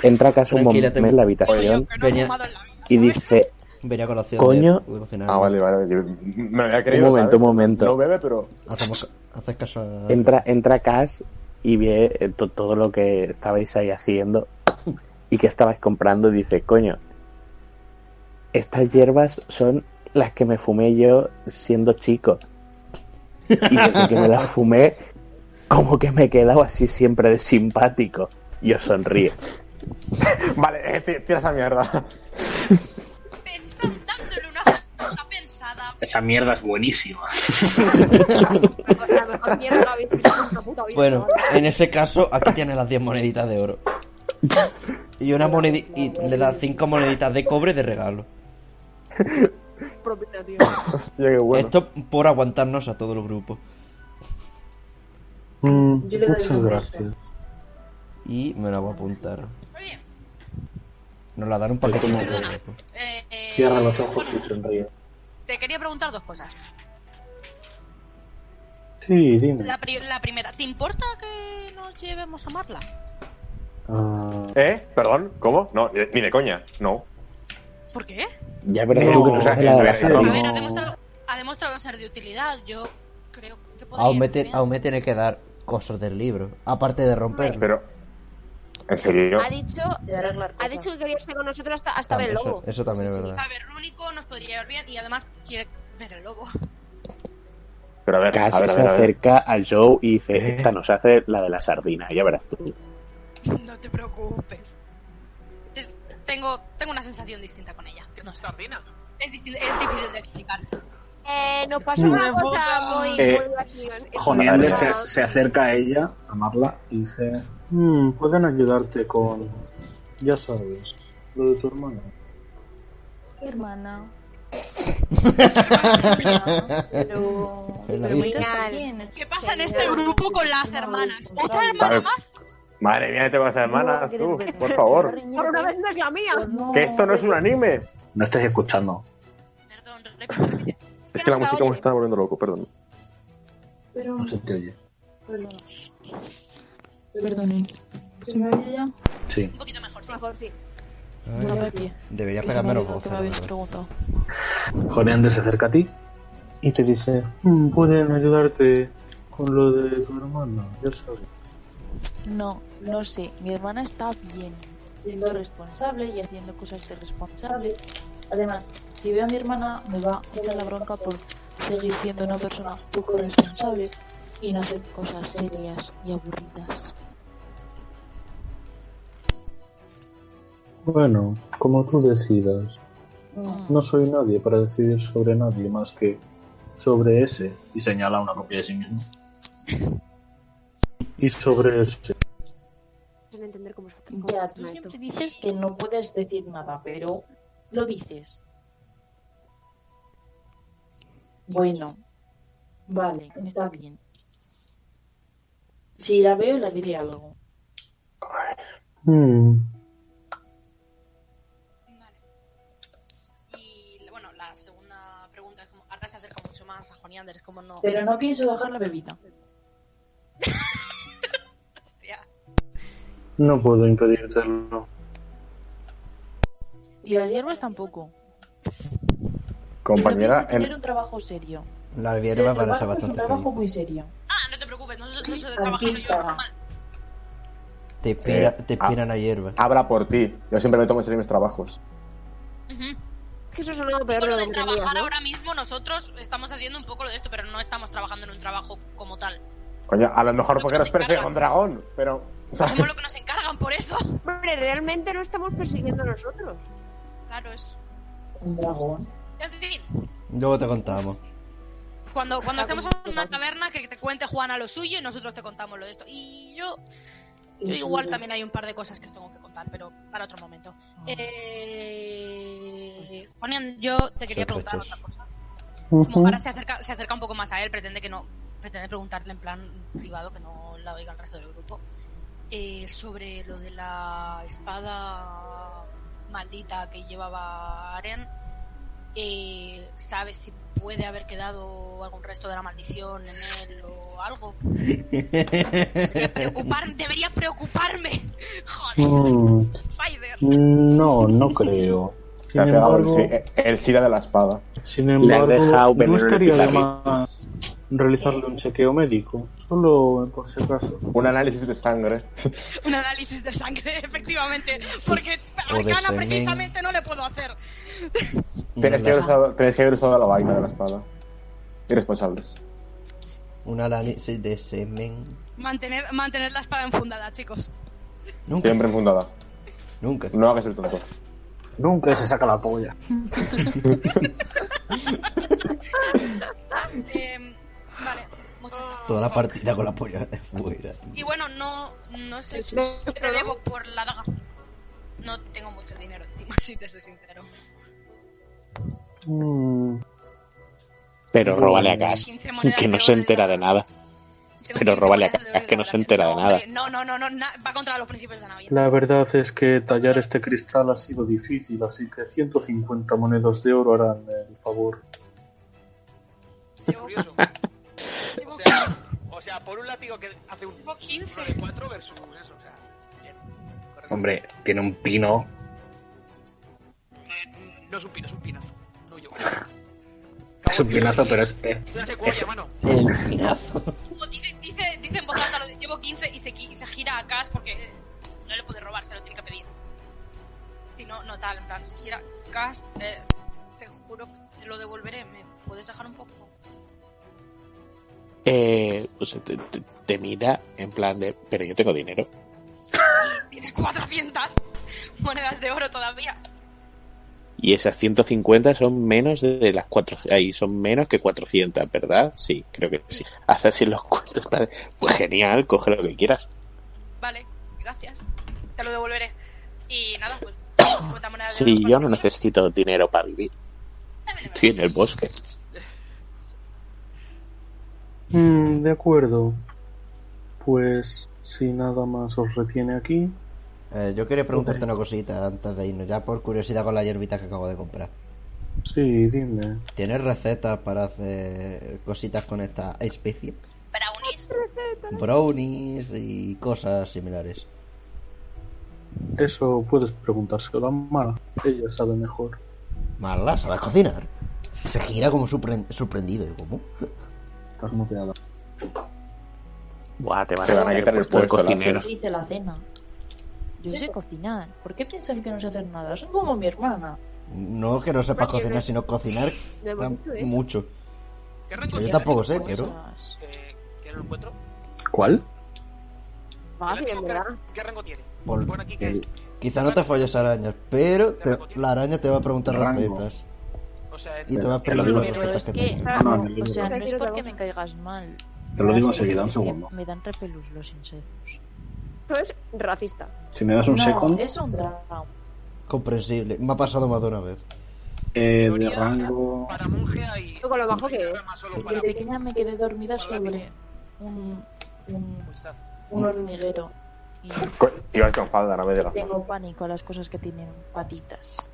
S12: entra Cas un
S8: Tranquila,
S12: momento
S8: te-
S12: en la
S6: Digo yo,
S12: habitación
S6: que no he
S8: Venía-
S6: fumado en la vida,
S12: y
S6: ¿sabes?
S12: dice,
S8: Venía con la opción
S12: Coño.
S8: de- de cocinar.
S4: Ah, vale, vale. yo- me lo había creído.
S12: Un momento,
S4: ¿sabes?
S12: un momento.
S4: No bebe, pero.
S8: Hacemos ca- haces caso a...
S12: entra, entra Cas y ve eh, to- todo lo que estabais ahí haciendo y que estabais comprando, y dice, coño, estas hierbas son las que me fumé yo siendo chico. Y desde que me las fumé, como que me he quedado así siempre de simpático. Y os sonríe.
S4: Vale, eh, ti- tira esa mierda.
S6: Pensan- dándole una segunda pensada.
S1: Esa mierda es buenísima.
S5: La mejor mierda que habéis visto en vuestra puta vida.
S8: Bueno,
S5: chaval.
S8: en ese caso, aquí tienes las 10 moneditas de oro. Y una monedi- y le das 5 moneditas de cobre de regalo.
S9: propietario.
S4: Hostia, qué bueno.
S8: Esto por aguantarnos a todos los grupos.
S1: Mm,
S11: Yo le doy
S1: muchas
S11: un beso.
S1: gracias.
S8: Y me la voy a apuntar.
S6: Muy bien.
S8: Nos la dan un paquete
S1: Perdona.
S8: de pues.
S6: Eh, eh,
S1: Cierra los ojos
S6: Sonu,
S1: y sonríe.
S6: Te quería preguntar dos cosas.
S1: Sí, dime.
S6: La, pri- la primera, ¿te importa que nos llevemos a Marla?
S1: Ah,
S4: ¿Eh? ¿Perdón? ¿Cómo? No, eh, ni de coña. No.
S6: ¿Por qué?
S12: Ya verás
S4: No,
S12: tú que no sabes
S4: la
S12: que
S4: verdad,
S12: ver,
S4: no.
S12: no.
S6: A ver, ha demostrado, ha demostrado ser de utilidad. Yo creo que podría...
S8: Aún me, te-
S6: también.
S8: aún me tiene que dar cosas del libro. Aparte de romperlo.
S4: Pero. ¿En serio?
S5: Ha dicho, ha dicho que quería estar con nosotros hasta, hasta ver
S8: También,
S5: el
S8: eso,
S5: lobo.
S8: eso también es verdad.
S6: Saber rúnico nos podría llevar bien y además quiere ver el lobo.
S4: Pero a ver,
S12: Cass
S4: a ver, a
S12: se
S4: ver. A ver.
S12: acerca a Joe y dice, esta nos hace la de la sardina, ya verás tú.
S6: No te preocupes. Es- tengo, tengo una sensación distinta con ella. No sé.
S2: Sardina.
S6: Es, distin- es difícil de explicar.
S5: Eh, nos pasó una
S2: Me
S5: cosa
S2: boca.
S5: muy,
S1: Eh,
S5: muy vacía.
S1: Jonel
S5: Eso-
S1: se, se acerca a ella, a Marla, y dice: "Mm, Pueden ayudarte con. Ya sabes, lo de tu hermano.
S7: Hermana.
S11: Pero.
S8: En la
S11: pero
S8: vida.
S11: está bien.
S6: ¿Qué pasa en este grupo con las hermanas? ¿Otra hermana
S4: Vale.
S6: más?
S4: Madre mía, te vas a hermanas, tú. Por favor.
S5: Por una vez no es la mía.
S4: Que esto no es un anime.
S1: No estés escuchando.
S6: Perdón, repito, repito.
S4: Es que la música me está volviendo loco, perdón.
S11: Pero.
S1: No se te oye.
S11: Perdona. Perdonen. ¿Se me oye ya?
S1: Sí.
S6: Un poquito mejor, sí.
S5: Mejor sí.
S11: No me oye.
S8: Debería
S11: Que se me
S8: pegarme los
S11: olvidó que me
S8: voces. la
S11: habías
S8: verdad.
S11: preguntado.
S1: Jonel se acerca a ti y te dice: "Mm, Pueden ayudarte con lo de tu hermano, ya sabes.
S9: No, no sé. Mi hermana está bien, siendo responsable y haciendo cosas de responsable. Además, si veo a mi hermana, me va a echar la bronca por seguir siendo una persona poco responsable y no hacer cosas serias y aburridas.
S1: Bueno, como tú decidas.
S9: Mm.
S1: No soy nadie para decidir sobre nadie más que sobre ese. Y señala una copia de sí mismo. Y sobre ese.
S5: No entender cómo se
S9: Ya, tú siempre dices que no puedes decir nada, pero lo dices. Bueno, vale, está bien. Si la veo, la diré algo.
S6: Vale. Y bueno, la segunda pregunta es como, ahora se acerca mucho más a Joniander, es como no.
S9: Pero no pienso dejar la bebida.
S6: Hostia.
S1: No puedo impedírtelo.
S9: Y las hierbas tampoco. no
S4: Compañera,
S9: pienso tener
S4: en...
S9: un trabajo serio.
S8: La
S9: Ser
S8: hierba para
S9: trabajo
S8: ser
S9: es un
S8: bastante
S9: trabajo
S8: feliz.
S9: muy serio.
S6: Ah, no te preocupes, no, no, no eso de trabajar yo
S9: Artista.
S6: normal.
S8: Te espera,
S4: Eh,
S8: te
S4: ah.
S8: espera la hierba.
S4: habla por ti. Yo siempre me tomo en serio mis trabajos.
S6: Ujú.
S5: Es que eso sonaba
S6: Con
S5: peor de
S6: lo
S5: lo
S6: de
S5: que creías,
S6: trabajar
S5: ¿no?
S6: ahora mismo, nosotros estamos haciendo un poco lo de esto, pero no estamos trabajando en un trabajo como tal.
S4: Coño, a lo mejor
S6: No
S4: porque nos
S6: te
S4: persigue
S6: cargan.
S4: un dragón, pero.
S6: Como lo que nos encargan por eso.
S5: Hombre, realmente no estamos persiguiendo a nosotros.
S6: Claro, es.
S9: Un dragón.
S6: En fin,
S8: Luego te contamos.
S6: cuando, cuando estemos en una taberna, que te cuente Juana lo suyo y nosotros te contamos lo de esto. Y yo, yo igual también hay un par de cosas que os tengo que contar, pero para otro momento.
S9: Ah.
S6: Eh, Juanian, yo te quería preguntar otra
S8: Sospechos.
S6: cosa. Como ahora se acerca, se acerca un poco más a él, pretende que no, pretende preguntarle en plan privado que no la oiga el resto del grupo. Eh, sobre lo de la espada maldita que llevaba Aren. Eh, ¿Sabes si puede haber quedado algún resto de la maldición en él o algo? Debería, preocupar- debería preocuparme. Joder, Spider.
S1: Mm, no, no creo.
S4: Te
S1: Sin
S4: ha pegado el
S1: embargo,
S4: sí- el SIDA de la espada.
S1: sin
S12: Le has
S1: embargo
S12: dejado
S1: Em,
S12: veneno
S1: no
S12: en el
S1: estaría de
S12: pizarrín.
S1: más realizarle un chequeo médico. Solo por si acaso.
S4: Un análisis de sangre.
S6: Un análisis de sangre, efectivamente. Porque
S8: O de
S6: Arcana
S8: semen.
S6: precisamente no le puedo hacer.
S4: Tienes que, haber
S8: Una-
S4: usado, tienes que haber usado la vaina de la espada. Irresponsables.
S8: Un análisis de semen.
S6: Mantener, mantener la espada enfundada, chicos.
S8: Nunca,
S4: Siempre enfundada.
S8: nunca.
S4: No hagas el tonto.
S1: Nunca se saca la polla.
S6: Eh, vale, muchas gracias.
S8: Toda la partida con la polla de fuera.
S6: Y bueno, no, no sé
S9: Sí, sí.
S6: qué te debo por la daga. No tengo mucho dinero encima, si te soy sincero.
S12: Pero róbale a Cash,
S6: 15 monedas
S12: que no
S6: de
S12: se
S6: oro
S12: entera de nada. Pero róbale a Cash, que no se entera de nada.
S6: No, no, no, no, na- va contra los principios de Navidad.
S16: La verdad es que tallar este cristal ha sido difícil, así que 150 monedas de oro harán el favor.
S2: Curioso. O sea, o sea, por un látigo que hace un 15 de 4 versus eso, o sea, bien.
S1: Hombre, tiene un pino.
S2: Eh, No es un pino, es un pinazo. No yo.
S1: Es un pinazo, pero es. eh,
S2: Es una secuoya, mano.
S1: El pinazo.
S6: Dice, dice en voz alta, lo de llevo 15 y se, qui- y se gira a Cash porque eh, no le puede robar, se lo tiene que pedir. Si no, no tal, en plan, se gira. Cash, eh, te juro que te lo devolveré, ¿me puedes dejar un poco?
S12: Eh, o sea, te, te- te mira en plan de, pero yo tengo dinero.
S6: Tienes 400 monedas de oro todavía.
S12: Y esas 150 son menos de las 400. Ahí son menos que 400, ¿verdad? Sí, creo que sí. Hasta si los cuentos. en plan de, Pues genial, coge lo que quieras.
S6: Vale, gracias. Te lo devolveré. Y nada, pues 50 monedas de
S12: Sí, yo no necesito dinero para vivir. Estoy en el bosque.
S16: Mm, de acuerdo. Pues si nada más os retiene aquí.
S8: Eh, yo quería preguntarte una cosita antes de irnos, ya por curiosidad con la hierbita que acabo de comprar.
S16: Sí, dime.
S8: ¿Tienes recetas para hacer cositas con esta especie?
S6: Brownies.
S8: Brownies y cosas similares.
S16: Eso puedes preguntárselo a Mara. Ella sabe mejor.
S8: Marla, ¿sabes cocinar? Se gira como sorpre- sorprendido. y ¿Cómo?
S16: Estás muteada.
S1: Ah,
S12: Buah, te van
S4: Te
S12: a
S4: van a
S12: dar el
S4: quitar el
S12: puesto de
S4: puesto, la
S12: cocinero.
S9: Hice la cena. Yo sé cocinar. ¿Por qué piensan que no sé hacer nada? Soy como mi hermana.
S8: No que no sepas
S9: Porque
S8: cocinar,
S9: no-
S8: sino cocinar
S9: no hemos
S8: gran-
S9: dicho eso.
S8: mucho.
S2: rango
S8: Yo
S2: tiene?
S8: tampoco sé,
S2: Cosas.
S8: pero...
S2: ¿Qué lo encuentro?
S1: ¿Cuál?
S5: Fácil,
S2: ¿Qué,
S5: en verdad.
S2: qué rango tiene?
S8: Por-
S2: Pon aquí que
S8: el-
S2: es.
S8: Quizá no te folles arañas, pero te- la araña te va a preguntar
S1: Rango.
S8: recetas.
S2: O sea,
S8: Y te va a
S1: Te lo
S8: pedir
S1: digo
S8: las
S1: enseguida.
S8: recetas que
S1: que-
S8: tengas.
S1: Ah, no, en el
S9: o
S1: libro.
S9: sea, no es porque me caigas mal. Ah,
S1: Te lo digo
S9: Es que
S1: enseguida, un segundo.
S9: Me dan repelús los insectos.
S5: Eso es racista.
S1: Si me das un
S9: no,
S1: second,
S9: es un drama.
S8: Comprensible. Me ha pasado más de una vez.
S1: eh, de rango.
S5: Yo con lo bajo que es.
S9: De pequeña me quedé dormida sobre un, un, un hormiguero. Y
S4: Ibas con falda, no me digas.
S9: tengo pánico a las cosas que tienen patitas.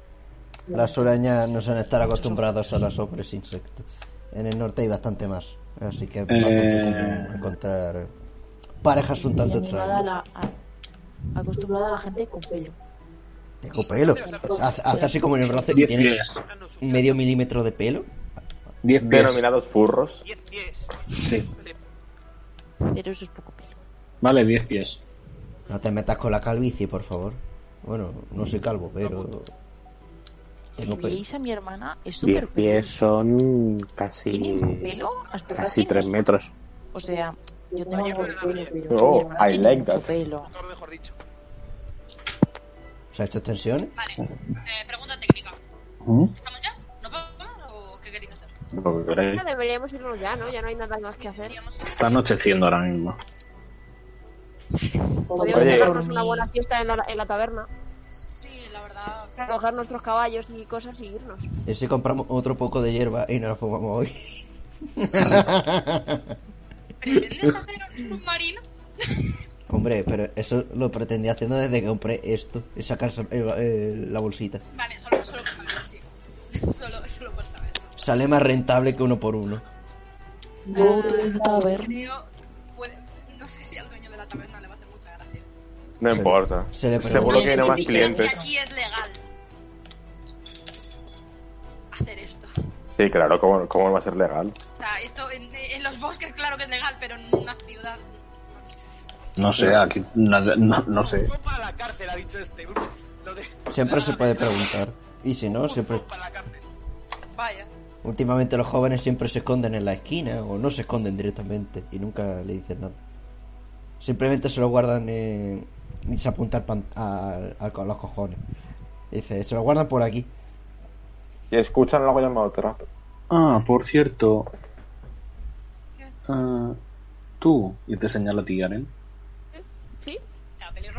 S8: Las arañas no suelen estar acostumbradas a las hombres insectos. En el norte hay bastante más. Así que es bastante
S1: Eh.
S8: común encontrar parejas un tanto
S9: Y animada a
S8: extrañas.
S9: la- a- acostumbrada a la gente con pelo.
S8: Tengo pelo. Hace hace así como en el brazo que tiene
S2: Ah,
S8: medio milímetro de pelo.
S1: 10
S4: Denominados furros.
S1: Sí.
S9: Pero eso es poco pelo.
S1: Vale, 10 pies.
S8: No te metas con la calvicie, por favor. Bueno, no soy calvo, pero...
S9: Si veis a mi hermana, es
S12: 10
S9: súper
S12: pies son casi.
S9: Tiene un pelo hasta
S12: casi 3
S9: casi
S12: metros.
S9: O sea, yo tengo algo de pelo, pero.
S12: Oh,
S9: mi hermana
S12: I
S9: tiene
S12: like
S9: mucho
S12: that.
S9: pelo.
S8: ¿Se ha hecho extensiones?
S6: Vale, eh, pregunta técnica. ¿Estamos ya? ¿Nos vamos o qué queréis hacer?
S5: Ya Deberíamos irnos ya, ¿no? Ya no hay nada más que hacer.
S1: Está anocheciendo ahora mismo.
S5: Podríamos
S1: Oye.
S5: darnos una buena fiesta en la, en la taberna.
S6: Sí, la verdad.
S5: Recoger nuestros caballos y cosas y irnos.
S8: ¿Y si compramos otro poco de hierba y nos la fumamos hoy?
S6: ¿Pretendes hacer un submarino?
S8: Hombre, pero eso lo pretendí haciendo desde que compré esto y sacarse el- el- la bolsita.
S6: Vale, solo, solo por saber, sí. Solo, solo por saber.
S8: Sale más rentable que uno por uno.
S9: Go to the tavern.
S6: Creo, puede, no sé si al dueño de la taberna le va a hacer mucha gracia.
S4: No
S8: Se-
S4: importa.
S8: se le pregunta.
S4: Seguro que hay
S6: no
S4: más clientes.
S6: aquí es legal hacer esto.
S4: Sí, claro, ¿cómo, cómo va a ser legal?
S6: O sea, esto en, en los bosques claro que es legal, pero en una ciudad...
S1: No sé, aquí. No, no- no sé.
S2: este,
S8: Siempre se puede preguntar. Y si no, siempre...
S6: Vaya.
S8: Últimamente los jóvenes siempre se esconden en la esquina o no se esconden directamente y nunca le dicen nada. Simplemente se lo guardan eh, y se apuntan pan- a, a- a los cojones. Dice, se lo guardan por aquí.
S4: Y escuchan algo llamado trap.
S1: Ah, por cierto. Ah, tú. Y te señala a ti, Aren.
S5: ¿Sí?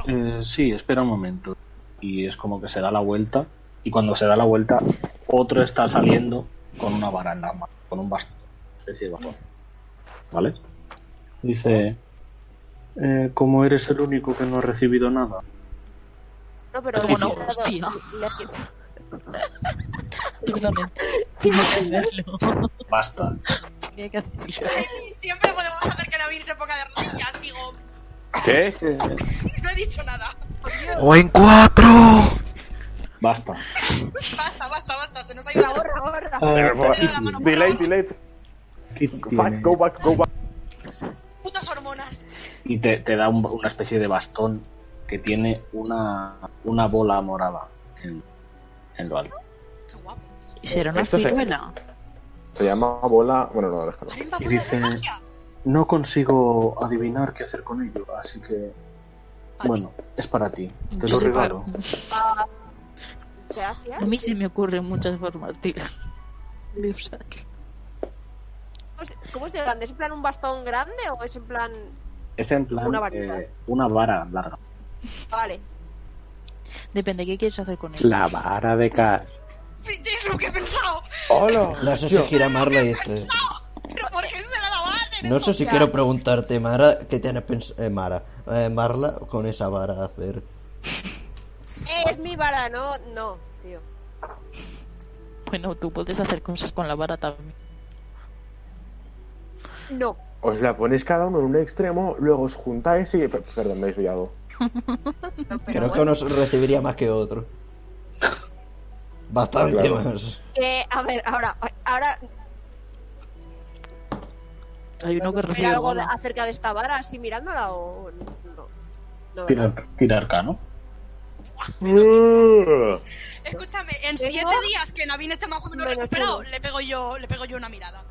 S1: Eh, sí, espera un momento. Y es como que se da la vuelta. Y cuando se da la vuelta, otro está saliendo con una vara en la mano, con un bastón. Es decir, bastón. ¿Vale?
S17: Dice, eh, como eres el único que no ha recibido nada.
S5: No, pero
S9: Como no, hostia.
S5: Le has quitado-
S9: Perdón,
S5: Tiene
S1: Basta.
S9: tenía que hacerlo.
S6: Siempre podemos hacer que Navir se ponga de rodillas, digo,
S12: ¿Qué?
S6: no he dicho nada.
S18: ¡O en cuatro!
S1: Basta.
S6: Basta, basta, basta, se nos ha ido la borra, borra.
S4: Delay, delay. Fuck, go back, go back.
S6: Putas hormonas.
S1: Y te, te da un- una especie de bastón que tiene una, una bola morada en, en lo alto.
S9: ¿Será una
S4: Esto se-
S9: ciruela?
S4: Se llama bola. Bueno, no, déjalo.
S17: Y dice, no consigo adivinar qué hacer con ello, así que... Bueno, es para ti. Te
S9: Yo
S17: lo
S9: sé pa-
S17: regalo.
S5: Ah, Gracias.
S9: A mí se me ocurren muchas formas, tío. De usar.
S5: ¿Cómo es- Pues, ¿Cómo es de grande? ¿Es en plan un bastón grande o es en plan.?
S1: Es en plan una,
S5: Una varita.
S1: Eh, una vara larga.
S5: Vale.
S9: Depende, ¿qué quieres hacer con él?
S12: La vara de Cash.
S6: Es lo que he pensado.
S12: ¡Hola!
S8: La sé si gira Marla y dice,
S6: Pero ¿por qué se la daban?
S8: No sé si quiero preguntarte, Mara, ¿qué tienes pensado? Mara, eh, Marla, con esa vara a hacer.
S5: Eh, es mi vara, no, no, tío.
S9: Bueno, tú puedes hacer cosas con la vara también.
S5: No.
S4: Os la ponéis cada uno en un extremo, luego os juntáis y. per- Perdón, me he desviado.
S8: Creo que uno recibiría más que otro. Bastante
S4: Claro.
S8: más.
S5: Que, Eh, a ver, ahora, ahora,
S9: Hay uno que
S5: ¿ver
S9: recibe
S5: algo
S9: bola.
S5: acerca de esta vara así mirándola o no? No,
S1: Tirar, tirar cano.
S6: Escúchame, en
S5: Tengo-
S6: siete días que Navin esté más o menos
S5: Menos
S6: recuperado,
S5: uno.
S6: le pego yo, le pego yo una mirada.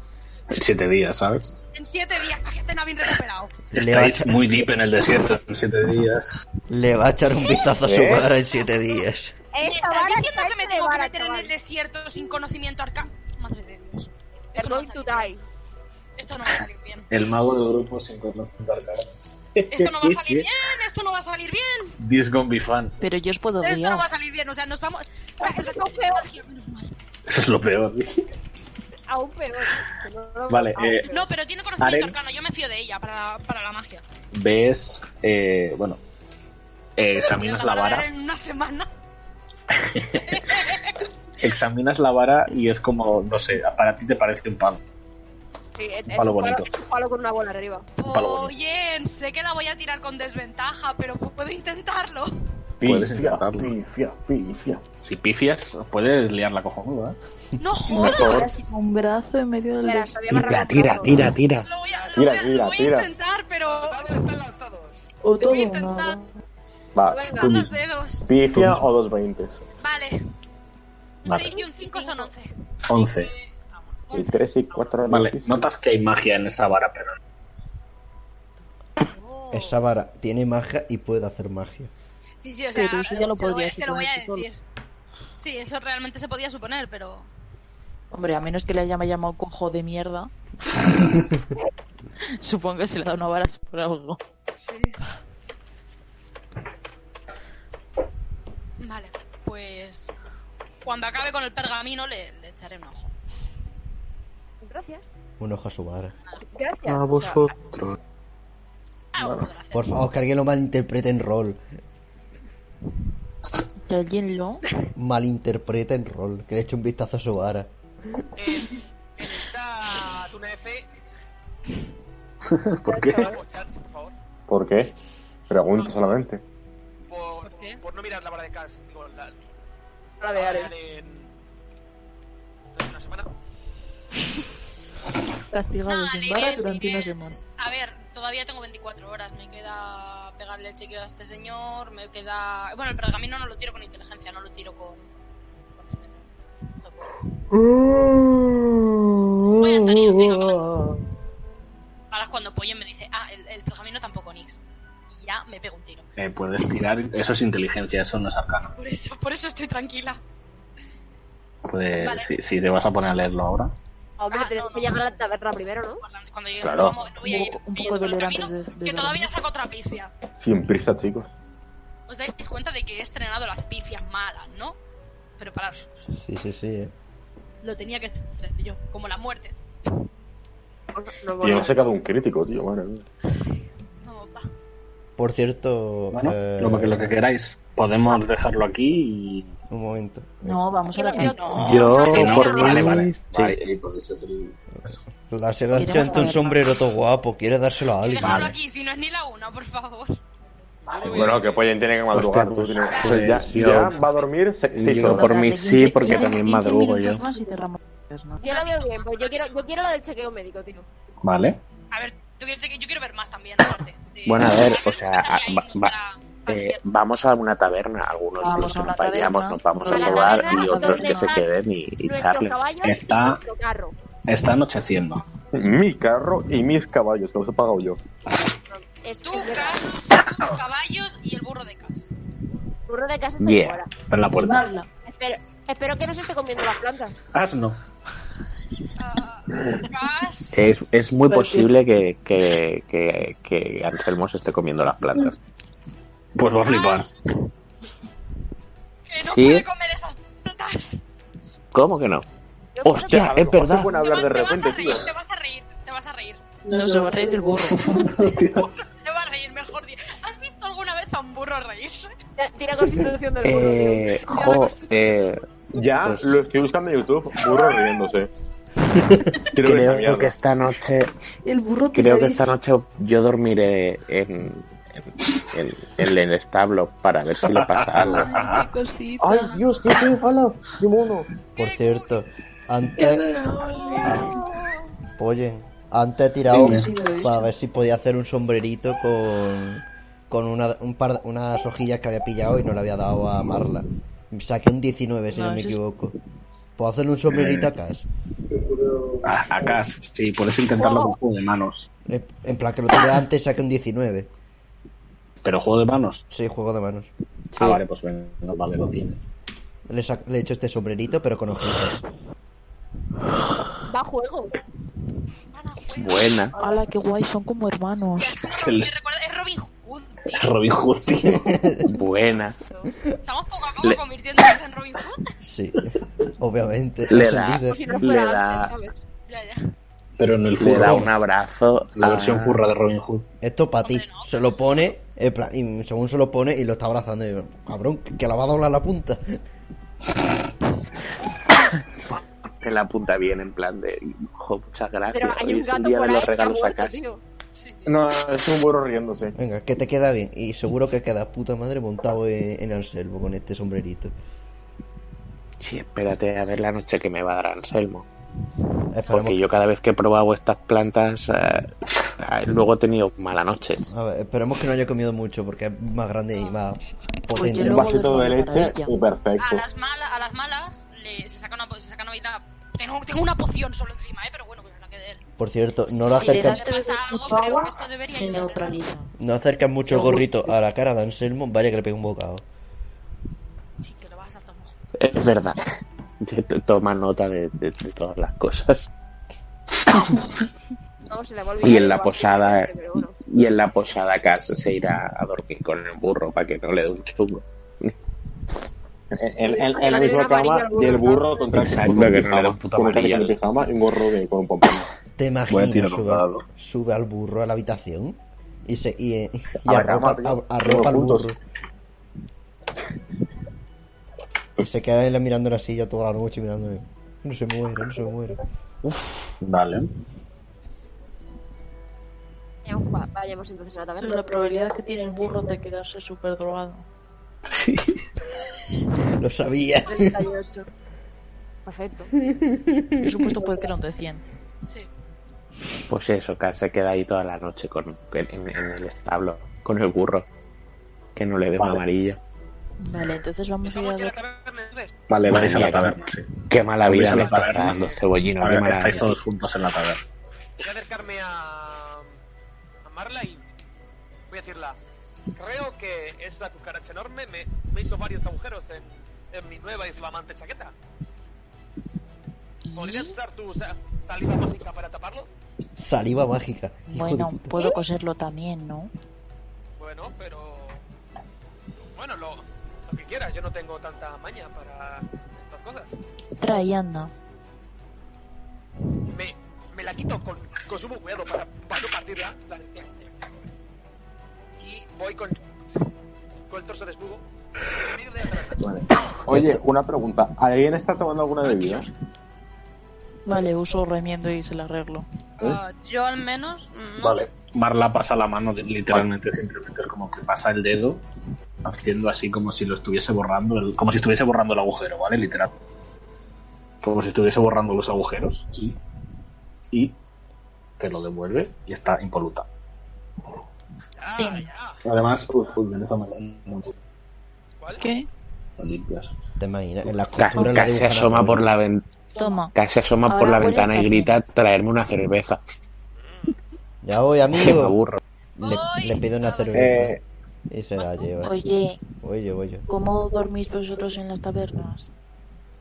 S1: En siete días, ¿sabes?
S6: En siete días para que esté Navin recuperado.
S1: Estáis muy deep en el desierto en siete días.
S8: Le va a echar un vistazo a su
S1: ¿Eh?
S8: vara en siete días.
S6: ¿Me
S5: Esta
S6: estás
S5: vara
S6: diciendo
S5: está
S6: que me
S5: hecha de
S6: tengo que
S5: vara,
S6: meter en
S5: chaval.
S6: el desierto sin conocimiento arca? Madre de Dios.
S5: You're going to die.
S6: Esto no va a salir bien.
S1: El mago del grupo sin conocer al cara.
S6: Esto no va a salir bien, esto no va a salir bien.
S1: This gonna be fun.
S9: Pero yo os puedo
S5: Oh,
S6: Esto no
S9: guiar.
S6: va a salir bien, o sea, nos vamos.
S5: Eso es aún peor,
S1: Eso es lo peor.
S5: aún peor. que no lo-
S1: Vale,
S5: aún
S1: eh,
S5: peor.
S6: No, pero tiene conocimiento
S1: Aren.
S6: arcano, yo me fío de ella para, para la magia.
S1: Ves, eh, bueno, eh, examinas la
S6: Para ver
S1: vara.
S6: en una semana.
S1: Examinas la vara y es como, no sé, para ti te parece un palo.
S5: Sí, es,
S1: palo
S5: un
S1: bonito.
S5: es un palo con una bola arriba.
S1: Un palo bonito.
S6: Oye, sé que la voy a tirar con desventaja, pero puedo intentarlo.
S1: Puedes
S4: Pifia,
S1: intentarlo. Si pifias, puedes liar la cojonuda. ¿eh?
S6: No
S1: jodas.
S9: Un brazo en medio del
S5: Espera,
S9: des-
S5: todavía me arranca un
S12: tira,
S5: brazo.
S12: tira.
S4: Tira, tira,
S6: Voy a
S4: tira.
S6: intentar, pero.
S1: Ah,
S9: O todo
S6: Voy a
S9: o nada.
S6: intentar
S4: Va,
S6: Venga, dos
S4: tú mismo.
S6: dedos.
S4: Pifia o dos veintes.
S6: Vale.
S1: Vale.
S6: 6 y un 5 son 11.
S1: 11.
S4: Y tres y cuatro.
S1: Vale, notas que hay magia en esa vara, pero
S8: Esa vara tiene magia y puede hacer magia.
S6: Sí, sí, o sea,
S9: Pero eso ya lo
S6: se, lo voy,
S9: podrías
S6: se lo voy a
S9: suponer tú
S6: decir. Sí, eso realmente se podía suponer, pero.
S9: Hombre, a menos que le haya llamado cojo de mierda. Supongo que se le da una vara por algo.
S6: Sí. Vale, pues. Cuando acabe con el pergamino, le, le echaré un ojo.
S5: Gracias.
S8: Un ojo a su vara.
S5: Gracias.
S17: A
S5: o sea,
S17: vosotros.
S6: Ah,
S8: Por favor, que alguien lo malinterprete en rol.
S9: ¿Que alguien lo?
S8: Malinterprete en rol. Que le eche un vistazo a su vara.
S2: Está Eh, Tuna F.
S4: ¿Por qué?
S2: Chats, por favor.
S4: ¿Por qué? Pregunta solamente.
S2: Por, por no mirar la vara de Cash. Digo, la,
S5: la de Are.
S2: en. durante una semana.
S9: Castigado
S6: Nada,
S9: sin
S6: le-
S9: vara
S6: le-
S9: durante
S6: le-
S9: una semana.
S6: A ver, todavía tengo 24 horas. Me queda pegarle el chequeo a este señor. Me queda. Bueno, el pergamino no lo tiro con inteligencia, no lo tiro con. Voy a salir, venga, va. Ahora es cuando Pollen me dice, ah, el, el pergamino tampoco Nix. Y ya me pego un tiro.
S1: eh, puedes tirar. Eso es inteligencia, eso no es arcano.
S6: Por eso, por eso estoy tranquila.
S1: Puedes-
S6: Vale.
S1: si, si te vas a poner a leerlo ahora.
S5: Hombre, tenemos que llegar a la taberna primero, ¿no?
S6: Cuando llegue,
S1: Claro.
S6: vamos, no voy a
S9: Un
S6: ir
S9: poco- un
S6: yendo
S9: poco
S6: por el
S9: de leer
S6: camino,
S9: antes de- de
S6: Que todavía
S9: dormir.
S6: saco otra pifia.
S4: Sin prisa, chicos.
S6: Os dais cuenta de que he estrenado las pifias malas, ¿no? Prepararos.
S8: Sí, sí, sí. eh.
S6: lo tenía que hacer yo, como las muertes.
S5: No,
S4: Y ha sacado un crítico, tío, madre mía.
S6: No, pa.
S8: Por cierto.
S1: Bueno,
S8: eh,
S1: lo, que, lo que queráis. Podemos dejarlo aquí y.
S8: Un momento.
S9: No, vamos a la
S1: Yo,
S8: Sí, no,
S1: por mí. Vale,
S8: vale, vale,
S1: vale. eh, pues
S8: vale, La
S9: Queremos
S8: Sebastián tiene un
S9: saber
S8: sombrero todo guapo. Quiere dárselo a alguien.
S6: Dejadlo aquí, si no es ni la una, por favor.
S4: Bueno, que Pollen tiene que madrugar.
S16: Hostia,
S4: tú tienes-
S16: pues,
S1: eh,
S4: pues ya,
S16: yo-
S4: ya va a dormir se- seis
S16: yo
S4: horas.
S16: por mí sí, porque también madrugo yo.
S9: más y cerramos.
S5: Yo lo veo bien, pues yo quiero, yo quiero lo del chequeo médico, tío.
S1: Vale.
S6: A ver, tú quieres que- yo quiero ver más también.
S12: Bueno, a ver, o sea, a- va- va- eh, vamos a una taberna. Algunos de los
S6: Vamos
S12: que
S6: a una
S12: nos vayamos
S6: taberna.
S12: nos vamos a
S5: A la
S12: robar
S5: taberna
S12: y otros
S5: donde
S12: que se
S5: van
S12: queden y, y
S5: Nuestros
S12: charlen.
S5: caballos y
S4: Está-
S5: nuestro carro.
S1: Está anocheciendo.
S4: Mi carro y mis caballos, que los he pagado yo.
S5: Es
S6: tú, tus caballos y el burro de casa.
S5: Burro de casa está
S4: Yeah.
S5: fuera.
S1: Está en la puerta. Ah,
S5: Espero, espero que no se esté comiendo las plantas.
S8: Ah.
S1: Asno.
S6: Ah,
S12: Es, es muy
S5: Pues sí.
S12: posible que, que, que, que Anselmo se esté comiendo las plantas.
S1: Pues va a
S8: Ah,
S1: flipar.
S12: ¿Sí?
S6: comer esas putas.
S12: ¿Cómo que no?
S6: Yo creo que-
S12: ¡Hostia! Es
S4: No se
S12: verdad.
S4: pueden hablar de repente,
S6: Te
S4: tío.
S6: vas a reír, te vas a reír.
S9: No se va a reír el burro.
S6: Te vas a reír, mejor di- ¿Has visto alguna vez a un burro reírse?
S5: Tira constitución del burro.
S12: Eh, jo, eh,
S4: Ya
S12: pues
S4: lo estoy buscando en YouTube, burro riéndose. Creo que esa
S12: creo
S4: mierda.
S12: que esta noche,
S9: El burro
S12: creo que esta noche yo dormiré en, en, en- en el establo para ver si le pasa algo.
S9: Cosita.
S4: Dios, qué qué ¡Hala! ¡Qué mono!
S8: Por cierto, antes. Oye, antes he tirado
S9: Dime.
S8: para ver si podía hacer un sombrerito con, con una, un par, unas hojillas que había pillado y no le había dado a Marla. Saqué un 19, si
S9: No,
S8: no, me
S9: eso es-
S8: equivoco. ¿Puedo hacerle un sombrerito a Cass?
S1: Ah, A, a Cass, sí, puedes intentarlo
S8: Oh.
S1: con juego de manos.
S8: En en plan, que lo tiré antes y saqué un 19.
S1: ¿Pero juego de manos?
S8: Sí, juego de manos.
S1: Sí, vale, pues ven, no, vale, lo tienes.
S8: Le, sa- le he hecho este sombrerito, pero con hojitas.
S5: Va a juego.
S12: Buena.
S9: Hala, qué guay, son como hermanos.
S1: El
S6: Recuerda, es Robin Hood.
S1: Robin Hood, tío.
S12: Buena.
S6: Estamos poco a poco
S12: Le-
S6: convirtiéndonos en Robin Hood.
S8: Sí, obviamente.
S12: Le
S8: es el
S12: da-
S8: líder.
S6: Si no
S12: Le
S6: fuera
S12: da-
S6: antes, ¿sabes? Ya, ya.
S1: Pero en el
S12: Le da
S1: furro.
S12: un abrazo.
S1: La
S12: a-
S1: versión furra de Robin Hood.
S8: Esto para ti. Se lo pone, en plan, y según se lo pone, y lo está abrazando. Y digo, cabrón, que la va a doblar la punta.
S12: Se la apunta bien en plan de "Jo, muchas gracias.
S5: Pero hay
S12: Hoy
S5: un
S12: es el
S5: gato
S12: día
S5: por
S12: de
S5: ahí
S12: los
S5: que ha
S12: regalos a
S5: muerto,
S12: casa.
S5: tío.
S4: No, es un burro riéndose.
S8: Venga, que te queda bien. Y seguro que queda puta madre montado en, en Anselmo con este sombrerito.
S12: Sí, espérate a ver la noche que me va a dar Anselmo.
S8: Esperemos,
S12: Porque yo cada vez que he probado estas plantas, eh, eh, luego he tenido mala noche.
S8: a ver, esperemos que no haya comido mucho porque es más grande y más potente.
S9: Pues yo
S4: Un
S9: luego
S4: vasito de
S9: duermo de
S4: leche
S9: maravilla.
S4: y perfecto.
S6: A
S9: Ah,
S6: las malas, a las malas le, se saca una, po- se saca una vaina- Tengo, tengo una poción solo encima, eh, pero bueno, que es la que de él.
S8: Por cierto, no lo
S9: Si le
S8: acercas,
S9: das tres veces mucho
S6: Creo
S9: agua,
S6: que esto debería
S9: se
S6: ayudar.
S9: neutraliza.
S8: no acercas mucho el gorrito a la cara de Anselmo, vaya que le pega un bocado.
S6: Sí, que lo vas a tomar.
S12: Es verdad. T- t- Toma nota de, de- de todas las cosas.
S5: No, se le va a olvidar
S12: Y en la
S5: igual.
S12: posada, eh.
S5: Pero bueno.
S12: y en la posada casa se irá a dormir con el burro para que no le dé un chungo.
S4: En, en- en
S5: Le
S4: la
S5: doy
S4: misma
S5: una varilla
S4: cama
S5: al
S4: y el
S5: burro,
S4: burro contra el
S12: Exacto,
S4: con
S12: que no le da
S4: pijama,
S12: un puto
S4: con un
S12: amarillo.
S4: traje de pijama y un gorro de- con un pompón.
S8: Te
S1: Voy a
S8: imaginas,
S1: tirar un
S8: sube,
S1: dado.
S8: sube al burro a la habitación y, se, y, y
S4: A la
S8: arropa,
S4: cama, tío.
S8: a- arropa al
S4: Todos
S8: burro.
S4: juntos.
S8: Y se queda él mirando la silla toda la noche mirándole. No se muere, no se muere.
S1: Vale.
S5: Ya, va- Vayamos entonces a la
S9: Esa es la
S5: taberna.
S9: probabilidad que tiene el burro de quedarse súper drogado.
S8: Lo sabía.
S5: 38. Perfecto.
S9: Por supuesto puede que no te 100.
S6: Sí.
S12: Pues eso, que se queda ahí toda la noche con, en, en el establo, con el burro. Que no le dé un
S1: Vale.
S12: amarillo.
S9: Vale, entonces vamos a ir a
S2: Vamos a
S9: ver.
S2: la taberna entonces.
S12: Vale,
S1: Vais a la taberna, sí.
S12: Qué mala
S1: Vais
S12: vida
S1: a
S12: me
S1: la
S12: está
S1: taberna.
S12: dando cebollino.
S1: Ahora
S12: qué
S1: que
S12: mala
S1: estáis
S12: vida.
S1: todos juntos en la taberna.
S2: Voy a acercarme a. a Marla y. Voy a decirla. Creo que esa cucaracha enorme me, me hizo varios agujeros en, en mi nueva y flamante chaqueta. ¿Podrías usar tu sa- saliva mágica para taparlos?
S8: Saliva mágica. Hijo de
S9: Mm, Bueno,
S8: puta.
S9: puedo coserlo también, ¿no?
S2: Bueno, pero. Bueno, lo, lo que quieras, yo no tengo tanta maña para estas cosas.
S9: Trae, anda.
S2: la quito con, con sumo cuidado para, para no partirla. La- Y voy con, con el torso de escudo.
S4: Oye, una pregunta. ¿Alguien está tomando alguna bebida?
S9: Vale, uso remiendo y se la arreglo.
S6: Ah, yo al menos. mm, no.
S1: Vale. Marla pasa la mano literalmente simplemente es como que pasa el dedo haciendo así como si lo estuviese borrando, el- como si estuviese borrando el agujero, ¿vale? Literal. Como si estuviese borrando los agujeros y, y te lo devuelve y está impoluta.
S2: Ah,
S1: Además, uy, uy, en esa manera no
S9: ¿Qué?
S1: lo eh, limpias.
S8: Te imaginas, en las costuras la
S12: Casi se
S8: dibujan
S12: asoma
S8: a
S12: por la ventana.
S9: Toma.
S12: Casi asoma por
S9: Ahora
S12: la
S9: hueles
S12: ventana y
S9: también.
S12: grita traerme una cerveza.
S8: Ya voy, amigo.
S12: Que me aburro.
S8: Le, le pido una cerveza.
S12: Eh,
S8: Y se la lleva.
S9: Oye,
S8: Oye, oye.
S9: ¿cómo dormís vosotros en las tabernas?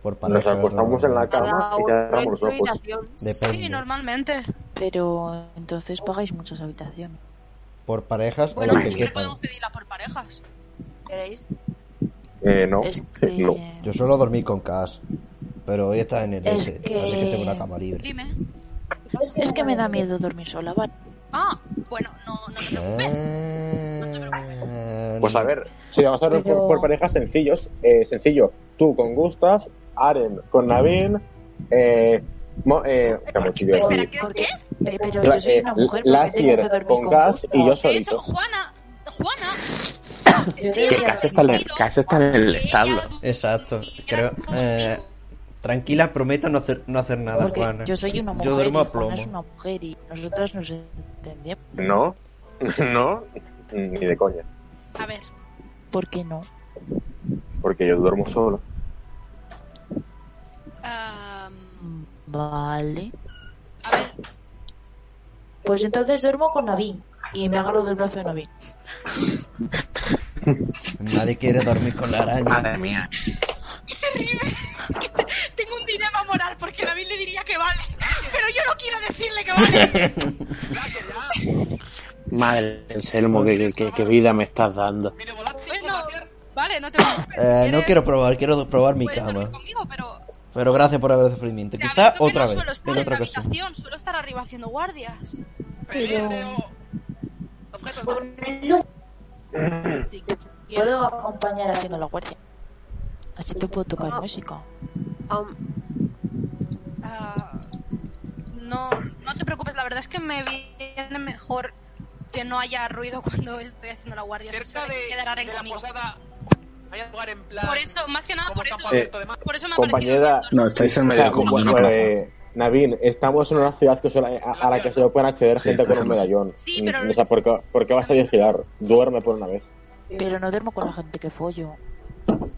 S8: Por
S4: Nos
S8: pareja,
S4: acostamos en la cama y cerramos los ojos.
S8: Depende.
S6: Sí, normalmente.
S9: Pero entonces pagáis muchas habitaciones.
S8: Por parejas
S6: Bueno,
S8: o lo que
S6: siempre
S8: quepan.
S6: podemos pedirla por parejas. ¿Queréis?
S4: Eh, no.
S9: Es
S4: Eh, no.
S8: Yo suelo dormir con Cass. Pero hoy está en el
S9: Es
S8: este.
S9: que-
S8: Así que tengo una cama libre.
S6: Dime.
S9: Es que me da miedo dormir sola, ¿vale?
S6: Ah, bueno, no,
S8: Ah,
S6: no te preocupes.
S8: Eh,
S4: Pues a ver, si vamos a ver
S9: Pero-
S4: por, por parejas sencillos, eh, sencillo. Tú con Gustav, Aren con Navin, eh, mo- eh, ¿cómo te iba a decir?
S9: Porque, eh, pero
S4: La-
S9: yo soy
S4: eh,
S9: una mujer porque tengo que
S4: Lassier
S9: dormir
S4: con
S9: con
S4: Gas y yo
S6: De hecho,
S4: solito.
S6: Juana, Juana,
S12: Que casi está en el, casi está en el establo.
S8: Exacto. Creo. eh, tranquila, prometo no hacer, no hacer nada,
S9: Porque
S8: Juana.
S9: yo soy una mujer
S8: Yo duermo
S9: y
S8: a
S9: Juana es
S8: plomo.
S9: una mujer y nosotras nos entendemos.
S4: No, no, ni de coña,
S6: a ver,
S9: ¿Por qué no?
S4: porque yo duermo solo.
S6: ah,
S9: Vale.
S6: a ver,
S9: Pues entonces duermo con Navin y me agarro del brazo de Navin.
S8: Nadie quiere dormir con la araña.
S12: Madre mía.
S6: tengo un dilema moral porque David le diría que vale, pero yo no quiero decirle que vale.
S12: Madre del Selmo, que, que- que- qué vida me estás dando.
S6: Bueno, vale, no te preocupes.
S8: Eh, no
S6: ¿Quieres?
S8: quiero probar, quiero probar mi
S6: Puedes dormir
S8: cama.
S6: conmigo, pero
S8: Pero gracias por haber sufrimiento.
S6: te
S8: Quizá
S6: aviso que
S8: otra
S6: no
S8: vez.
S6: suelo estar
S8: En
S6: en la
S8: otra ocasión.
S6: habitación, suelo estar arriba haciendo guardias.
S9: Pero...
S11: Ponlo.
S9: Puedo acompañar haciendo la guardia. Así te puedo tocar música.
S6: Ah, no, no te preocupes, la verdad es que me viene mejor que no haya ruido cuando estoy haciendo la guardia. se
S2: Cerca
S6: suele
S2: de,
S6: quedar Aren
S2: de la
S6: conmigo.
S2: posada hay un lugar en plan.
S6: Por eso, más que nada,
S2: como
S6: por eso,
S2: campo abierto de mar.
S6: por eso me ha
S4: Compañera,
S1: No, estáis en medio
S4: o sea,
S1: como de una
S4: bueno,
S1: plaza.
S4: eh, Navin, estamos en una ciudad que solo- a, a la que solo pueden acceder
S1: Sí,
S4: gente
S1: estás
S4: con un
S1: en la-
S4: medallón.
S6: Sí, pero-
S4: O sea, ¿por qué, por qué vas a vigilar? Duerme por una vez.
S9: Pero no duermo con la gente que follo.
S6: parecido.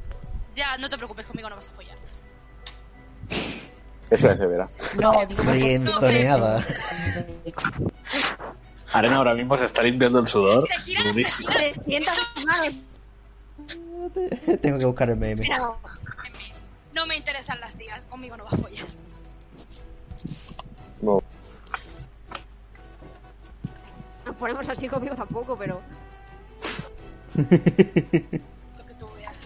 S6: Ya, no te preocupes, conmigo no vas a follar.
S4: Eso ya se verá.
S9: No, digo
S8: Rienzoneada.
S1: Arena ahora mismo se está limpiando el sudor.
S6: Se gira, se
S1: durísimo.
S6: gira, se sienta una vez.
S8: Tengo que buscar el meme.
S6: Mira, No me interesan las tías, conmigo no vas a follar.
S4: No.
S19: Nos ponemos así conmigo tampoco, pero.
S6: Lo que tú veas.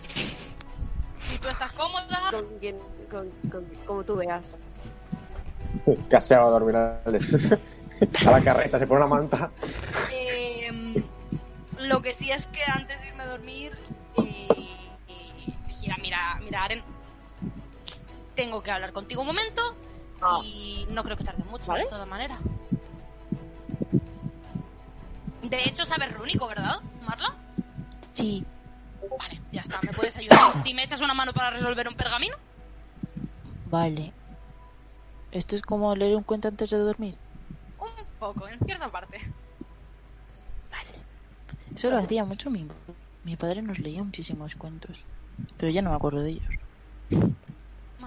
S6: Si tú estás cómoda,
S19: Con quien. Con, con- como tú veas.
S4: Casi va a dormir al- a la carreta, se pone una manta.
S6: eh, lo que sí es que antes de irme a dormir, eh, eh, se gira, mira, mira, Aren. Tengo que hablar contigo un momento y no creo que tarde mucho, de todas maneras. De hecho, sabes rúnico, ¿verdad, Marla?
S9: Sí,
S6: Vale, ya está, me puedes ayudar. Si me echas una mano para resolver un pergamino,
S9: vale. Esto es como leer un cuento antes de dormir.
S6: un poco, en cierta parte.
S9: Eso lo hacía mucho mi, mi padre nos leía muchísimos cuentos, pero ya no me acuerdo de ellos.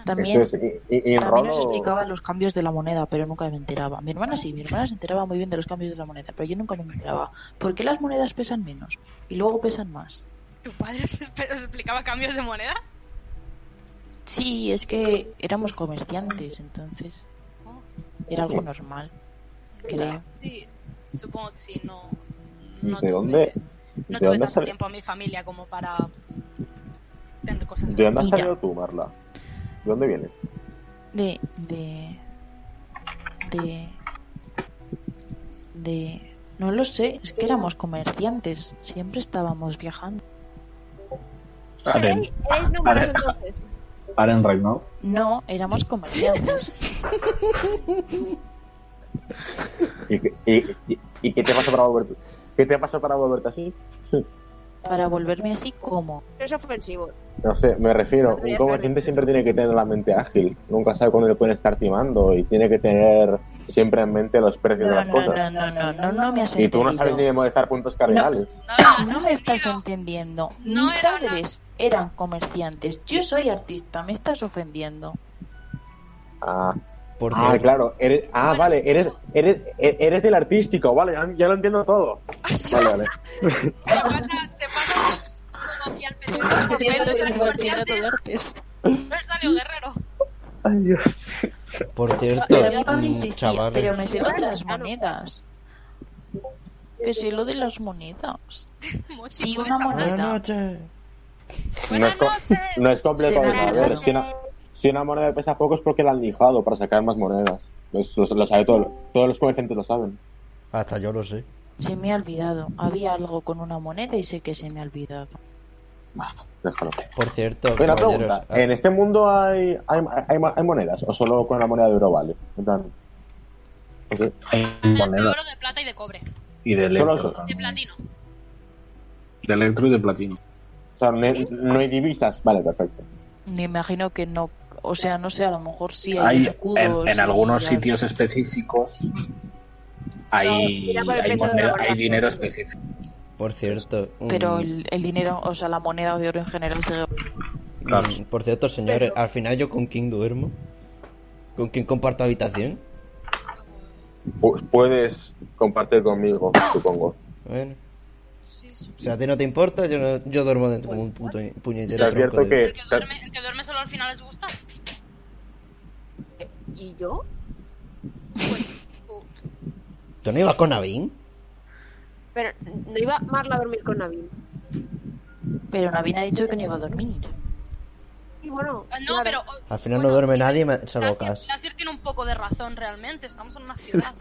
S9: También,
S4: Esto es- y- y- y
S9: también
S4: Rolo-
S9: nos explicaba los cambios de la moneda, pero nunca me enteraba. Mi hermana sí, mi hermana se enteraba muy bien de los cambios de la moneda, pero yo nunca me enteraba. ¿Por qué las monedas pesan menos y luego pesan más?
S6: ¿Tu padre os espe- os explicaba cambios de moneda?
S9: Sí, es que éramos comerciantes, entonces era algo normal, creo.
S6: Sí, supongo que sí, no, no
S4: ¿De
S6: tuve-
S4: dónde?
S6: No
S4: ¿De
S6: tuve
S4: dónde,
S6: tanto
S4: sal-
S6: tiempo a mi familia como para tener cosas así.
S4: ¿De dónde has
S9: Mira.
S4: salido tú, Marla? ¿De dónde vienes?
S9: De, de, de, de... No lo sé, es que éramos comerciantes, siempre estábamos viajando.
S8: Ah,
S1: Aren.
S5: ¿Erais, erais números
S1: Aren.
S5: entonces?
S1: Aren Ragnar.
S9: No, éramos comerciantes.
S4: ¿Y, qué- y, y- y qué te pasó para volverte? ¿Qué te pasó para volverte así?
S9: Para volverme así, ¿cómo?
S19: Es ofensivo.
S4: No sé, me refiero, un comerciante siempre tiene que tener la mente ágil, nunca sabe cuándo le pueden estar timando y tiene que tener siempre en mente los precios
S9: No,
S4: de las
S9: no,
S4: cosas.
S9: no, no, no, no, no me has
S4: y tú
S9: entendido.
S4: no
S9: Ah,
S4: sabes ni memorizar puntos cardinales.
S9: No me estás entendiendo.
S6: No
S9: Mis
S6: era
S9: padres eran comerciantes. Yo soy artista. Me estás ofendiendo.
S4: Ah,
S8: Por
S4: ah,
S8: cierto.
S4: claro, eres, ah, vale, eres, eres, e- eres del artístico, vale, ya, ya lo entiendo todo. Vale, vale.
S6: Me salió guerrero.
S8: Ay, Dios. Por cierto,
S9: Pero mi padre
S8: mm,
S9: insistía,
S8: chavales.
S9: pero me sé lo de las monedas. Que sé lo de las monedas. Sí, una
S8: Buenas
S9: moneda.
S8: noches.
S4: No es, co- no es complejo.
S9: Buenas
S4: A ver,
S9: noches.
S4: si una,
S19: Eh,
S4: si una moneda pesa poco es porque la han lijado para sacar más monedas. Los- los- lo sabe todo- todos los comerciantes lo saben.
S8: Hasta yo lo sé.
S9: Se me ha olvidado. Había algo con una moneda y sé que se me ha olvidado.
S4: Déjalo.
S8: Por cierto,
S4: Una
S8: caballeros, ah,
S4: pregunta, ¿en este mundo hay, hay, hay, hay monedas o solo con la moneda de euro vale? En plan, ok.
S6: De oro, de plata y de cobre.
S1: Y de
S4: Solo
S1: electro.
S4: eso.
S6: De platino.
S1: De electro y de platino.
S4: O sea, no hay, no hay divisas. Vale, perfecto.
S9: Me imagino que no. O sea, no sé, a lo mejor sí hay,
S1: Hay,
S9: escudos.
S1: en, en
S9: y
S1: algunos
S9: hay-
S1: sitios específicos hay,
S9: mira por el
S1: hay,
S9: peso de
S1: moneda-
S9: la moneda.
S1: hay dinero específico.
S8: por cierto. mm,
S9: Pero el, el dinero, o sea, la moneda de oro en general se...
S8: mm, Por cierto, señores, al final yo con quién duermo. ¿Con quién comparto habitación?
S4: Pu- puedes compartir conmigo, supongo.
S8: Bueno. O sea, a ti no te importa, yo, no- yo duermo dentro como un puto puñetero.
S4: Te advierto
S8: tronco de-
S4: que-
S6: Duerme- el que duerme solo al final les gusta.
S19: ¿Y yo?
S6: pues,
S8: ¿Tú no ibas con Navin?
S19: Pero no iba Marla a dormir con Navin.
S9: Pero Navin ha dicho que no iba a dormir.
S19: Y bueno,
S6: No, pero oh,
S8: Al final no
S19: eh,
S8: duerme nadie, me- salvo Cas.
S6: la Sir tiene un poco de razón realmente. Estamos en una ciudad.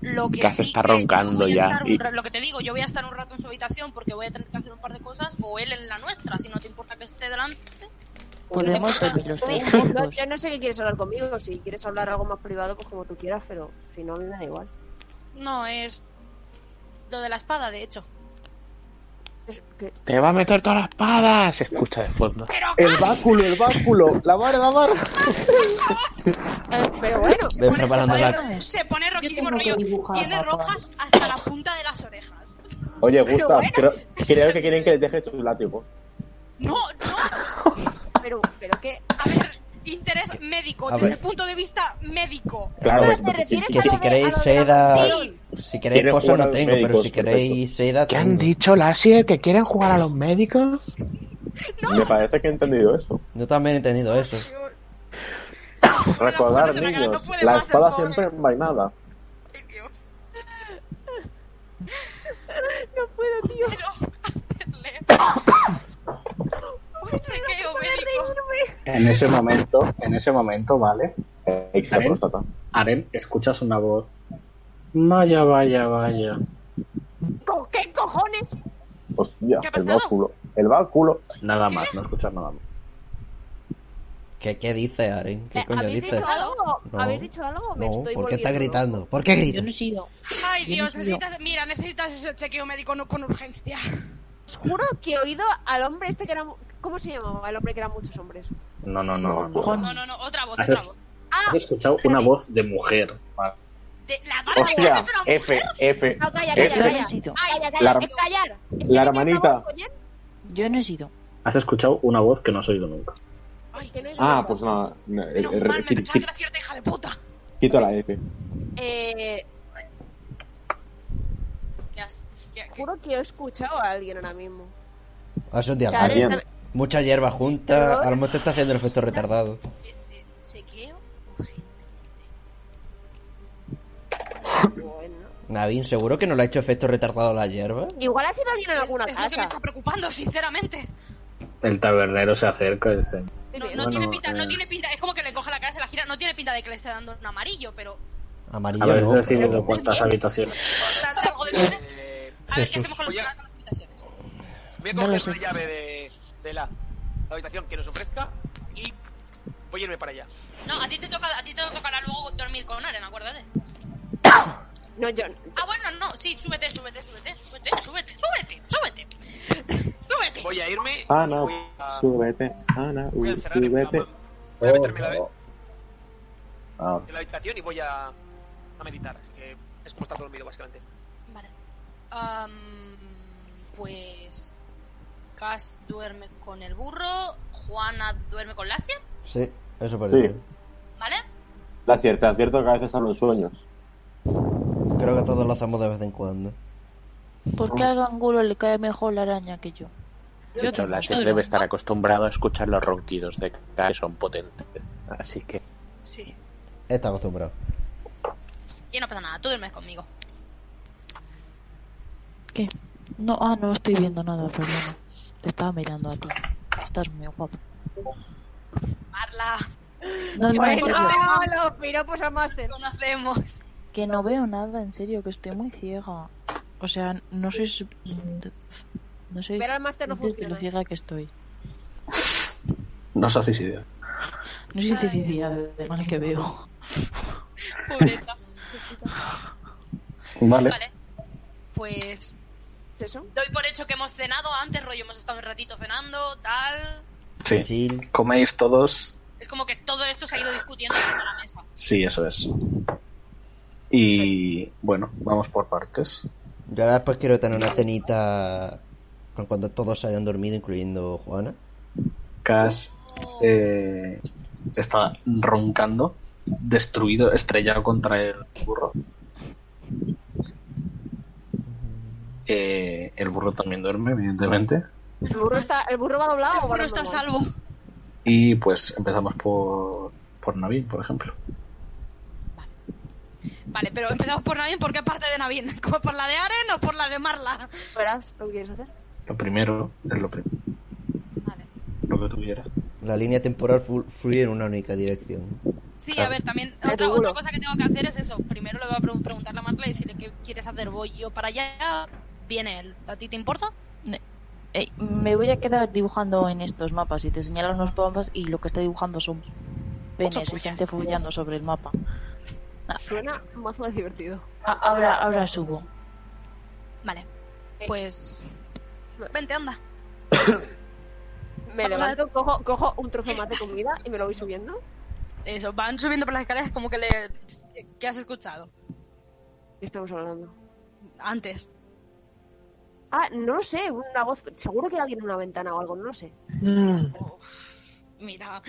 S6: Lo que
S12: Cas
S6: sí
S12: está
S6: que yo
S12: roncando
S6: voy a
S12: ya,
S6: estar un
S12: y-
S6: ra- lo que te digo, yo voy a estar un rato en su habitación porque voy a tener que hacer un par de cosas o él en la nuestra, si no te importa que esté delante.
S9: Podemos dormir los
S19: Yo-
S9: tres
S19: yo,
S9: juntos.
S19: yo no sé qué quieres hablar conmigo. Si quieres hablar algo más privado, pues como tú quieras, pero si no, a mí me da igual.
S6: No, es lo de la espada, de hecho.
S12: Te va a meter todas las espadas. Se escucha de fondo.
S4: El báculo, el báculo, la vara, la vara.
S19: Pero bueno,
S8: Ven preparando
S6: se,
S8: la...
S6: pone, se pone roquísimo
S9: tengo que
S6: rollo.
S9: dibujar
S6: Tiene
S9: mapas.
S6: rojas hasta la punta de las orejas.
S4: Oye, Gustav,
S6: bueno.
S4: creo, creo que quieren que les dejes tu látigo.
S6: No, no. Pero, pero que, a ver, interés médico,
S8: A
S6: desde
S8: ver.
S6: el punto de vista médico.
S4: Claro,
S6: Pero
S4: pues,
S6: te refieres
S8: Ah, Que
S6: a lo
S8: si
S6: de-
S8: queréis
S6: a lo de la
S8: seda...
S6: pasión.
S8: Si queréis
S4: Quieren
S8: posa
S4: jugar a
S8: no
S4: los
S8: tengo, pero
S4: médicos,
S8: si queréis seda...
S12: ¿Qué han
S8: tengo.
S12: dicho, Lasier? ¿Que quieren jugar a los médicos?
S4: Me parece que he entendido eso.
S8: Yo también he entendido eso.
S4: Recordar,
S6: se me acaba,
S4: niños,
S6: no puede
S4: la
S6: más el
S4: espada
S6: pobre.
S4: siempre envainada.
S6: Ay, Dios. No puedo, tío. Pero hacerle. Un chequeo médico.
S1: En ese momento, en ese momento, ¿vale?
S4: Ex la
S1: Aren.
S4: próstata.
S1: Aren, escuchas una voz. Vaya, vaya, vaya.
S19: ¿con qué cojones?
S4: Hostia,
S6: ¿Qué ha
S4: el
S6: pasado?
S4: báculo. El báculo.
S1: Nada más, no escuchas nada más.
S8: ¿Qué, qué dice, Aren? ¿Qué
S19: Eh,
S8: coño
S19: ¿Habéis
S8: dice?
S19: dicho algo?
S8: No.
S19: ¿Habéis dicho algo? Me
S8: No,
S19: estoy
S8: ¿por qué está
S19: volviendo
S8: gritando? ¿Por qué grita?
S9: Yo no he sido.
S6: Ay,
S9: Yo no
S6: Dios,
S9: soy yo.
S6: necesitas. Mira, necesitas ese chequeo médico no con urgencia.
S19: Os juro que he oído al hombre este que era... mu- ¿Cómo se llamaba? El hombre que eran muchos hombres.
S1: No, no, no.
S6: No, no, no, otra voz,
S1: Has,
S6: otra voz.
S8: Ah,
S1: has
S19: ¡Ah,
S1: escuchado una voz de mujer.
S6: De, la barba
S4: Hostia,
S6: es una mujer.
S4: F, F.
S19: No, Ah, calla,
S4: F.
S19: calla, calla.
S6: Ay,
S19: Calla,
S4: Eh, La
S19: calla,
S4: herma-
S19: es callar. Es que
S4: la
S19: me
S4: hermanita.
S19: acabo de coñar.
S9: Yo no he sido.
S1: Has escuchado una voz que no has oído nunca.
S6: ay, que no es
S4: Ah, pues nada. no, eh,
S6: Menos
S4: eh,
S6: mal, me
S4: qui-
S6: pensaba que
S4: qui-
S6: era cierta hija de puta.
S4: Quito la F.
S19: Eh,
S6: ¿Qué has? ¿Qué, qué?
S19: juro que he escuchado a alguien ahora mismo.
S8: Hace un día
S19: Claro,
S8: largo.
S19: está-
S8: Mucha hierba junta, a lo mejor te está haciendo el efecto retardado.
S6: Este, chequeo urgente.
S19: Bueno.
S8: Navin, ¿seguro que no le ha hecho efecto retardado la hierba?
S19: Igual ha sido alguien en alguna
S6: Es lo que me
S19: casa.
S6: está preocupando, sinceramente.
S1: El tabernero se acerca y dice:
S6: No, no
S1: Bueno,
S6: tiene pinta,
S1: eh.
S6: no tiene pinta. Es como que le coge la cara, se la gira. No tiene pinta de que le esté dando un amarillo, pero
S3: Amarillo.
S1: Habéis
S3: no.
S1: decidido cuántas habitaciones.
S3: Jesús.
S2: Eh, Voy a coger una llave de, de la habitación que nos ofrezca y voy a irme para allá.
S6: No, a ti te toca, a ti te tocará luego dormir con Aren, acuérdate.
S19: No, yo.
S6: Ah, bueno, no, sí, súbete, súbete, súbete, súbete, súbete, súbete, súbete. Súbete.
S2: Voy a irme.
S4: Ana,
S2: voy a-
S4: súbete. Ana,
S2: voy a
S4: uy,
S2: cerrar el
S4: súbete.
S2: programa. Voy a meterme en la,
S1: Ah,
S2: en la habitación y voy a, a meditar. Así que es por estar dormido, básicamente.
S6: Vale. Am, pues. Cass duerme con el burro, Juana duerme con Lasia,
S8: Sí, eso parece.
S4: Sí.
S6: ¿vale?
S4: Lasier, te advierto que a veces hablo en sueños.
S8: Creo que todos lo hacemos de vez en cuando.
S9: ¿Por qué a Gangulo le cae mejor la araña que yo?
S12: De hecho, la serie debe estar acostumbrado a escuchar los ronquidos de K, que son potentes. Así que.
S6: Sí.
S8: Está acostumbrado.
S6: Y no pasa nada, tú duermes conmigo.
S9: ¿Qué? No, ah, no estoy viendo nada, perdón. Te estaba mirando a ti. Estás muy guapo.
S6: Marla.
S9: No, no, en
S19: Pues,
S9: serio.
S19: ah, los piropos al máster.
S6: Conocemos.
S9: Que no veo nada, en serio, que estoy muy ciega. O sea, no sois. No sois.
S19: Ver al máster no
S9: conscientes de
S19: funciona.
S9: lo ciega que estoy.
S16: No os hacéis idea.
S9: No soy necesidad de mal que veo.
S6: Pobreta.
S16: Vale.
S6: Pues. Doy por hecho que hemos cenado antes, rollo, hemos estado un ratito cenando, tal.
S1: Sí. ¿Coméis todos?
S6: Es como que todo esto se ha ido discutiendo en la mesa.
S1: Sí, eso es. Y bueno, vamos por partes.
S8: Yo ahora después quiero tener una cenita con cuando todos hayan dormido, incluyendo Juana.
S1: Cass eh, está roncando, destruido, estrellado contra el burro. Eh, el burro también duerme, evidentemente.
S19: El burro, está, ¿El burro va doblado o va
S6: Pero está a
S19: normal?
S6: salvo.
S1: Y pues empezamos por, por Navín, por ejemplo.
S6: Vale, pero empezamos por Navin, ¿por qué parte de Navin? ¿Como ¿Por la de Aren o por la de Marla?
S19: Verás lo que quieres hacer.
S1: Lo primero es lo primero. Lo que tuviera.
S8: La línea temporal fu- fluye en una única dirección.
S6: Sí, a
S8: Claro.
S6: ver, también
S8: Me
S6: otra,
S8: regulo.
S6: otra cosa que tengo que hacer es eso. Primero le voy a pre- preguntar a Marla y decirle qué quieres hacer. Voy yo para allá, viene él. ¿A ti te importa?
S9: Ey, me voy a quedar dibujando en estos mapas y te señalo unos mapas y lo que está dibujando son penes y gente follando sobre el mapa.
S19: Suena mazo de divertido.
S9: A- Ahora, ahora subo.
S6: Vale. Pues... Vente, anda.
S19: Me levanto, cojo, cojo un trozo más de comida y me lo voy subiendo.
S6: Eso, van subiendo por las escaleras como que le... ¿Qué has escuchado?
S19: ¿Qué estamos hablando?
S6: Antes.
S19: Ah, no lo sé, una voz. Seguro que era alguien en una ventana o algo, no lo sé.
S6: Mm. Mira,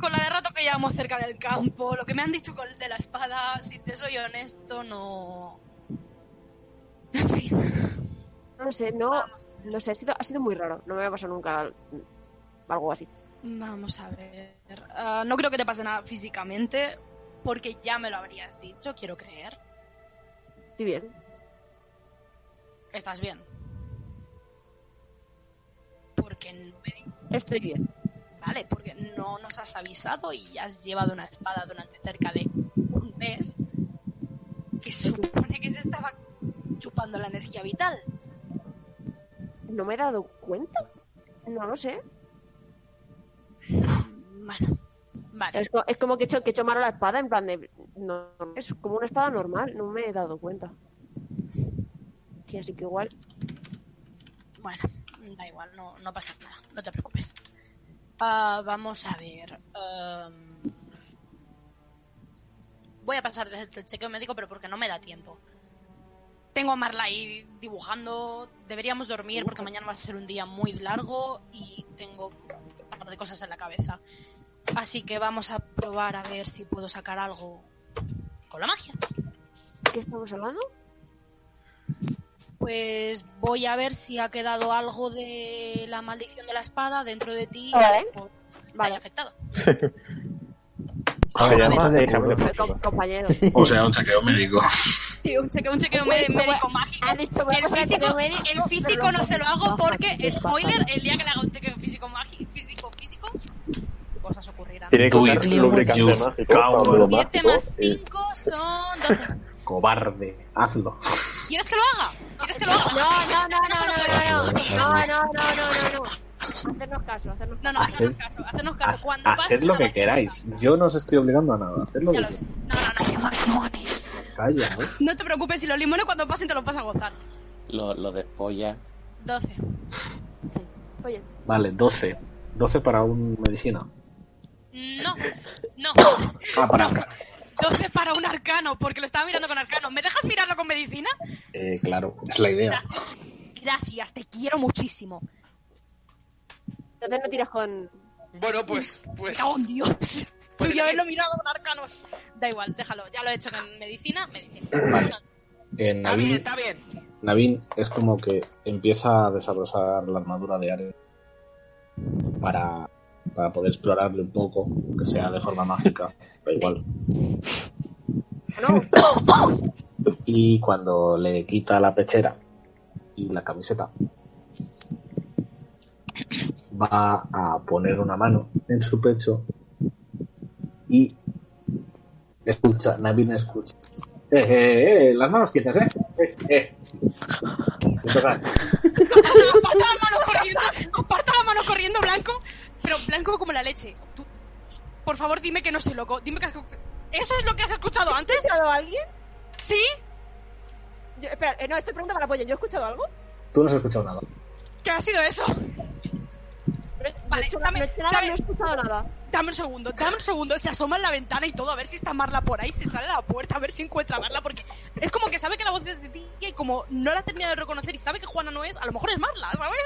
S6: con la de rato que llevamos cerca del campo, lo que me han dicho con- de la espada, si te soy honesto, no...
S19: No lo sé, no. No sé, ha sido, ha sido muy raro. No me va a pasar nunca mm, algo así.
S6: Vamos a ver. Ah, no creo que te pase nada físicamente, porque ya me lo habrías dicho, quiero creer.
S19: Estoy bien.
S6: Estás bien. Porque no me di-
S19: Estoy bien.
S6: Vale, porque no nos has avisado y has llevado una espada durante cerca de un mes que supone que se estaba chupando la energía vital.
S19: ¿No me he dado cuenta? No lo sé.
S6: Vale.
S19: Es, co- es como que he, hecho, que he hecho mano a la espada en plan de. No, es como una espada normal, no me he dado cuenta. Sí, así que igual.
S6: Bueno, da igual, no, no pasa nada, no te preocupes. Ah, vamos a ver. em, voy a pasar desde el chequeo médico, pero porque no me da tiempo. Tengo a Marla ahí dibujando, deberíamos dormir porque mañana va a ser un día muy largo y tengo un par de cosas en la cabeza. Así que vamos a probar a ver si puedo sacar algo con la magia.
S19: ¿Qué estamos hablando?
S6: Pues voy a ver si ha quedado algo de la maldición de la espada dentro de ti.
S19: Vale.
S6: o te haya afectado.
S8: Ah,
S1: Ah, Se llama examen de-
S19: Com- compañero.
S1: O sea, un chequeo médico.
S6: Sí, un chequeo, un chequeo mé- médico mágico.
S19: voy a
S6: el
S19: pasar el
S6: físico,
S19: chequeo médico,
S6: el físico
S19: pero
S6: no
S19: lo-
S6: se lo hago porque,
S19: Pájaro,
S6: spoiler,
S19: pájaro.
S6: el día que le haga un chequeo físico mágico, físico, físico, cosas ocurrirán.
S4: Tiene que
S1: Do
S4: usar
S1: it.
S4: lubricante
S1: You
S4: mágico,
S1: coward.
S4: pábulo
S6: Siete
S4: mágico,
S6: más
S1: eh.
S4: y-
S6: 5 son 12.
S1: Cobarde, hazlo.
S6: ¿Quieres que lo haga? ¿Quieres que lo haga?
S5: No, no, no, no, no, no, no, no, no, no, no, no, no.
S6: Hacernos caso, hacernos caso. No, no, hacernos caso, hacernos caso. Cuando
S1: Haced
S6: pase
S1: lo
S6: la
S1: que
S6: magia-
S1: queráis. Yo no os estoy obligando a nada. Haced lo
S6: Ya
S1: que
S6: lo sé.
S1: queráis.
S6: No, no, no, no.
S1: Calla, ¿eh?
S6: No te preocupes, si los limones cuando pasen te los vas a gozar.
S12: Lo, lo despolla.
S6: 12.
S5: Oye.
S1: Vale, 12. 12 para un medicina.
S6: No, no.
S1: Ah, para.
S6: 12 para un arcano, porque lo estaba mirando con arcano. ¿Me dejas mirarlo con medicina?
S1: Eh, claro, es la idea.
S6: Gracias, te quiero muchísimo.
S5: Entonces no tiras con.
S2: Bueno, pues. pues...
S6: ¡Oh, Dios! Podría haberlo mirado con arcanos. Da igual, déjalo. Ya lo he hecho con medicina. medicina.
S1: Vale. Eh, Navin,
S6: Está bien.
S1: Navin es como que empieza a desabrozar la armadura de Ares para, para poder explorarle un poco, que sea de forma mágica. Da igual. Y cuando le quita la pechera y la camiseta, va a poner una mano en su pecho y escucha, Navin escucha. Eh, eh, eh, las manos quietas, eh. eh, eh. Empezar.
S6: Aparta la mano corriendo. Aparta la mano corriendo, Blanco. Pero Blanco como la leche. Tú, por favor, dime que no soy loco. Dime que has... ¿Eso es lo que has escuchado antes?
S5: ¿He escuchado a alguien?
S6: ¿Sí?
S5: Yo- espera, eh, no, estoy preguntando para apoyo. ¿Yo he escuchado algo?
S1: Tú no has escuchado nada.
S6: ¿Qué ha sido eso? Vale, dame, dame- Dame un segundo, dame un segundo. Se asoma en la ventana y todo, a ver si está Marla por ahí. Se sale a la puerta, a ver si encuentra a Marla, porque es como que sabe que la voz es de ti y como no la ha terminado de reconocer y sabe que Juana no es, a lo mejor es Marla, ¿sabes?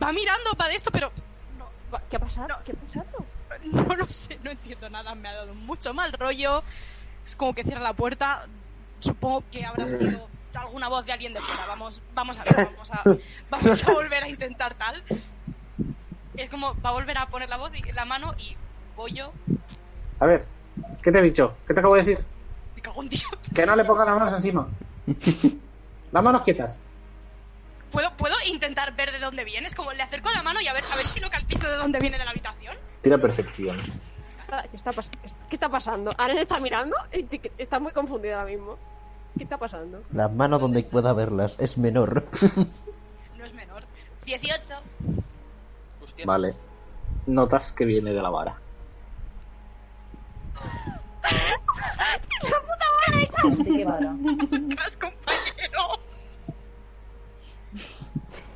S6: Va mirando para de esto, pero. no, va-
S5: ¿Qué ha pasado? ¿Qué ha pasado?
S6: No lo sé, no entiendo nada. Me ha dado mucho mal rollo. Es como que cierra la puerta. Supongo que habrá sido alguna voz de alguien de fuera. Vamos, vamos a ver, vamos a, vamos a volver a intentar tal. Es como va a volver a poner la voz y la mano y voy yo.
S1: A ver, ¿qué te he dicho? ¿Qué te acabo de decir?
S6: Me cago en Dios.
S1: Que no le pongas las manos encima. las manos quietas.
S6: ¿Puedo, ¿Puedo intentar ver de dónde viene? Es como le acerco la mano y a ver, a ver si localizo de dónde viene de la habitación.
S1: Tira percepción.
S5: Ah, ¿Qué está, pas- ¿Qué está pasando? Aren está mirando y te- que- está muy confundida ahora mismo. ¿Qué está pasando?
S8: Las manos donde pueda verlas es menor.
S6: No es menor. 18.
S1: Vale. Notas que viene de la vara.
S6: ¡La puta madre!
S9: Así que vara.
S6: Cas, compañero!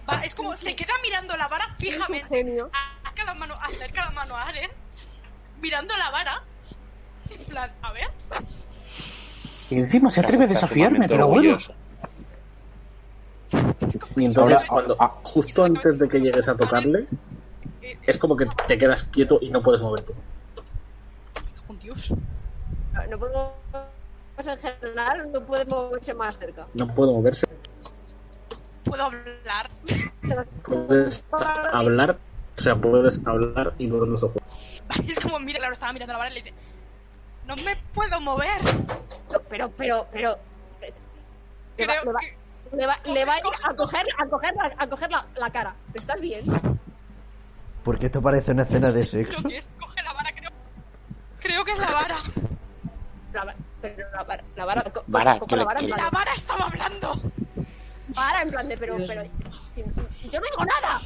S6: Va, es como se queda mirando la vara fijamente. Acerca la mano, acerca la mano a Aren. Mirando la vara. En plan, a ver.
S16: Y encima se atreve a desafiarme, pero bueno.
S1: Y entonces, cuando,
S16: ah,
S1: justo antes de que llegues a tocarle,
S6: eh,
S1: es como que te quedas quieto y no puedes moverte.
S6: Con Dios.
S5: No, No puedo. pues, En general, no puede moverse más cerca.
S1: No puedo moverse.
S6: Puedo hablar.
S1: Puedes hablar, o sea, puedes hablar y mover los ojos.
S6: Vale, es como, mira, claro, estaba mirando la vara y le dice: No me puedo mover.
S5: Pero, pero, pero. Le va,
S6: Creo
S5: le va- le va- le va a ir a coger, a coger, la, a coger la, la cara. ¿Estás bien?
S8: Porque esto parece una escena de sexo.
S6: Creo que es la vara.
S5: La, va- pero la vara. La vara, co-
S12: Vara,
S5: cojo
S12: que
S5: la,
S12: le-
S5: vara en
S12: que le-
S5: plan
S6: La vara estaba hablando.
S5: de- vara en plan de, pero. pero si- yo no digo nada.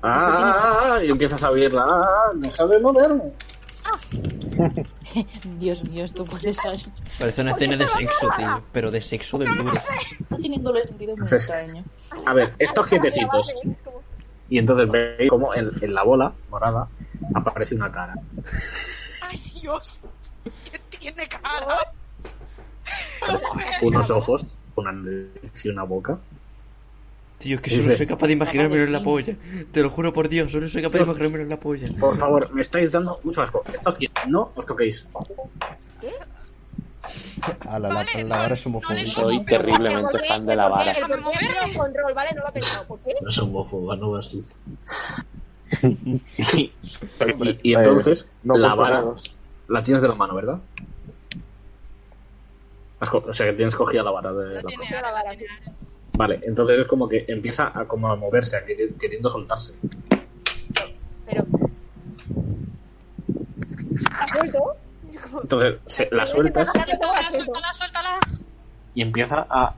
S1: Ah, ah, ah, y empiezas a oírla. Ah, ah, deja de moverme.
S9: Dios mío, esto puede ser.
S8: Parece una escena de sexo, tío. Pero de sexo del duro.
S9: Está teniendo el sentido muy
S1: Entonces-
S9: extraño.
S1: A ver, estos quietecitos.
S5: ¿eh?
S1: Y entonces veis como en, en la bola morada aparece una cara.
S6: ¡Ay, Dios! ¿Qué tiene cara?
S1: Unos ojos, una nariz y una boca.
S8: Tío, es que
S1: Dice-
S8: solo soy capaz de imaginármelo en la polla. Te lo juro por Dios, solo soy capaz de imaginármelo en la polla.
S1: Por favor, me estáis dando mucho asco. Estos quietos, no os toquéis.
S8: A la, la, la vara es homofóbica.
S12: Soy terriblemente fan de la vara.
S5: El porqué ha sido con rol, ¿vale? No lo he pensado. ¿Por qué?
S1: No es homófoba, no me asustes. y, y entonces,
S4: no
S1: la
S4: conozco
S1: vara
S4: nada.
S1: la tienes de la mano, ¿verdad? Has co- O sea, que tienes cogida la vara de la mano.
S5: Cogió la vara. sí.
S1: Vale, entonces es como que empieza a, como a moverse, a querer- queriendo soltarse.
S5: Pero.
S1: Entonces, se- la sueltas
S6: Suéltala, suéltala, suéltala.
S1: y empieza a.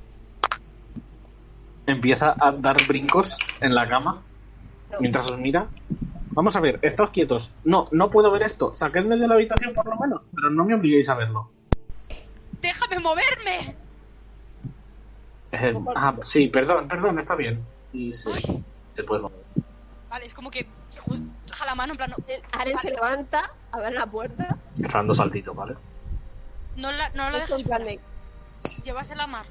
S1: Empieza a dar brincos en la cama mientras os mira. Vamos a ver, estos quietos. No, no puedo ver esto. Saquedme de la habitación por lo menos, pero no me obliguéis a verlo.
S6: ¡Déjame moverme!
S1: Eh, ah, sí, perdón, perdón, está bien. Y se, se puede mover.
S6: Vale, es como que justo baja la mano en plan. no, eh,
S5: Aren se levanta, abre la puerta.
S1: Está dando saltitos, ¿vale?
S6: No la, no la
S5: Es
S6: dejes.
S5: en plan de-
S6: Llévasela a Mar.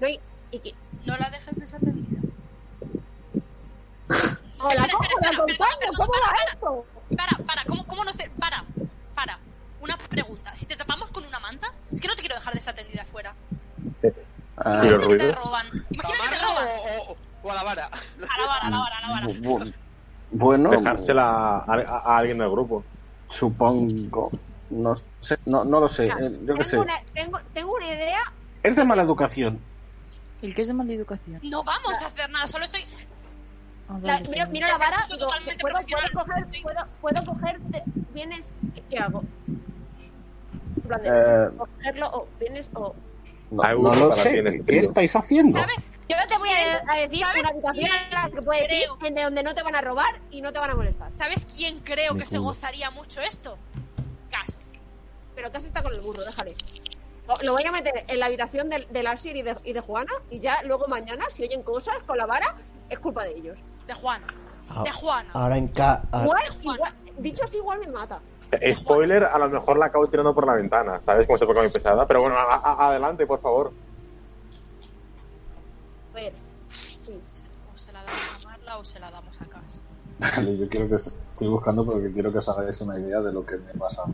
S5: No, y, y que-
S6: No la dejes desatendida.
S5: ¡Oh, la cojo, la acompaño! ¿Cómo va esto?
S6: Para, para, ¿cómo, cómo no te.? Para, para. Una pregunta. Si te tapamos con una manta, es que no te quiero dejar desatendida afuera.
S1: Ah.
S16: Ah,
S4: ¿Y los
S6: Imagínate que te
S4: ruidos?
S6: roban. Imagínate que te roban.
S2: O, o- o a la vara.
S6: A la vara, a la vara, a la vara.
S16: Bueno,
S4: Dejársela a, a- a alguien del grupo.
S16: supongo. No sé, no, no lo sé. eh, yo qué sé.
S5: Tengo una, tengo, tengo una idea.
S1: Es de mala educación.
S9: El que es de mala educación.
S6: No vamos a hacer nada, solo estoy.
S9: Ah,
S5: La-
S9: vale,
S5: miro,
S9: vale.
S5: miro la vara.
S6: Esto es
S5: digo,
S6: totalmente
S5: ¿puedo,
S6: profesional.
S5: puedo coger, puedo, puedo coger de- bienes. ¿Qué, qué hago? En plan de,
S16: Eh,
S5: o cogerlo o bienes o.
S16: No,
S4: Hay
S16: no
S4: uno
S16: lo
S4: para ti
S16: sé.
S4: en este
S16: ¿Qué
S4: trío.
S16: estáis haciendo?
S6: ¿Sabes?
S5: Yo te voy a, a decir
S6: ¿Sabes?
S5: una habitación en la que puedes ir, en donde no te van a robar y no te van a molestar.
S6: ¿Sabes quién creo
S5: Mi
S6: que se
S5: culo.
S6: gozaría mucho esto? Gas.
S5: Pero casi está con el burro, déjale. Oh, Lo- Lo voy a meter en la habitación del, del Ashir y de, y de Juana y ya luego mañana, si oyen cosas con la vara, es culpa de ellos.
S6: De Juana.
S3: Ah.
S6: De Juana.
S3: Ahora en ca... ah,
S5: Igual, igual, dicho así, igual me mata.
S4: Spoiler, a lo mejor la acabo tirando por la ventana, ¿sabes? Como se fue con mi pesada. Pero bueno, a- a- adelante, por favor.
S5: A ver.
S6: O se la damos a Marla o se la damos a Gas.
S16: Vale, yo quiero que estoy buscando porque quiero que os hagáis una idea de lo que me pasa.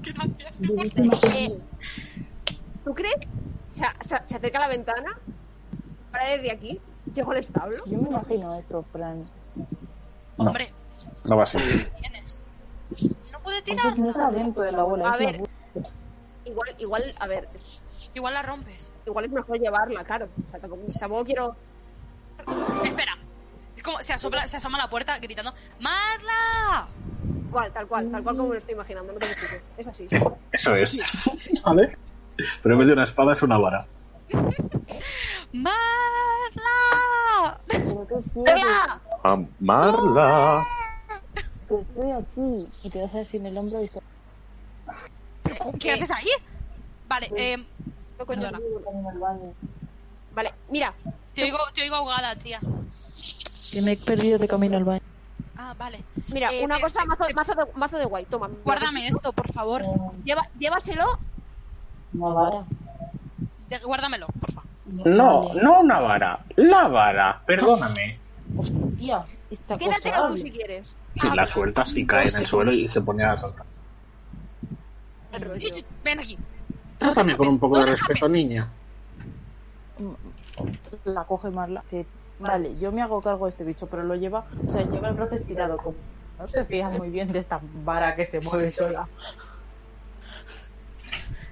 S5: Eh, ¿Tú crees? Se, se- se acerca a la ventana. Ahora desde aquí. Llego al establo.
S9: Yo me imagino esto, Fran.
S16: No,
S6: Hombre.
S16: no va a ser.
S6: Tienes. No puede tirar.
S9: Entonces no está bien, pues la bola.
S5: A
S9: es la
S5: ver.
S9: bola.
S5: Igual, igual, a ver.
S6: Igual la rompes.
S5: Igual es mejor llevarla, claro. O sea, tampoco, tampoco quiero.
S6: Espera. Es como se, asopla- se asoma a la puerta gritando ¡Marla!
S5: Igual, tal cual, tal cual como me lo estoy imaginando. No te preocupes. Es así.
S1: Eso es. ¿Vale? Pero en vez de una espada es una vara.
S6: ¡Marla!
S9: Pero qué
S5: ¡Marla!
S4: Amarla.
S9: Que estoy aquí y te vas a decir en el hombro y dices,
S6: ¿Qué haces ahí? Vale,
S9: Pues,
S6: eh.
S5: eh, No, coño,
S6: perdona.
S5: Vale, mira.
S6: Te oigo, te oigo ahogada, tía.
S9: que me he perdido de camino al baño.
S6: Ah, vale.
S5: Mira,
S6: Eh,
S5: una
S6: te-
S5: cosa, mazo, mazo de, mazo de guay. Toma. mira, pues
S6: Guárdame
S9: pues,
S6: esto, por favor.
S5: Lleva, llévaselo.
S9: Una vara.
S6: De- guárdamelo, por favor.
S1: No, no una vara. La vara. Perdóname.
S9: Tía,
S5: Pues
S9: esta
S5: Quédatelo tú
S9: cosa.
S5: si quieres.
S1: La sueltas y cae en el suelo y se pone a saltar.
S5: El rollo.
S6: Ven aquí.
S1: Trátame con un poco de respeto, niña.
S9: La coge Marla. dice, Vale, yo me hago cargo de este bicho, pero lo lleva, o sea, lleva el brazo estirado. Como, no se fía muy bien de esta vara que se mueve sola.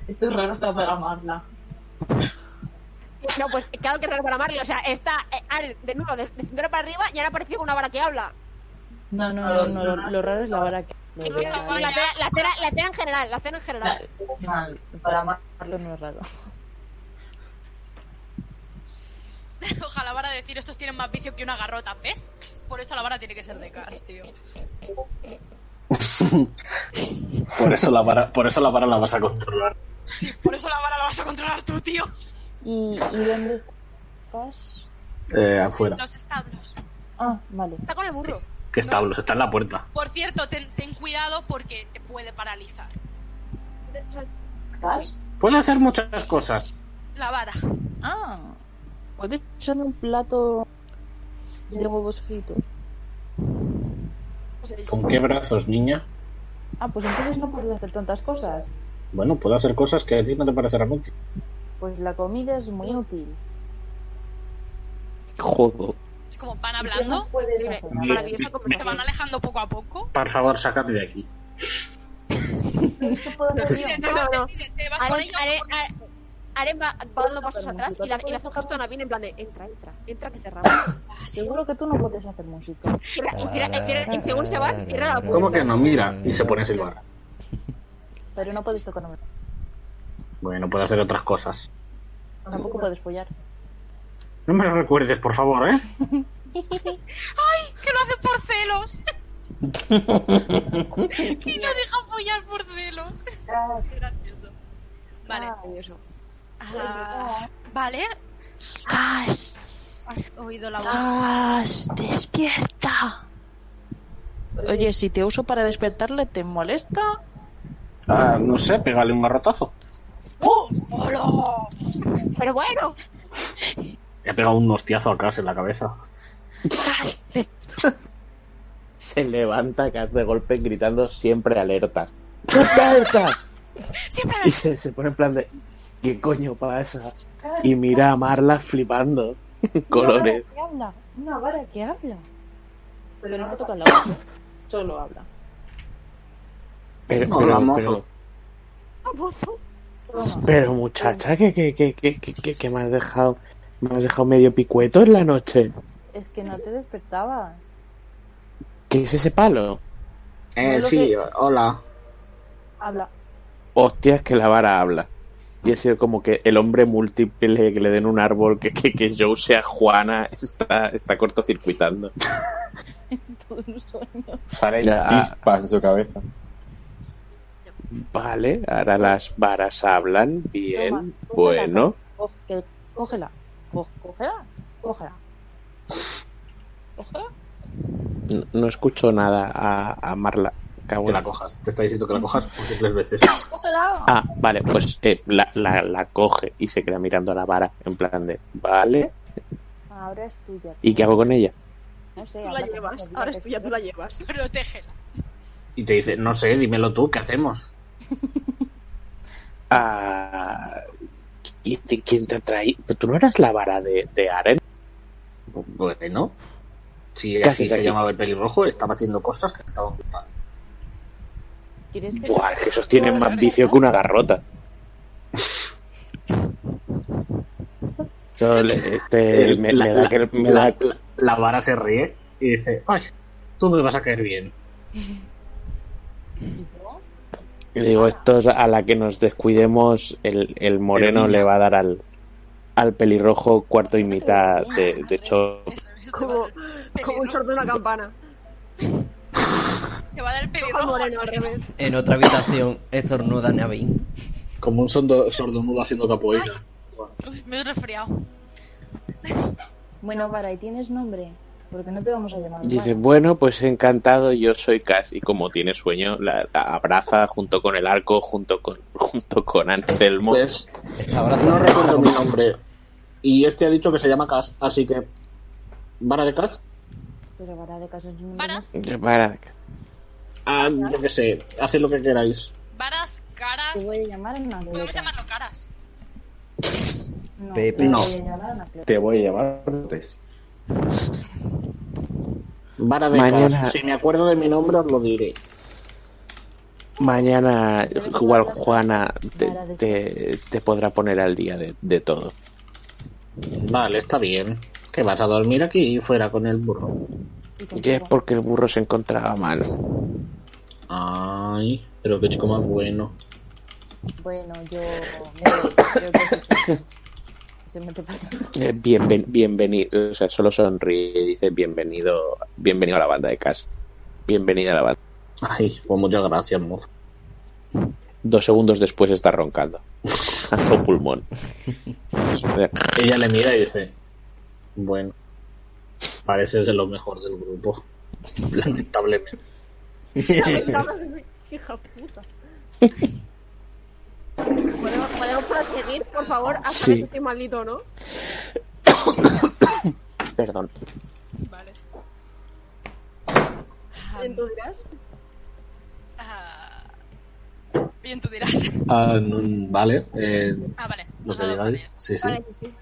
S9: Esto es raro hasta para Marla.
S5: No, pues claro que es raro para Mario. O sea, está eh, Aren, de nuevo, de, de cintura para arriba y ahora aparece con una vara que habla.
S9: No, no, no, no, lo, lo raro es la vara que.
S5: Y luego La cena, la cena- la cena en general, la cena en general.
S9: Mal, para Marla no es raro.
S6: Ojalá vara decir estos tienen más vicio que una garrota, ¿ves? Por esto la vara tiene que ser de Gas, tío.
S1: Por eso la vara, por eso la, vara la vas a controlar.
S6: Sí, por eso la vara la vas a controlar tú, tío.
S9: ¿Y, y dónde estás?
S1: Eh, afuera.
S6: Los establos.
S9: Ah, vale.
S5: Está con el burro.
S1: ¿Qué establos? Está en la puerta.
S6: Por cierto, ten, ten cuidado porque te puede paralizar.
S5: De- o sea,
S1: Puede hacer muchas cosas.
S6: La vara.
S9: Ah, puedes echar un plato de huevos fritos.
S1: ¿Con qué brazos, niña?
S9: Ah, pues entonces no puedes hacer tantas cosas.
S1: Bueno, puede hacer cosas que a ti no te parecerán útiles.
S9: Pues la comida es muy útil.
S12: Joder.
S6: Es como van hablando,
S1: Maravillosa
S6: se van alejando poco a poco.
S1: Por favor, sácate de aquí.
S6: Decide,
S5: No, no, no.
S6: decide, te vas con
S5: Aren,
S6: ellos o
S5: Aren-
S6: con-
S5: Aren- Aren va, va dando pasos atrás y la, y la hace un gesto a Navin en plan de entra, entra, entra que cerramos.
S9: Seguro que tú no puedes hacer música.
S5: Y, la- y cierra- y cierra- y pues, según se va, cierra la puerta.
S1: ¿Cómo que no? Mira, y se pone a silbar.
S9: Pero no puedes tocar nada.
S1: Bueno, puedo hacer otras cosas.
S9: Tampoco puedes follar.
S1: No me lo recuerdes, por favor, ¿eh?
S6: ¡Ay! ¡Que lo hace por celos! y lo deja follar por celos. Qué gracioso. Vale. Ah, vale.
S9: ¡Cas!
S6: Has oído la
S9: Ah. ¡Cas! ¡Despierta! Oye, si te uso para despertarle, ¿te molesta?
S1: Ah, no sé, pégale un garrotazo.
S6: ¡Oh! ¡Hola!
S5: Pero bueno.
S1: Le ha pegado un hostiazo a Cass en la cabeza.
S12: Se levanta Cass de golpe gritando siempre alerta.
S8: ¡Siempre alerta!
S6: ¡Siempre
S12: Y se, se pone en plan de ¿qué coño pasa? Y mira a Marla flipando. Colores.
S9: Una vara que habla. Una vara que habla. Pero no toca la boca. Solo habla.
S12: Pero,
S1: Hola,
S12: pero,
S1: mozo.
S12: pero- pero, muchacha, que que, que, que, que- que- que me has dejado me has dejado medio picueto en la noche.
S9: Es que no te despertabas.
S12: ¿Qué es ese palo?
S1: Eh,
S9: No lo
S1: sí,
S9: sé.
S1: hola.
S9: Habla.
S12: Hostias que la vara habla. Y ha sido como que el hombre múltiple que le den un árbol, que, que, que Joe sea Juana, está, está cortocircuitando.
S9: Es todo un sueño.
S4: Salen
S12: Ya.
S4: chispas de su cabeza.
S12: Vale, ahora las varas hablan.
S9: Toma,
S12: Bien,
S9: cógela,
S12: bueno.
S9: Cas, co- que- Cógela. Co- Cógela. Cógela. Cógela.
S12: No, no escucho nada a, a Marla. Cago
S1: Que
S12: en-
S1: la cojas. Te está diciendo que la cojas múltiples veces.
S9: Cógela.
S12: Ah, vale, pues eh, la, la, la coge y se queda mirando a la vara en plan de, vale,
S9: Ahora es tuya.
S12: ¿y qué hago con ella?
S9: No sé.
S19: Tú la
S9: habla con
S19: llevas,
S9: ella, dile
S19: ahora
S9: que
S19: es tuya,
S9: sí.
S19: tú la llevas.
S6: Protégela.
S1: Y te dice, no sé, dímelo tú, ¿qué hacemos?
S12: Ah, ¿y de quién te atrae? ¿Pero tú no eras la vara de, de Aren?
S1: Bueno. Si
S12: ¿Qué
S1: así
S12: haces
S1: se
S12: aquí?
S1: llamaba el pelirrojo, estaba haciendo cosas que estaban ocupadas.
S9: ¿Quieres que
S12: Buah, que esos tienen más vicio que una garrota. Yo le- este, me,
S1: la,
S12: me da
S1: la-
S12: que... me
S1: la-
S12: da-
S1: la- la vara se ríe y dice, ay, tú me vas a caer bien.
S9: ¿Y yo?
S12: le digo, esto es a la que nos descuidemos, el, el moreno le va a dar al, al pelirrojo cuarto y mitad de, de chop.
S19: Como, como un short de una campana.
S6: Se va a dar el
S19: Ojo
S6: pelirrojo.
S19: moreno al revés.
S8: En otra habitación estornuda Navin.
S1: Como un sordo, sordomudo haciendo capoeira.
S6: Uf, me he resfriado.
S9: Bueno, para, ¿y tienes nombre? Porque no te vamos a llamar.
S12: Dice, bueno, pues encantado, yo soy Cass. Y como tiene sueño, la, la abraza junto con el arco, junto con, junto con Anselmo.
S1: Pues
S8: Ahora
S1: no recuerdo mi nombre. Y este ha dicho que se llama Cass, así que... ¿Vara de Cass?
S9: Vara. Pero para de caso es un nombre.
S6: Vara.
S9: más-
S12: Para-
S1: Ah, yo qué sé, haced lo que queráis.
S6: Varas, caras.
S9: Te voy a llamar Ana
S6: Podemos llamarlo caras.
S9: No,
S8: Pepe.
S9: te
S1: No.
S9: voy a llamar Anacleta.
S4: Te voy a llevar antes.
S1: Vara de
S12: Mañana-
S1: Cass. Si me acuerdo de mi nombre os lo diré.
S12: Mañana, igual Juana te, te- te podrá poner al día de, de todo.
S1: Vale, está bien. ¿Qué vas a dormir aquí fuera con el burro?
S12: Y
S9: Y
S12: es
S9: contigo.
S12: porque el burro se encontraba mal.
S1: Ay, pero qué chico más bueno.
S9: Bueno, yo. me- yo qué sé, se- Se me te pasa.
S12: Eh, bienven- bienvenido, o sea, solo sonríe y dice bienvenido, bienvenido a la banda de Cass. Bienvenida a la banda.
S1: Ay, pues muchas gracias, mozo.
S12: Dos segundos después está roncando. A todo pulmón.
S1: Ella le mira y dice, bueno, pareces de lo mejor del grupo. Lamentablemente.
S19: Hija puta. ¿Podemos, podemos proseguir,
S5: Pues,
S19: por favor, hasta
S12: Sí.
S19: que se esté maldito, ¿no?
S12: Perdón.
S6: Vale.
S19: ¿En tú dirás?
S6: Ah, bien, tú dirás.
S1: Ah, no, vale, eh,
S6: Ah, vale.
S1: lo
S6: Nos
S1: que
S6: ha dado
S1: digáis. Sí, sí.
S19: Vale, sí, sí.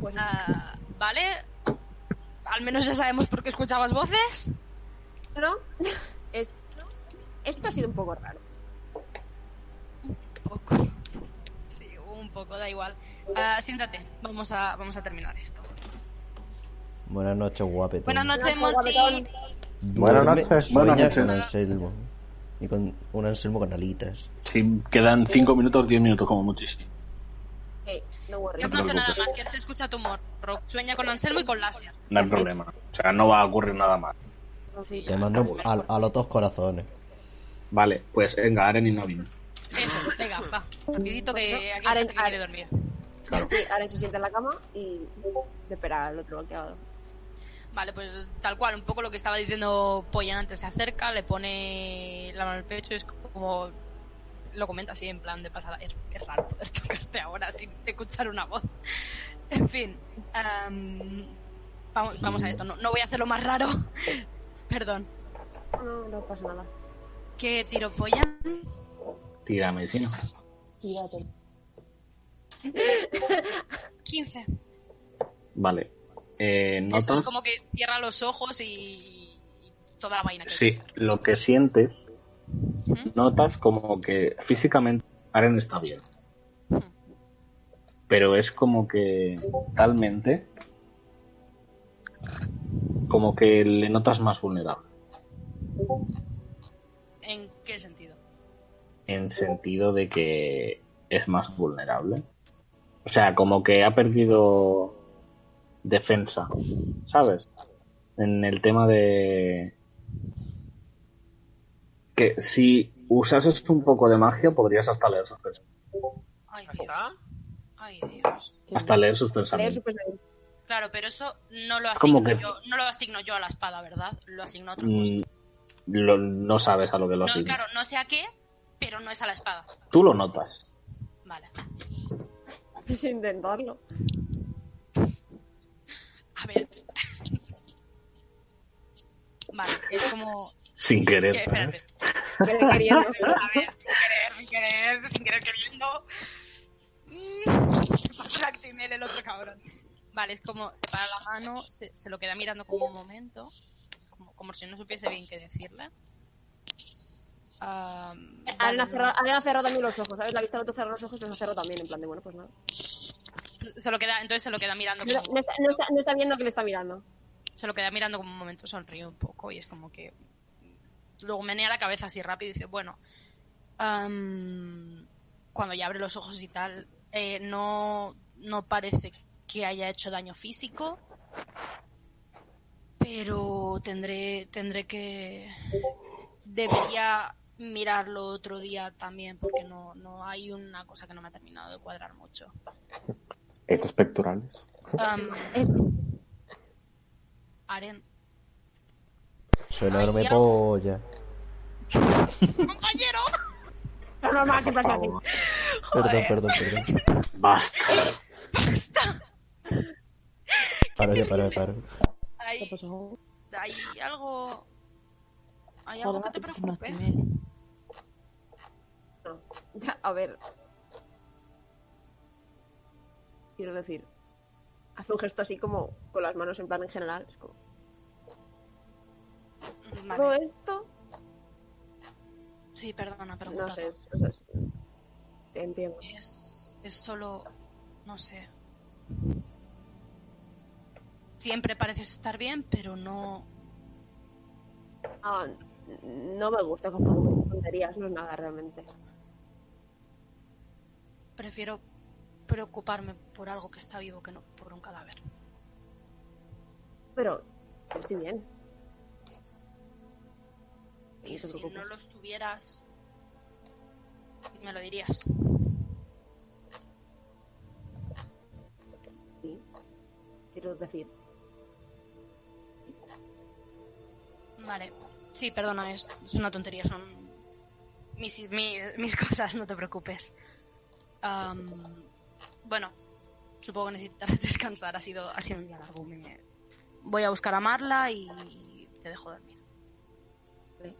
S19: Pues sí.
S6: Ah, vale. Al menos ya sabemos por qué escuchabas voces.
S19: ¿No? Es- Esto ha sido un poco raro.
S6: Un poco. Sí, un poco, da igual. Ah, siéntate, vamos a, vamos a terminar esto.
S8: Buenas noches, guapetón.
S6: Buenas noches,
S5: pues,
S19: Hola,
S6: Monchi.
S19: guapetón.
S8: Duerme-
S4: Buenas noches.
S8: sueña
S4: Buenas
S8: con
S4: noches.
S8: Anselmo. Y con un Anselmo con alitas.
S1: Sí, quedan 5 minutos, 10 minutos como muchísimo.
S5: no worries.
S6: No pasa nada más, que él te escucha tu morro. Sueña con Anselmo y con Lasia.
S1: No hay problema. O sea, no va a ocurrir nada más.
S6: Sí,
S3: Te mando a, a los dos corazones.
S1: Vale, pues venga, Aren y Novin.
S6: Eso, venga, va. Rapidito que aquí
S5: Aren-
S6: hay gente que quiere dormir.
S5: Sí, ahora se sienta en la cama y de espera al otro bloqueado.
S6: Vale, pues tal cual, un poco lo que estaba diciendo Pollan antes. Se acerca, le pone la mano al pecho y es como... Lo comenta así, en plan de pasada. Es, es raro poder tocarte ahora sin escuchar una voz. En fin. am, vamos, vamos a esto. No, no voy a hacer lo más raro. Perdón.
S5: No, no pasa nada.
S6: ¿Qué tiro Pollan?
S1: Tira medicina.
S6: 15.
S1: Vale. Eh,
S6: Eso
S1: notas.
S6: es como que cierra los ojos y, y toda la vaina. que- ¿Mm?
S1: Sí, lo que sientes. Notas como que físicamente Aren está bien. Pero es como que mentalmente. Como que le notas más vulnerable.
S6: ¿En qué sentido?
S1: En sentido de que es más vulnerable. O sea, como que ha perdido defensa, ¿sabes? En el tema de que si usases un poco de magia podrías hasta leer sus pensamientos.
S6: Ay, Dios. Ay, Dios.
S1: Hasta leer sus pensamientos.
S6: Claro, pero eso no lo,
S1: Como
S6: asigno
S1: que-
S6: yo, no lo asigno yo a la espada, ¿verdad? Lo asigno a otro.
S1: Mm, lo- no sabes a lo que lo
S6: No,
S1: asignas.
S6: claro, no sé a qué, pero no es a la espada.
S1: Tú lo notas.
S6: Vale.
S5: Quise intentarlo.
S6: A ver. Vale, es como.
S1: Sin querer,
S6: Que- espérate.
S5: Querer queriendo.
S6: A ver, sin querer, sin querer, sin querer queriendo. Mm, Practimel el otro cabrón. Vale, es como se para la mano, se, se lo queda mirando como un momento, como, como si no supiese bien qué decirle. Ah,
S5: Aren ha
S6: vale,
S5: cerrado, Aren ha cerrado también los ojos, ¿sabes? La vista del otro cerró los ojos, los ha cerrado también, en plan de bueno, pues nada.
S6: se lo queda, entonces se lo queda mirando
S5: No,
S6: como-
S5: no está, no está- no está viendo que le está mirando.
S6: se lo queda mirando como un momento, sonríe un poco y es como que luego menea la cabeza así rápido y dice, bueno, am, cuando ya abre los ojos y tal, eh, no, no parece que haya hecho daño físico, pero tendré, tendré que... Debería mirarlo otro día también porque no, no hay una cosa que no me ha terminado de cuadrar mucho.
S4: Estos pectorales.
S6: Am, Aren,
S3: Soy una enorme
S6: ya.
S3: polla.
S6: compañero.
S5: Lo normal siempre es así.
S3: Perdón, perdón, perdón.
S1: Basta.
S3: Paro, ya paro, ya paro.
S6: Hay, hay algo. Hay algo
S9: Ahora
S6: que te
S9: es una
S6: preocupe.
S5: No. Ya, a ver. Quiero decir, hace un gesto así como con las manos en plan en general. Es como,
S6: Mm, Vale.
S5: ¿Todo esto?
S6: Sí, perdona, pero
S5: No sé, o sea, es- te entiendo.
S6: Es, es solo. No sé. Siempre pareces estar bien, pero no.
S5: Ah, no me gusta como tonterías, no es nada realmente.
S6: Prefiero preocuparme por algo que está vivo que no por un cadáver.
S5: Pero yo estoy bien.
S6: Y
S5: No te
S6: si no
S5: preocupes.
S6: lo estuvieras, me lo dirías.
S5: Sí. Quiero decir,
S6: Vale. Sí, perdona, es, es una tontería, son mis, mi- mis cosas, no te preocupes. Am, bueno, supongo que necesitarás descansar, ha sido, ha sido un día largo. me- me- Voy a buscar a Marla y, y te dejo dormir.
S5: Vale.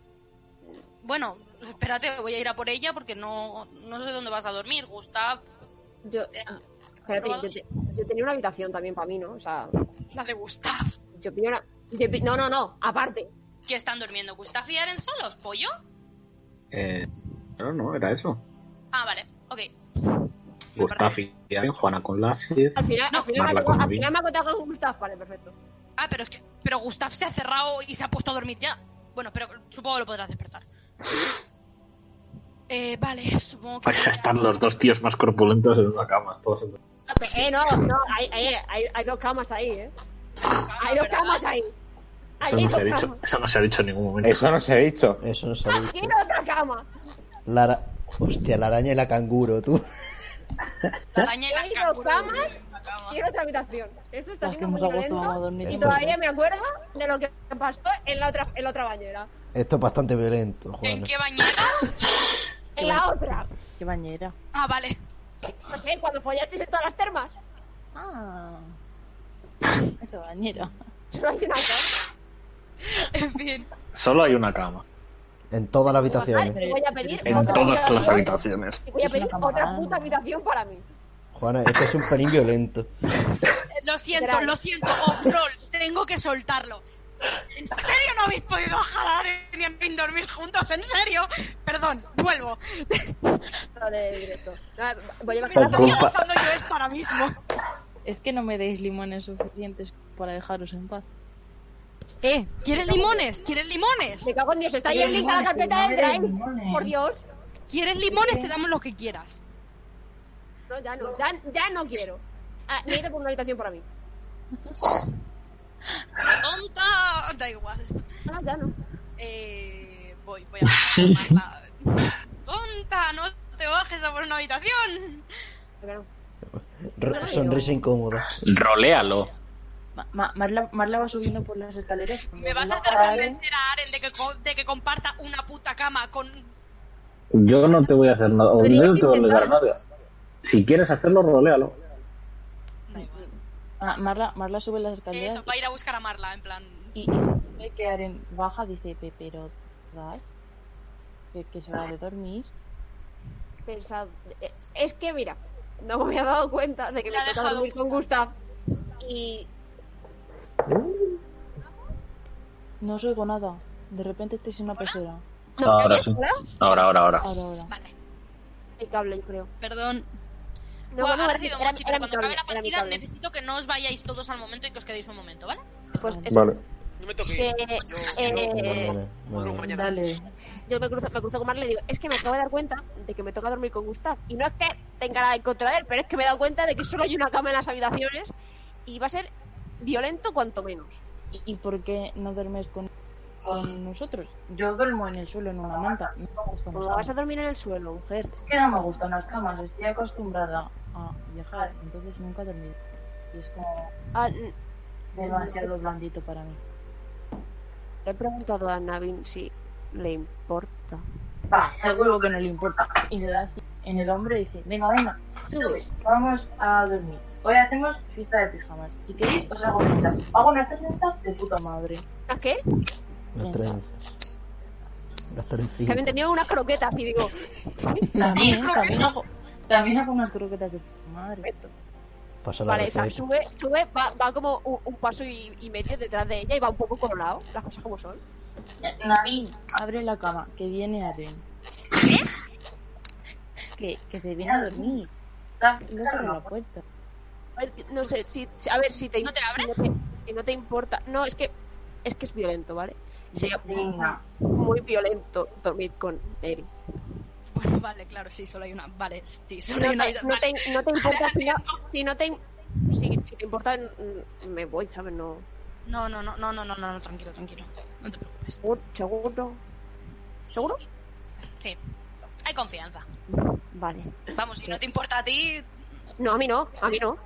S6: Bueno, espérate, voy a ir a por ella porque no, no sé dónde vas a dormir, Gustav.
S5: yo,
S6: Eh,
S5: Ah, espérate, yo, te- yo tenía una habitación también para mí, ¿no? O sea,
S6: La de Gustav.
S5: yo pillo una. yo pi- no, no, no, aparte.
S6: ¿Qué están durmiendo? ¿Gustav y Aren solos, pollo?
S1: Eh, no, no, era eso.
S6: Ah, vale, ok.
S1: Gustav y Aren, Juana con Lassier.
S5: Al final, al final, me,
S1: Marla
S5: ha
S1: con
S5: co- al
S1: Novin.
S5: final me ha contado con Gustav, vale, perfecto.
S6: Ah, pero es que. Pero Gustav se ha cerrado y se ha puesto a dormir ya. Bueno, pero supongo que lo podrás despertar. Eh, vale, supongo que.
S1: Pues Vais a estar los dos tíos más corpulentos en una cama. Todos en-
S5: Eh, no, no, hay, hay, hay, hay dos camas ahí, ¿eh?
S6: Ah,
S5: Hay dos camas ahí.
S1: Eso no, se ha dicho, eso no se ha dicho en ningún momento.
S4: Eso no se ha dicho.
S8: Eso no se ha dicho.
S5: Ah, Quiero otra cama.
S8: La ara- Hostia, la araña y la canguro, tú.
S5: He ido camas, quiero otra habitación. Esto está
S9: Las Ah, que
S5: siendo muy
S9: hemos agotado, vamos a
S5: violento.
S9: dormir.
S5: Y
S8: Esto-
S5: todavía me acuerdo de lo que pasó en la otra, en la otra bañera.
S8: Esto es bastante violento, Juan.
S5: bañera? en la otra.
S9: ¿Qué bañera?
S5: Ah, vale. No sé, cuando follasteis en todas las termas.
S9: Ah. Esa bañera.
S5: Solo hay una cama.
S6: En fin.
S1: Solo hay una cama.
S8: En todas las habitaciones.
S5: Voy a pedir
S1: En
S5: otra
S1: todas las
S5: habitación.
S1: habitaciones.
S5: Y voy a pedir otra puta habitación para mí.
S8: Juana, esto es un pelín violento.
S6: Lo siento,
S5: Gracias.
S6: lo siento, Oprol, tengo que soltarlo. ¿En serio no habéis podido jalar ni en dormir juntos? ¿En serio? Perdón, vuelvo.
S5: No, de directo. Nada, voy a
S6: Me
S5: bajar
S6: estaría
S5: la comida.
S6: gozando yo esto ahora mismo.
S9: Es que no me deis limones suficientes para dejaros en paz.
S6: Eh, ¿quieres limones? ¿Quieres limones?
S5: Me cago en Dios, está ahí el link a la carpeta del Drive. Por Dios.
S6: ¿Quieres limones? Te damos lo que quieras.
S5: No, ya no, ya, ya no quiero. Ah, necesito por una habitación para mí.
S6: ¡Tonta! Da igual.
S5: Ah, ya no.
S6: Eh, voy, voy a tomarla. ¡Tonta! ¡No te bajes a por una habitación!
S8: R- sonrisa incómoda.
S1: Roléalo.
S9: Ma- ma- Marla, Marla va subiendo por las escaleras.
S6: ¿Me vas a hacer convencer a Aren de que, co- de que comparta una puta cama con
S1: Yo no te voy a hacer nada. o
S6: Podrías
S1: No te voy a obligar a
S6: intentarlo.
S1: nada. Si quieres hacerlo, roléalo.
S9: Ma- Ah, Marla, Marla sube las escaleras.
S6: eso? Va a ir a buscar a Marla, en plan.
S9: Y, y se ve que Aren baja, dice, "Pe- pero ¿das? Que, que se va a dormir.
S5: Pensad. Es, es que mira, no me había dado cuenta de que
S6: La
S5: me
S6: ha
S5: tocaba
S6: dejado
S5: dormir con Gustav. Y
S9: No os oigo nada. De repente estáis en una pecera.
S1: Ahora sí. Ahora, ahora, ahora.
S9: Ahora, ahora.
S5: el cable, yo creo.
S6: Perdón.
S5: No,
S6: Buah,
S5: no,
S6: ha
S5: era
S6: sido
S5: mi- era-
S6: muy
S5: era
S6: chido.
S5: mi
S6: Cuando acabe
S5: cable,
S6: la
S5: era mi
S6: partida
S5: cable.
S6: necesito que no os vayáis todos al momento y que os quedéis un momento, ¿vale?
S5: Pues eso.
S4: Vale.
S5: Que, eh,
S9: Dale.
S5: yo me cruzo, me cruzo con Marley y le digo, es que me acabo de dar cuenta de que me toca dormir con Gustav. Y no es que tenga nada en contra de él, pero es que me he dado cuenta de que solo hay una cama en las habitaciones y va a ser violento cuanto menos.
S9: ¿Y, y por qué no duermes con, con nosotros? Yo duermo en el suelo en una manta. No me gustan las
S5: Como Pues vas a
S9: camas.
S5: dormir en el suelo, mujer.
S9: Es que no me gustan las camas. Estoy acostumbrada a viajar. Entonces nunca he dormido. Y es como
S5: Ah, n-
S9: demasiado blandito para mí.
S5: le he preguntado a Navin si le importa.
S9: Va, seguro que no le importa. Y le das en el hombro y dice, venga, venga, sube, vamos a dormir. Hoy hacemos fiesta de pijamas. Si queréis, os hago fiestas. Hago unas trenzas de puta madre.
S5: ¿A qué?
S8: Las trenzas. Las
S5: Que había
S8: trencitas.
S5: entendido unas croquetas y digo,
S9: También, también hago, también hago unas croquetas de puta madre.
S8: Pasa la
S5: vale, o sea,
S8: receta.
S5: sube, sube, va, va como un, un paso y, y medio detrás de ella y va un poco colorado, las cosas como son.
S9: Navín, abre la cama, que viene Aren. ¿Qué? Que, que se viene a dormir. No abre la puerta.
S5: A ver, no sé, si, si- a ver si te,
S6: ¿No te abre?
S5: si no te- si no te importa. No, es que es que es violento, ¿vale? Sería
S9: Venga.
S5: muy violento dormir con él.
S6: Bueno, vale, claro, sí, solo hay una. Vale, sí,
S5: No
S6: solo
S5: te,
S6: hay una.
S5: no
S6: vale.
S5: te- no te importa si no, si no te si, si te importa mm, me voy, ¿sabes? No.
S6: No, no, no, no, no, no, no, no, tranquilo, tranquilo. No te preocupes.
S5: Seguro- uh, Seguro. ¿Seguro?
S6: Sí, hay confianza.
S5: Vale.
S6: Vamos,
S5: Eh.
S6: si no te importa a ti.
S5: No, a mí no, a mí no.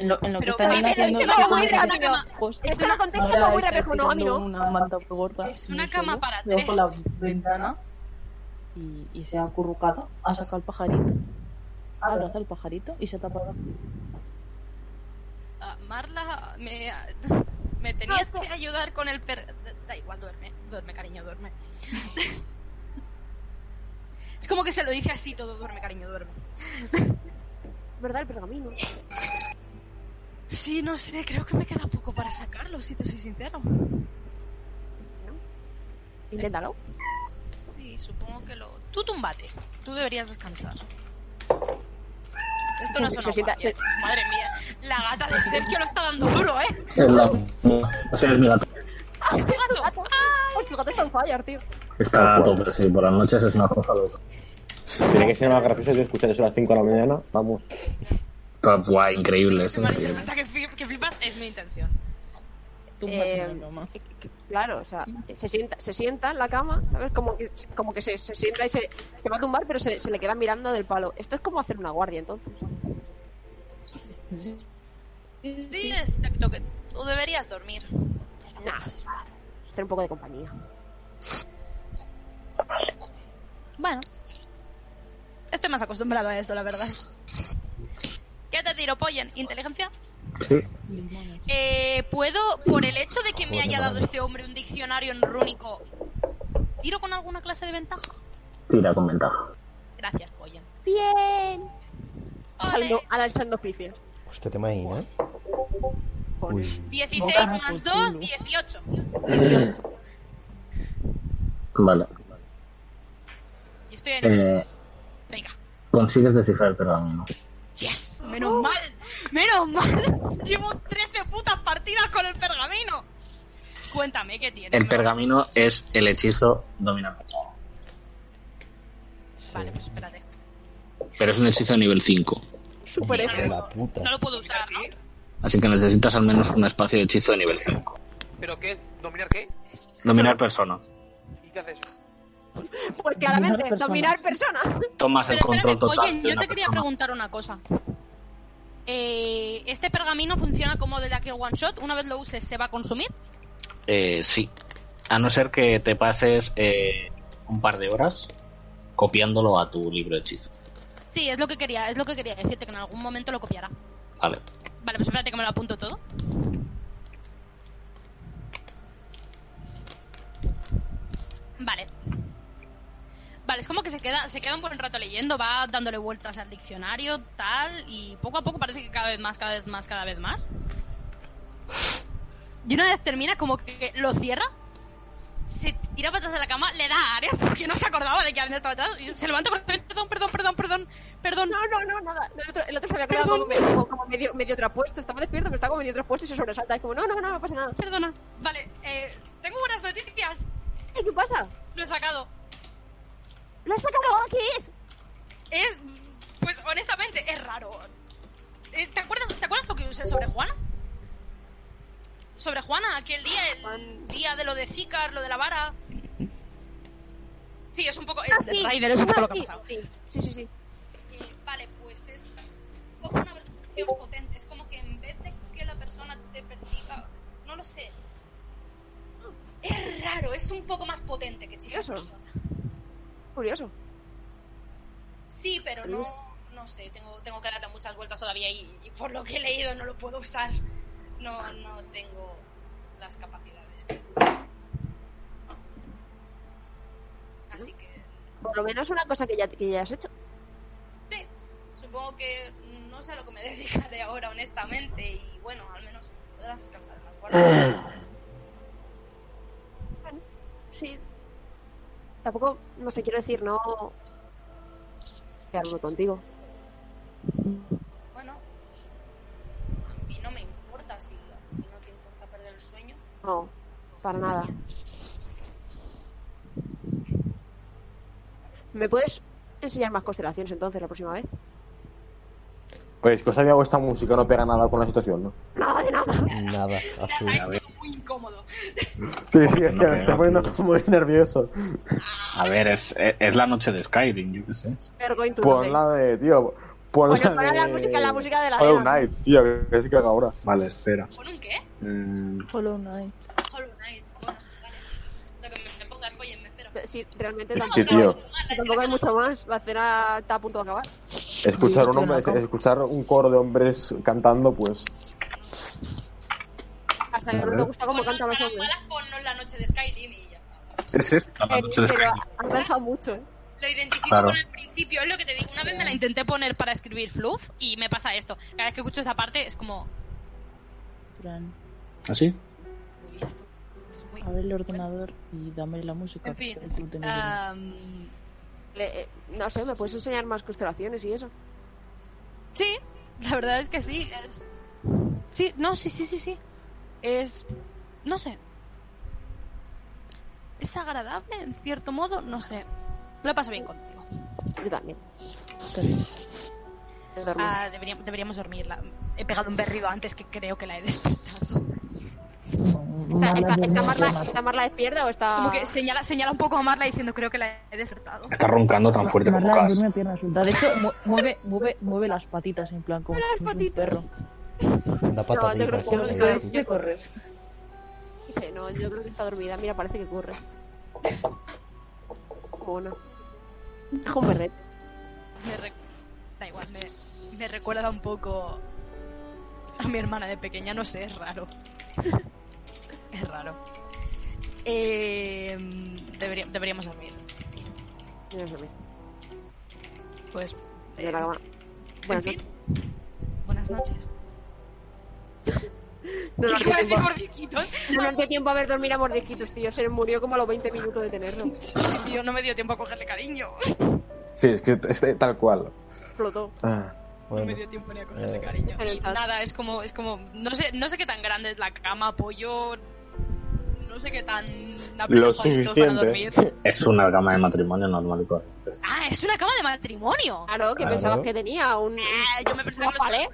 S9: En lo, en lo que
S6: Pero
S9: están
S6: parece que
S9: haciendo...
S6: te va muy
S9: están
S6: rápido.
S9: haciendo-
S6: Es una-
S5: contesta
S9: Ahora
S5: muy
S9: está
S5: rápido, como no, a mí
S9: tirando
S5: no.
S9: Una manta gorda
S6: Es
S9: en
S6: una
S9: el
S6: cama
S9: suelo,
S6: para
S9: debajo
S6: tres.
S9: la ventana y, y se ha acurrucado, ha sacado al pajarito, ha abrazado al pajarito y se ha tapado.
S6: Ah, Marla, me, me
S5: No,
S6: tenías
S5: es que-
S6: que ayudar con el per... da- Da igual, duerme, duerme, cariño, duerme. es como que se lo dice así todo, duerme, cariño, duerme.
S5: ¿Verdad el pergamino?
S6: Sí, no sé, creo que me queda poco para sacarlo, si te soy sincero.
S5: Inténtalo.
S6: Sí, supongo que lo... Tú tumbate, tú deberías descansar. Esto no
S5: Se-
S6: es
S5: se sienta- se-
S6: Madre mía, la gata de Sergio lo está dando duro, ¿eh?
S1: Es la. O sea, es mi gato.
S6: Es tu gato.
S5: Pues Hostia, tu gato está on fire, tío.
S1: Está a Ah, tope, sí. Por las noches es una cosa loca.
S4: Tiene que ser más gracioso que escuchar eso a las 5 de la mañana. Vamos.
S1: Está guay, increíble, es
S6: Marisa,
S1: increíble.
S6: hasta que, fli- que flipas es mi intención.
S5: Eh, que- que- claro, o sea, se sienta, se sienta en la cama, ¿sabes? Como que, como que se, se sienta y se, se va a tumbar, pero se, se le queda mirando del palo. Esto es como hacer una guardia, entonces.
S6: Sí, excepto este, que tú deberías dormir.
S5: Nah, hacer un poco de compañía.
S6: Bueno. Estoy más acostumbrado a eso, la verdad. ¿Qué te tiro, Pollen? ¿Inteligencia? Eh, ¿Puedo, por el hecho de que me
S5: Joder,
S6: haya dado
S5: madre.
S6: este hombre un diccionario en rúnico, tiro con alguna clase de ventaja?
S1: Tira con ventaja.
S6: Gracias, Pollen.
S5: ¡Bien! Ahora echando pifias.
S8: Hostia, te imaginas. ¿eh? Uy.
S6: 16
S5: Boca
S6: más 2, 18.
S1: Vale.
S6: Y estoy en el
S1: Eh,
S6: Venga.
S1: consigues descifrar, pero a mí no.
S6: ¡Yes! ¡Menos mal! ¡Menos mal! Llevo 13 putas partidas con el pergamino. Cuéntame, ¿qué tienes?
S1: El pergamino es el hechizo dominante.
S6: Vale, pues espérate.
S1: Pero es un hechizo de nivel 5.
S5: Super
S1: Hijo de la
S8: puta.
S6: No lo puedo usar, ¿no?
S1: Así que necesitas al menos un espacio de hechizo de nivel 5.
S2: ¿Pero qué es? ¿Dominar qué?
S1: Dominar persona.
S2: ¿Y qué haces?
S5: Pues claramente, dominar personas.
S1: Tomas el
S6: Pero
S1: control
S6: espérate,
S1: total
S6: Oye,
S1: de
S6: yo
S1: una
S6: te quería
S1: persona.
S6: preguntar una cosa. Eh, ¿Este pergamino funciona como de aquel one shot? ¿Una vez lo uses se va a consumir?
S1: Eh, sí. A no ser que te pases eh, un par de horas copiándolo a tu libro de hechizo.
S6: Sí, es lo que quería, es lo que quería decirte, que en algún momento lo copiará.
S1: Vale.
S6: Vale, pues espérate que me lo apunto todo. Vale. Vale, es como que se queda, se queda un buen rato leyendo, va dándole vueltas al diccionario, tal, y poco a poco parece que cada vez más, cada vez más, cada vez más. Y una vez termina, como que lo cierra, se tira para atrás de la cama, le da a Aria porque no se acordaba de que Aria estaba atrás, y se levanta con perdón, perdón, perdón, perdón, perdón.
S5: No, no, no, nada. El otro, el otro se había quedado como, me- como- como medio, medio trapuesto. Estaba despierto, pero estaba como medio trapuesto y se sobresalta. Es como, no, no, no, no pasa nada.
S6: Perdona. Vale, eh, tengo buenas noticias.
S5: Eh, ¿Qué pasa?
S6: Lo he sacado.
S5: ¿Lo has sacado? ¿Qué es?
S6: Es. Pues honestamente, es raro. Eh, ¿Te acuerdas, ¿Te acuerdas lo que usé sobre Juana? Sobre Juana, aquel día, el día de lo de Zícar, lo de la vara. Sí, es un poco. Es,
S5: Ah, sí.
S6: Raider, es un poco lo que ha
S5: Sí,
S6: pasado.
S5: Sí, sí, sí. sí.
S6: Eh, vale, pues es un poco una versión potente. Es como que en vez de que la persona te persiga, no lo sé. Es raro, es un poco más potente que Chica
S5: Curioso. Curioso.
S6: Sí, pero no, no sé, tengo, tengo que darle muchas vueltas todavía y, y por lo que he leído no lo puedo usar. No, no tengo las capacidades. Así que
S5: Por lo menos una cosa que ya, que ya has hecho.
S6: sí, supongo que no sé a lo que me dedicaré ahora, honestamente, y bueno, al menos podrás descansar en la guardia.
S5: Bueno, sí. Tampoco, no sé, quiero decir, no. Quedarme contigo.
S6: Bueno, a mí no me importa si a ti no te importa perder el sueño.
S5: No, para nada. ¿Me puedes enseñar más constelaciones entonces la próxima vez?
S4: Pues que os había esta música no pega nada con la situación, ¿no?
S5: Nada de nada.
S8: Nada, azul.
S6: Ah, Muy incómodo.
S4: Sí, sí, es que
S1: no
S4: me está
S1: pega.
S4: poniendo como muy nervioso.
S1: A ver, es, es, es la noche de Skyrim, yo qué sé.
S5: Ergoin, tú
S4: Pon
S5: dónde.
S4: la de, tío. Pon
S5: Oye,
S4: la
S5: pon
S4: de...
S5: la música, la música de la
S4: Hollow
S5: arena.
S4: Knight, tío, que- que se caga ahora.
S1: Vale, espera.
S6: ¿Con un qué?
S1: Mm,
S9: Hollow Knight.
S6: Hollow Knight, bueno, vale. Lo que me pongas, oye, me espero.
S5: Sí, realmente
S4: Es
S5: tampoco,
S4: que, tío.
S5: si tampoco hay mucho más. La cena está a punto de acabar.
S4: Escuchar un, hombre, escuchar un coro de hombres cantando, pues...
S5: Hasta que no te gusta cómo
S6: Pues
S5: cantan los hombres.
S6: Ponnos la noche de Skyrim y ya.
S1: Es
S5: este.
S1: esta la
S6: Eh,
S1: noche de
S5: Pero
S1: Skyrim.
S5: ha avanzado mucho, ¿eh?
S6: Lo identifico
S1: Claro.
S6: con el principio, es lo que te digo. Una vez me la intenté poner para escribir fluff y me pasa esto. Cada vez que escucho esa parte es como...
S1: ¿Así?
S6: Uy, esto, esto es muy...
S9: Abre el ordenador y dame la música.
S6: En fin. ah,
S9: que tú te metes.
S6: am,
S5: Le- eh, no sé, ¿me puedes enseñar más constelaciones y eso?
S6: sí, la verdad es que sí. es- Sí, no, sí, sí, sí, sí. Es... No sé. Es agradable, en cierto modo, no sé. Lo paso bien contigo.
S5: Yo también.
S19: Dormir.
S6: Ah, deberíamos, deberíamos dormirla. He pegado un berrido antes que creo que la he despertado.
S5: ¿Está, está, está Marla, está Marla despierta o está.?
S6: Como que señala, señala un poco a Marla diciendo creo que la he despertado.
S1: Está roncando tan fuerte como
S9: Marla
S1: Cas.
S9: duerme pierna suelta. De hecho, mu- mueve, mueve, mueve las patitas en plan como
S5: Las
S9: un
S5: patitas.
S9: perro.
S8: Anda pataditas,
S5: creo que
S8: como
S5: no
S8: se
S5: se puede
S8: dice.
S5: decir.
S9: correr.
S5: Dice, no, yo creo que está dormida. Mira, parece que corre. Bueno. Es un berret.
S6: Me re- Da igual, me, me recuerda un poco a mi hermana de pequeña, no sé, es raro. es raro. Eh, debería- deberíamos dormir.
S5: Mira, se ve.
S6: Pues.
S5: Mira
S6: eh,
S5: la cama.
S6: en
S5: Buenas
S6: fin. Buenas noches.
S5: No nos
S6: Iba a
S5: dio
S6: decir
S5: tiempo,
S6: mordisquitos.
S5: no nos dio tiempo a ver dormir a mordisquitos, tío. Se murió como a los 20 minutos de tenerlo.
S6: Yo no me dio tiempo a cogerle cariño.
S4: Sí, es que es de- tal cual.
S5: Explotó.
S4: Ah,
S6: No me
S4: bueno.
S6: dio tiempo ni a cogerle
S4: Eh.
S6: cariño.
S5: En el chat.
S6: Nada, es como, es como, no sé, no sé qué tan grande es la cama, apoyo, no sé qué tan apretujaditos para dormir.
S1: Es una gama de matrimonio normal y corriente.
S6: Ah, es una cama de matrimonio.
S5: Claro, que
S1: Claro.
S5: pensabas que tenía un. un-
S6: Ah, yo me pensaba que
S5: un
S6: los
S5: palé.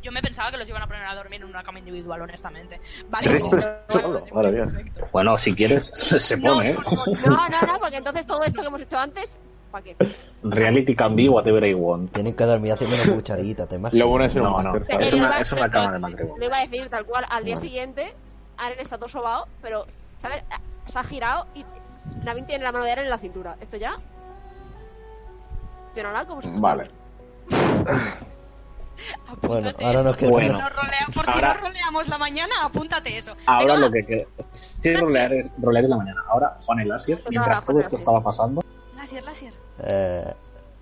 S6: Yo me pensaba que los iban a poner a dormir en una cama individual, honestamente. Vale,
S1: Tres
S6: bueno,
S1: solo, madre mía. Bueno, si quieres, se, se pone, ¿eh?
S5: No, no, no, porque entonces todo esto que hemos hecho antes. ¿Para qué?
S1: Reality can be whatever I want.
S8: Tienen que dormir haciendo una cucharita, te imaginas.
S4: Lo bueno es ser un
S1: No, no,
S4: máster,
S1: es
S4: ¿sabes?
S1: una, es una cama de matrimonio.
S5: Lo iba a decir tal cual. Al día
S8: Vale.
S5: siguiente, Aren está todo sobao, pero, ¿sabes? Ah, Se ha girado y Navin tiene la mano de Aren en la cintura. ¿Esto ya? ¿Tiene nada? ¿Cómo se
S4: Vale.
S8: Bueno, ahora nos queda.
S1: Bueno.
S6: No rolea- por si
S1: Ahora-
S6: no roleamos la mañana, apúntate eso.
S1: Ahora
S6: Venga,
S1: lo que queda. Sí, rolear, rolear en la mañana. Pues Ahora, Juan el Asier, mientras todo esto estaba pasando.
S6: va. Lasier, Lasier.
S8: Eh,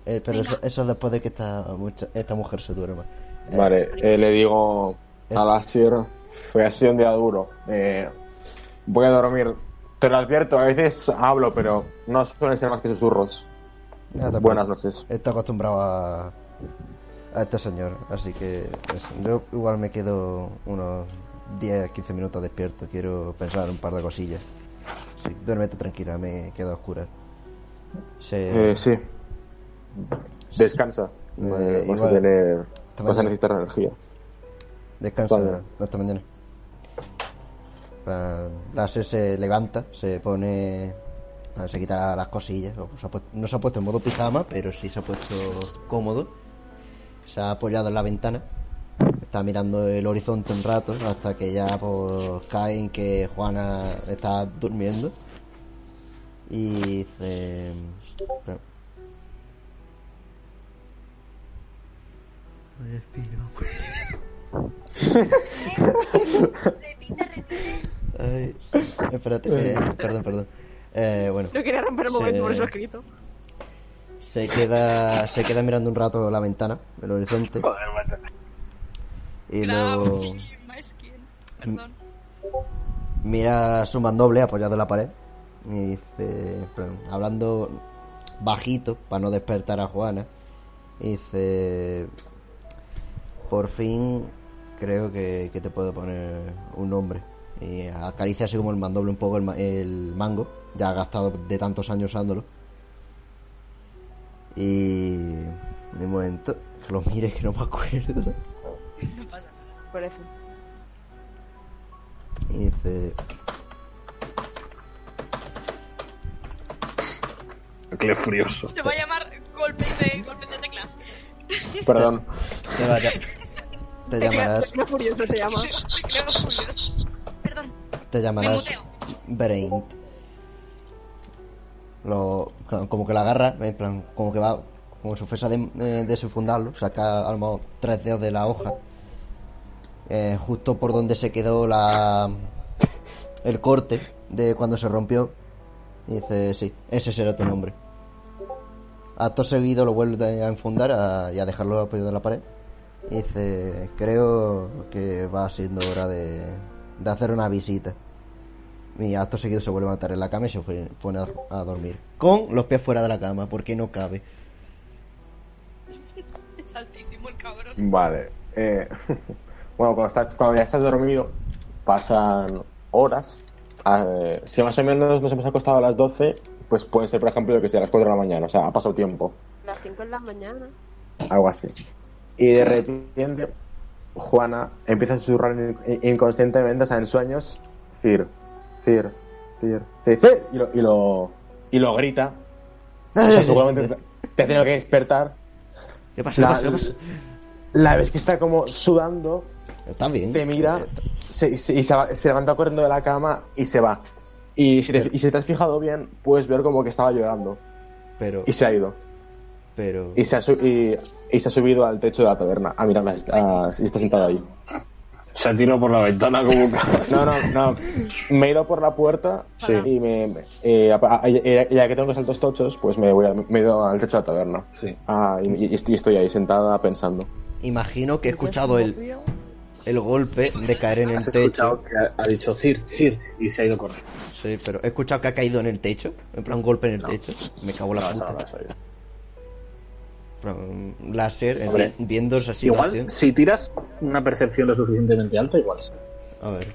S8: eh, pero
S6: Venga.
S8: eso, eso es después de que esta, mucha- esta mujer se duerma. Eh,
S4: Vale, eh, le digo a la Sierra, fue así un día duro. eh, voy a dormir. Te lo advierto, a veces hablo, pero no suelen ser más que susurros.
S8: nada, Ah, tampoco. Eh,
S4: Buenas noches.
S8: Está acostumbrado a, a este señor, así que eso. yo igual me quedo unos 10-15 minutos despierto. Quiero pensar un par de cosillas. Sí, duérmete tranquila, me quedo a oscuras. Se-
S4: Eh, sí. Descansa. eh, vas, a
S8: igual.
S4: tener,
S8: Hasta
S4: vas a
S8: mañana.
S4: necesitar energía.
S8: Descansa
S4: Vale.
S8: hasta mañana. La- La S se levanta, se pone. bueno, Se quita las cosillas. o se ha puesto- no se ha puesto en modo pijama, pero sí se ha puesto cómodo. Se ha apoyado en la ventana. Está mirando el horizonte un rato hasta que ya pues, cae en que Juana está durmiendo. Y dice. espera. Ay, espérate, que- perdón, perdón. Eh, bueno.
S5: No quería romper el
S8: se-
S5: momento, por eso he escrito.
S8: Se queda, se queda mirando un rato la ventana, el horizonte.
S1: Joder, macho.
S8: Y
S6: Claro,
S8: luego
S6: más que- Perdón.
S8: mira su mandoble apoyado en la pared. Y dice, en plan, hablando bajito para no despertar a Juana. Y dice, por fin creo que, que te puedo poner un nombre. Y acaricia así como el mandoble un poco el, ma- el mango, ya gastado de tantos años usándolo. Y de momento, que lo mire que no me acuerdo.
S6: No pasa nada.
S5: Por eso.
S8: Y dice,
S1: Qué furioso.
S6: Se va a llamar golpes de, golpes de teclas.
S4: Perdón.
S8: te, va a llam- te llamarás,
S5: Tecleo furioso se llama.
S6: Tecleo furioso. Perdón.
S8: te
S6: Me
S8: llamarás
S6: muteo.
S8: Brain. Lo, como que la agarra, en plan, como que va, como si fuese a de- eh, desenfundarlo, saca a lo mejor tres dedos de la hoja. Eh, justo por donde se quedó la el corte de cuando se rompió. Y dice, sí, ese será tu nombre. Acto seguido lo vuelve a enfundar a- y a dejarlo apoyado en la pared. Y dice, creo que va siendo hora de, de hacer una visita. Y acto seguido se vuelve a matar en la cama y se fue- pone a, a dormir. Con los pies fuera de la cama, porque no cabe.
S6: Es altísimo el cabrón.
S4: Vale. eh, bueno, cuando, estás, cuando ya estás dormido, pasan horas. eh, si más o menos nos hemos acostado a las 12, pues pueden ser, por ejemplo, yo que sea, a las 4 de la mañana. O sea, ha pasado tiempo.
S5: Las 5 en la mañana.
S4: Algo así. Y de repente, Juana empieza a susurrar in- inconscientemente, o sea, en sueños, Cir, Cir, Cir, Cir, Cir, y lo, y lo, y lo grita. O sea, seguramente te- te ha tenido que despertar.
S8: ¿Qué pasa?
S4: La-
S8: ¿Qué pasa? ¿Qué pasa?
S4: La ves que está como sudando.
S8: Está bien.
S4: Te mira se, se- y se, va- se levanta corriendo de la cama y se va. Y si, te, y si te has fijado bien, puedes ver como que estaba llorando.
S8: Pero.
S4: Y se ha ido.
S8: Pero.
S4: Y se ha, su- y, y se ha subido al techo de la taberna a mirar las estrellas y está sentado ahí.
S1: Se ha tirado por la ventana como un
S4: No, no, no. Me he ido por la puerta y me. me- eh, apa- a- ya ya que tengo los altos tochos, pues me, voy a- me he ido al techo de la taberna. Ah, y, y estoy, estoy ahí sentada pensando.
S8: Imagino que he escuchado el, el golpe de caer en el
S1: Has
S8: techo.
S1: escuchado que ha- ha dicho Cir, Cir, y se ha ido corriendo.
S8: Sí, pero he escuchado que ha caído en el techo. En plan, golpe en el techo. Me cago en la
S1: No, eso
S8: puta.
S1: no lo sabía.
S8: Plan, Láser, eh,
S1: Hombre.
S8: vi- viendo esa situación.
S1: Igual, si tiras una percepción lo suficientemente alta, igual sí.
S8: A ver.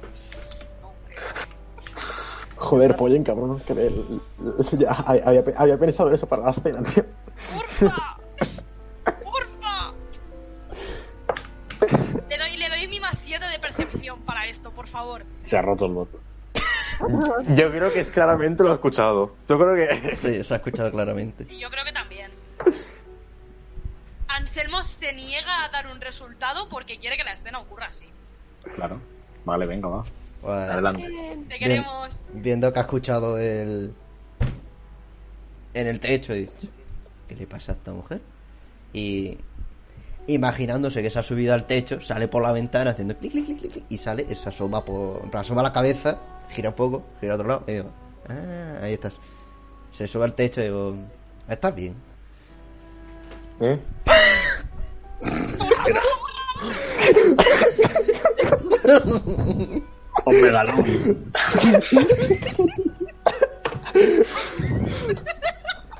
S4: Joder, pollen, cabrón. Que el- ya había, había pensado eso para la cena, tío.
S6: Le doy, le doy mi más 7 de percepción para esto, por favor.
S1: Se ha roto el bot.
S4: Yo creo que es claramente lo he escuchado. Yo creo que.
S8: Sí, se ha escuchado claramente.
S6: Sí, yo creo que también. Anselmo se niega a dar un resultado porque quiere que la escena ocurra así.
S1: Claro. Vale, venga, va. Adelante.
S6: Te
S8: Bien.
S6: queremos.
S8: Viendo que ha escuchado el. En el techo, he dicho, ¿Qué le pasa a esta mujer? Y. Imaginándose que se ha subido al techo, sale por la ventana haciendo clic, clic, clic, clic, clic, y sale, y se asoma por. en plan, asoma la cabeza, gira un poco, gira a otro lado, y digo, ah, ahí estás. Se sube al techo y digo, estás bien.
S4: ¿Eh?
S1: Hombre, galón.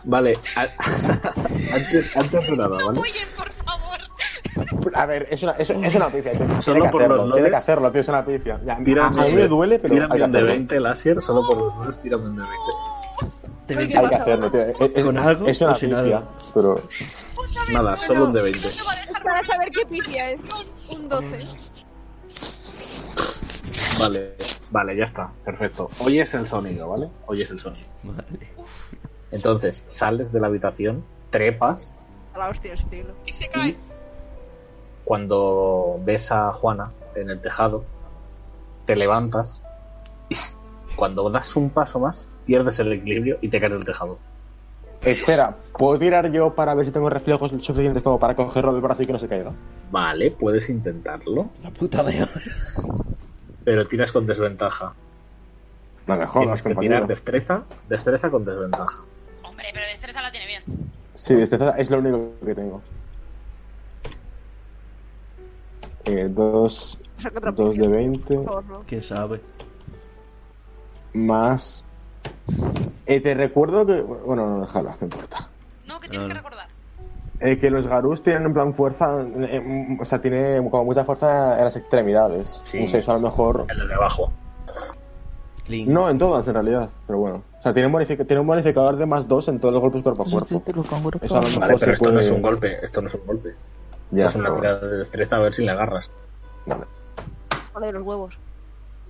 S1: Vale, a- antes, antes de nada, ¿vale?
S4: A ver, es una, es, es una pifia. tío. Tiene
S1: Solo
S4: que
S1: por
S4: hacerlo,
S1: los
S4: Tiene que
S1: lodes.
S4: hacerlo, tío, es una pifia. Ya,
S1: Tira
S4: a, a mí me duele, pero.
S1: tira
S4: hay que
S1: bien de
S4: hacerlo.
S1: 20 láser, solo por los lados, tira bien de 20.
S4: Hay que hacerlo, tío. Es, es-
S8: ¿Con algo
S4: Es una
S8: o sin
S4: pifia,
S8: algo?
S4: pero.
S1: Nada, solo un de 20.
S5: Para saber qué pifia es. Un 12.
S1: Vale, vale, ya está, perfecto. Oyes el sonido, ¿vale? Oyes el sonido.
S8: Vale.
S1: Entonces, sales de la habitación, trepas,
S5: A la hostia del siglo.
S1: y cuando ves a Juana en el tejado, te levantas, cuando das un paso más, pierdes el equilibrio y te caes del tejado.
S4: Espera, ¿puedo tirar yo para ver si tengo reflejos suficientes como para cogerlo del brazo y que no se caiga?
S1: Vale, puedes intentarlo.
S8: La puta de
S1: Pero tiras con desventaja.
S4: No me jodas,
S1: Tienes que
S4: compañero.
S1: tirar destreza, destreza con desventaja.
S6: Hombre, pero destreza la tiene bien.
S4: Sí, destreza es lo único que tengo. Eh, dos,
S5: Saca otra
S4: dos
S5: pifia.
S4: de 20
S5: Por favor, no.
S8: ¿Quién sabe?
S4: más. Eh, te recuerdo que. Bueno, no, déjala, no importa.
S6: No, que
S4: tienes
S6: que recordar.
S4: Eh, que los garús tienen en plan fuerza. eh, mm, o sea, tiene como mucha fuerza en las extremidades.
S1: Sí.
S4: Un 6 a lo mejor.
S1: En el de abajo.
S4: No, en todas en realidad, pero bueno. O sea, tiene un, bonific- tiene un bonificador de más 2 en todos los golpes cuerpo a cuerpo.
S9: este
S4: Eso a lo mejor
S1: Vale, pero
S4: se
S1: esto no
S4: puede-
S1: es un golpe, esto no es un golpe.
S4: Ya,
S1: Esto es una
S4: pero
S1: tirada de destreza a ver si le agarras.
S5: Lo de los huevos.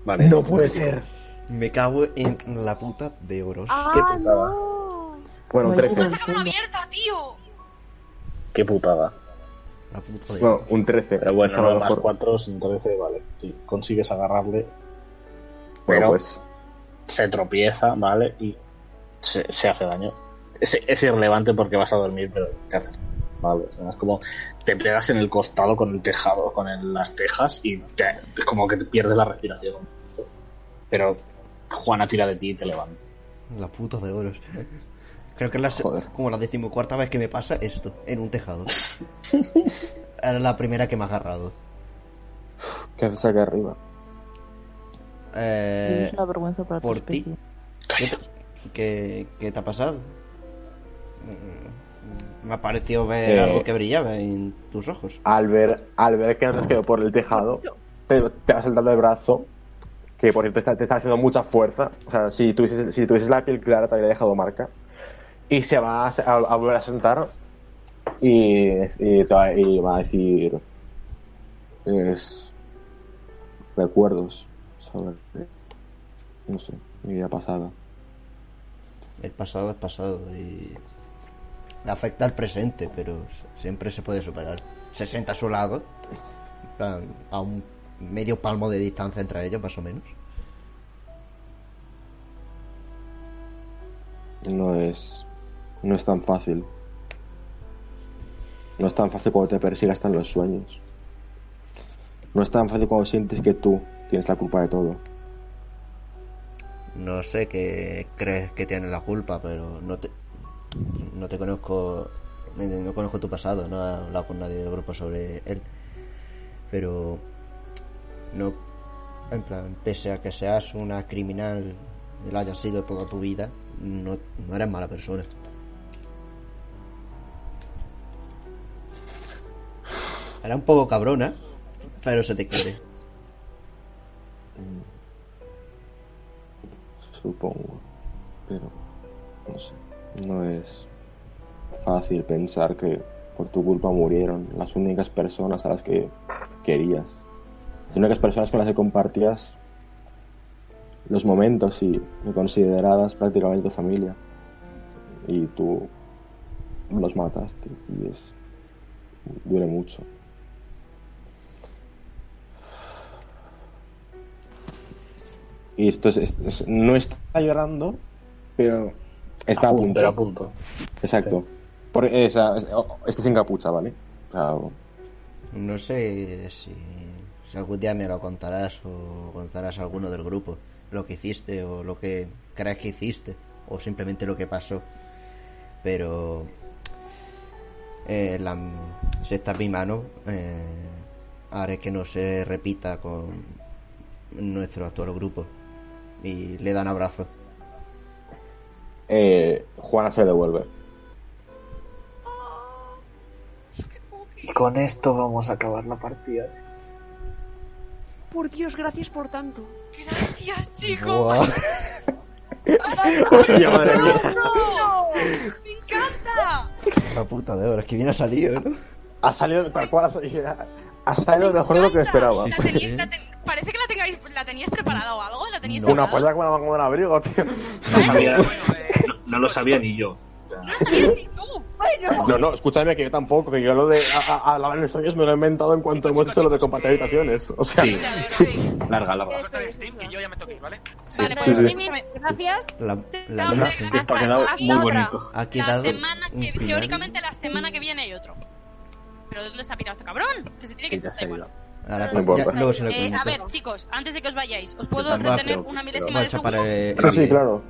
S1: Vale.
S8: No puede ser. Me cago en la puta de Oros.
S5: Ah.
S1: Qué putada.
S4: Bueno,
S1: Vaya
S4: 13.
S6: ¡Mierda, tío!
S1: Qué putada.
S8: La puta de
S4: Bueno, un 13.
S1: Pero bueno,
S4: Eso a lo
S1: no, más
S4: mejor.
S1: 4 sin 13, vale. Sí, consigues agarrarle.
S4: Bueno,
S1: Pero
S4: pues.
S1: se tropieza, ¿vale? Y se, se hace daño. Es, es irrelevante porque vas a dormir, pero te haces. Vale, o sea, es como te pegas en el costado con el tejado, con el- las tejas y te- es como que te pierdes la respiración. Pero Juana tira de ti y te levanta.
S8: La puta de oros. Creo que es la se- como la decimocuarta vez que me pasa esto, en un tejado. Era la primera que me ha agarrado.
S4: ¿Qué haces aquí arriba?
S8: Eh,
S9: Es una vergüenza para tu
S8: por ti.
S9: especie.
S8: ¿Qué te- ¿Qué, qué te ha pasado? Mm, Me ha parecido ver
S4: Eh.
S8: algo que brillaba en tus ojos.
S4: Al ver, al ver que no te has quedado por el tejado, te, te va saltando el brazo, que por cierto está- te está haciendo mucha fuerza. O sea, si tuvieses, si tuvieses la piel clara, te habría dejado marca. Y se va a, a- a volver a sentar Y, y, te va- y va a decir es recuerdos sobre no sé mi vida pasada
S8: El pasado es pasado y afecta al presente, pero siempre se puede superar. Se sienta a su lado, en plan, a un medio palmo de distancia entre ellos, más o menos.
S4: no es no es tan fácil no es tan fácil cuando te persigas hasta en los sueños no es tan fácil cuando sientes que tú tienes la culpa de todo
S8: No sé qué crees que tienes la culpa, pero no te, no te conozco, eh, no conozco tu pasado, no he hablado con nadie del grupo sobre él. Pero no, en plan, pese a que seas una criminal, y lo hayas sido toda tu vida, no, no eres mala persona. Era un poco cabrona, pero se te quiere.
S4: Mm. supongo pero no sé no es fácil pensar que por tu culpa murieron las únicas personas a las que querías las únicas personas con las que compartías los momentos y que considerabas prácticamente tu familia y tú los mataste y es duele mucho y esto es, es- es- no está llorando pero está a,
S1: A punto,
S4: punto,
S1: pero a punto.
S4: exacto Porque, o sea, es- o- este sin capucha vale O sea, o-
S8: No sé si, si algún día me lo contarás o contarás a alguno del grupo lo que hiciste o lo que crees que hiciste o simplemente lo que pasó. Pero eh, la, si está en mi mano, eh, haré que no se repita con nuestro actual grupo. Y le dan abrazo.
S4: eh, Juana se devuelve
S16: Y con esto vamos a acabar la partida.
S19: Por Dios, gracias por tanto.
S6: Gracias, chico.
S16: Buah.
S6: ¡Maravilloso!
S8: madre mía.
S6: ¡Me encanta!
S8: La puta de ahora, es que bien ha salido, ¿no?
S4: Ha salido tal cual, ha salido mejor de lo que esperaba.
S8: Sí, sí, sí.
S6: Parece que la, tengáis, la tenías preparada o algo. La teníais
S4: Una
S6: preparada.
S4: polla como la como un abrigo, tío.
S1: No, sabía-
S2: eh,
S1: no- no lo sabía ni yo.
S4: No, no, escúchame que yo tampoco, que yo lo de a- a- hablar en sueños me lo he inventado en cuanto hemos hecho lo de compartir habitaciones. O sea,
S1: Sí. Larga, larga.
S6: Vale,
S4: sí,
S6: pues
S4: sí.
S6: escúchame, gracias.
S8: La, la
S1: Chao,
S8: verdad-
S1: Sergio. Esto ha quedado
S6: Hasta
S1: muy
S6: otra.
S1: bonito.
S8: Ha
S6: La
S8: quedado
S6: semana
S8: un
S6: que,
S8: final.
S6: teóricamente la semana que viene hay otro. ¿Pero dónde se ha pirado este cabrón? Que se tiene que
S8: Sí, ya se
S6: da igual.
S8: Ahora, pues
S4: No importa.
S8: ya- luego se lo
S6: Eh,
S8: pregunto.
S6: a ver, chicos, antes de que os vayáis, os puedo
S4: Pues
S8: Vamos a-
S6: retener una
S8: vamos
S6: milésima
S8: a
S6: de
S8: chapar
S6: segundo.
S8: el-
S4: Sí, sí,
S8: el-
S4: claro.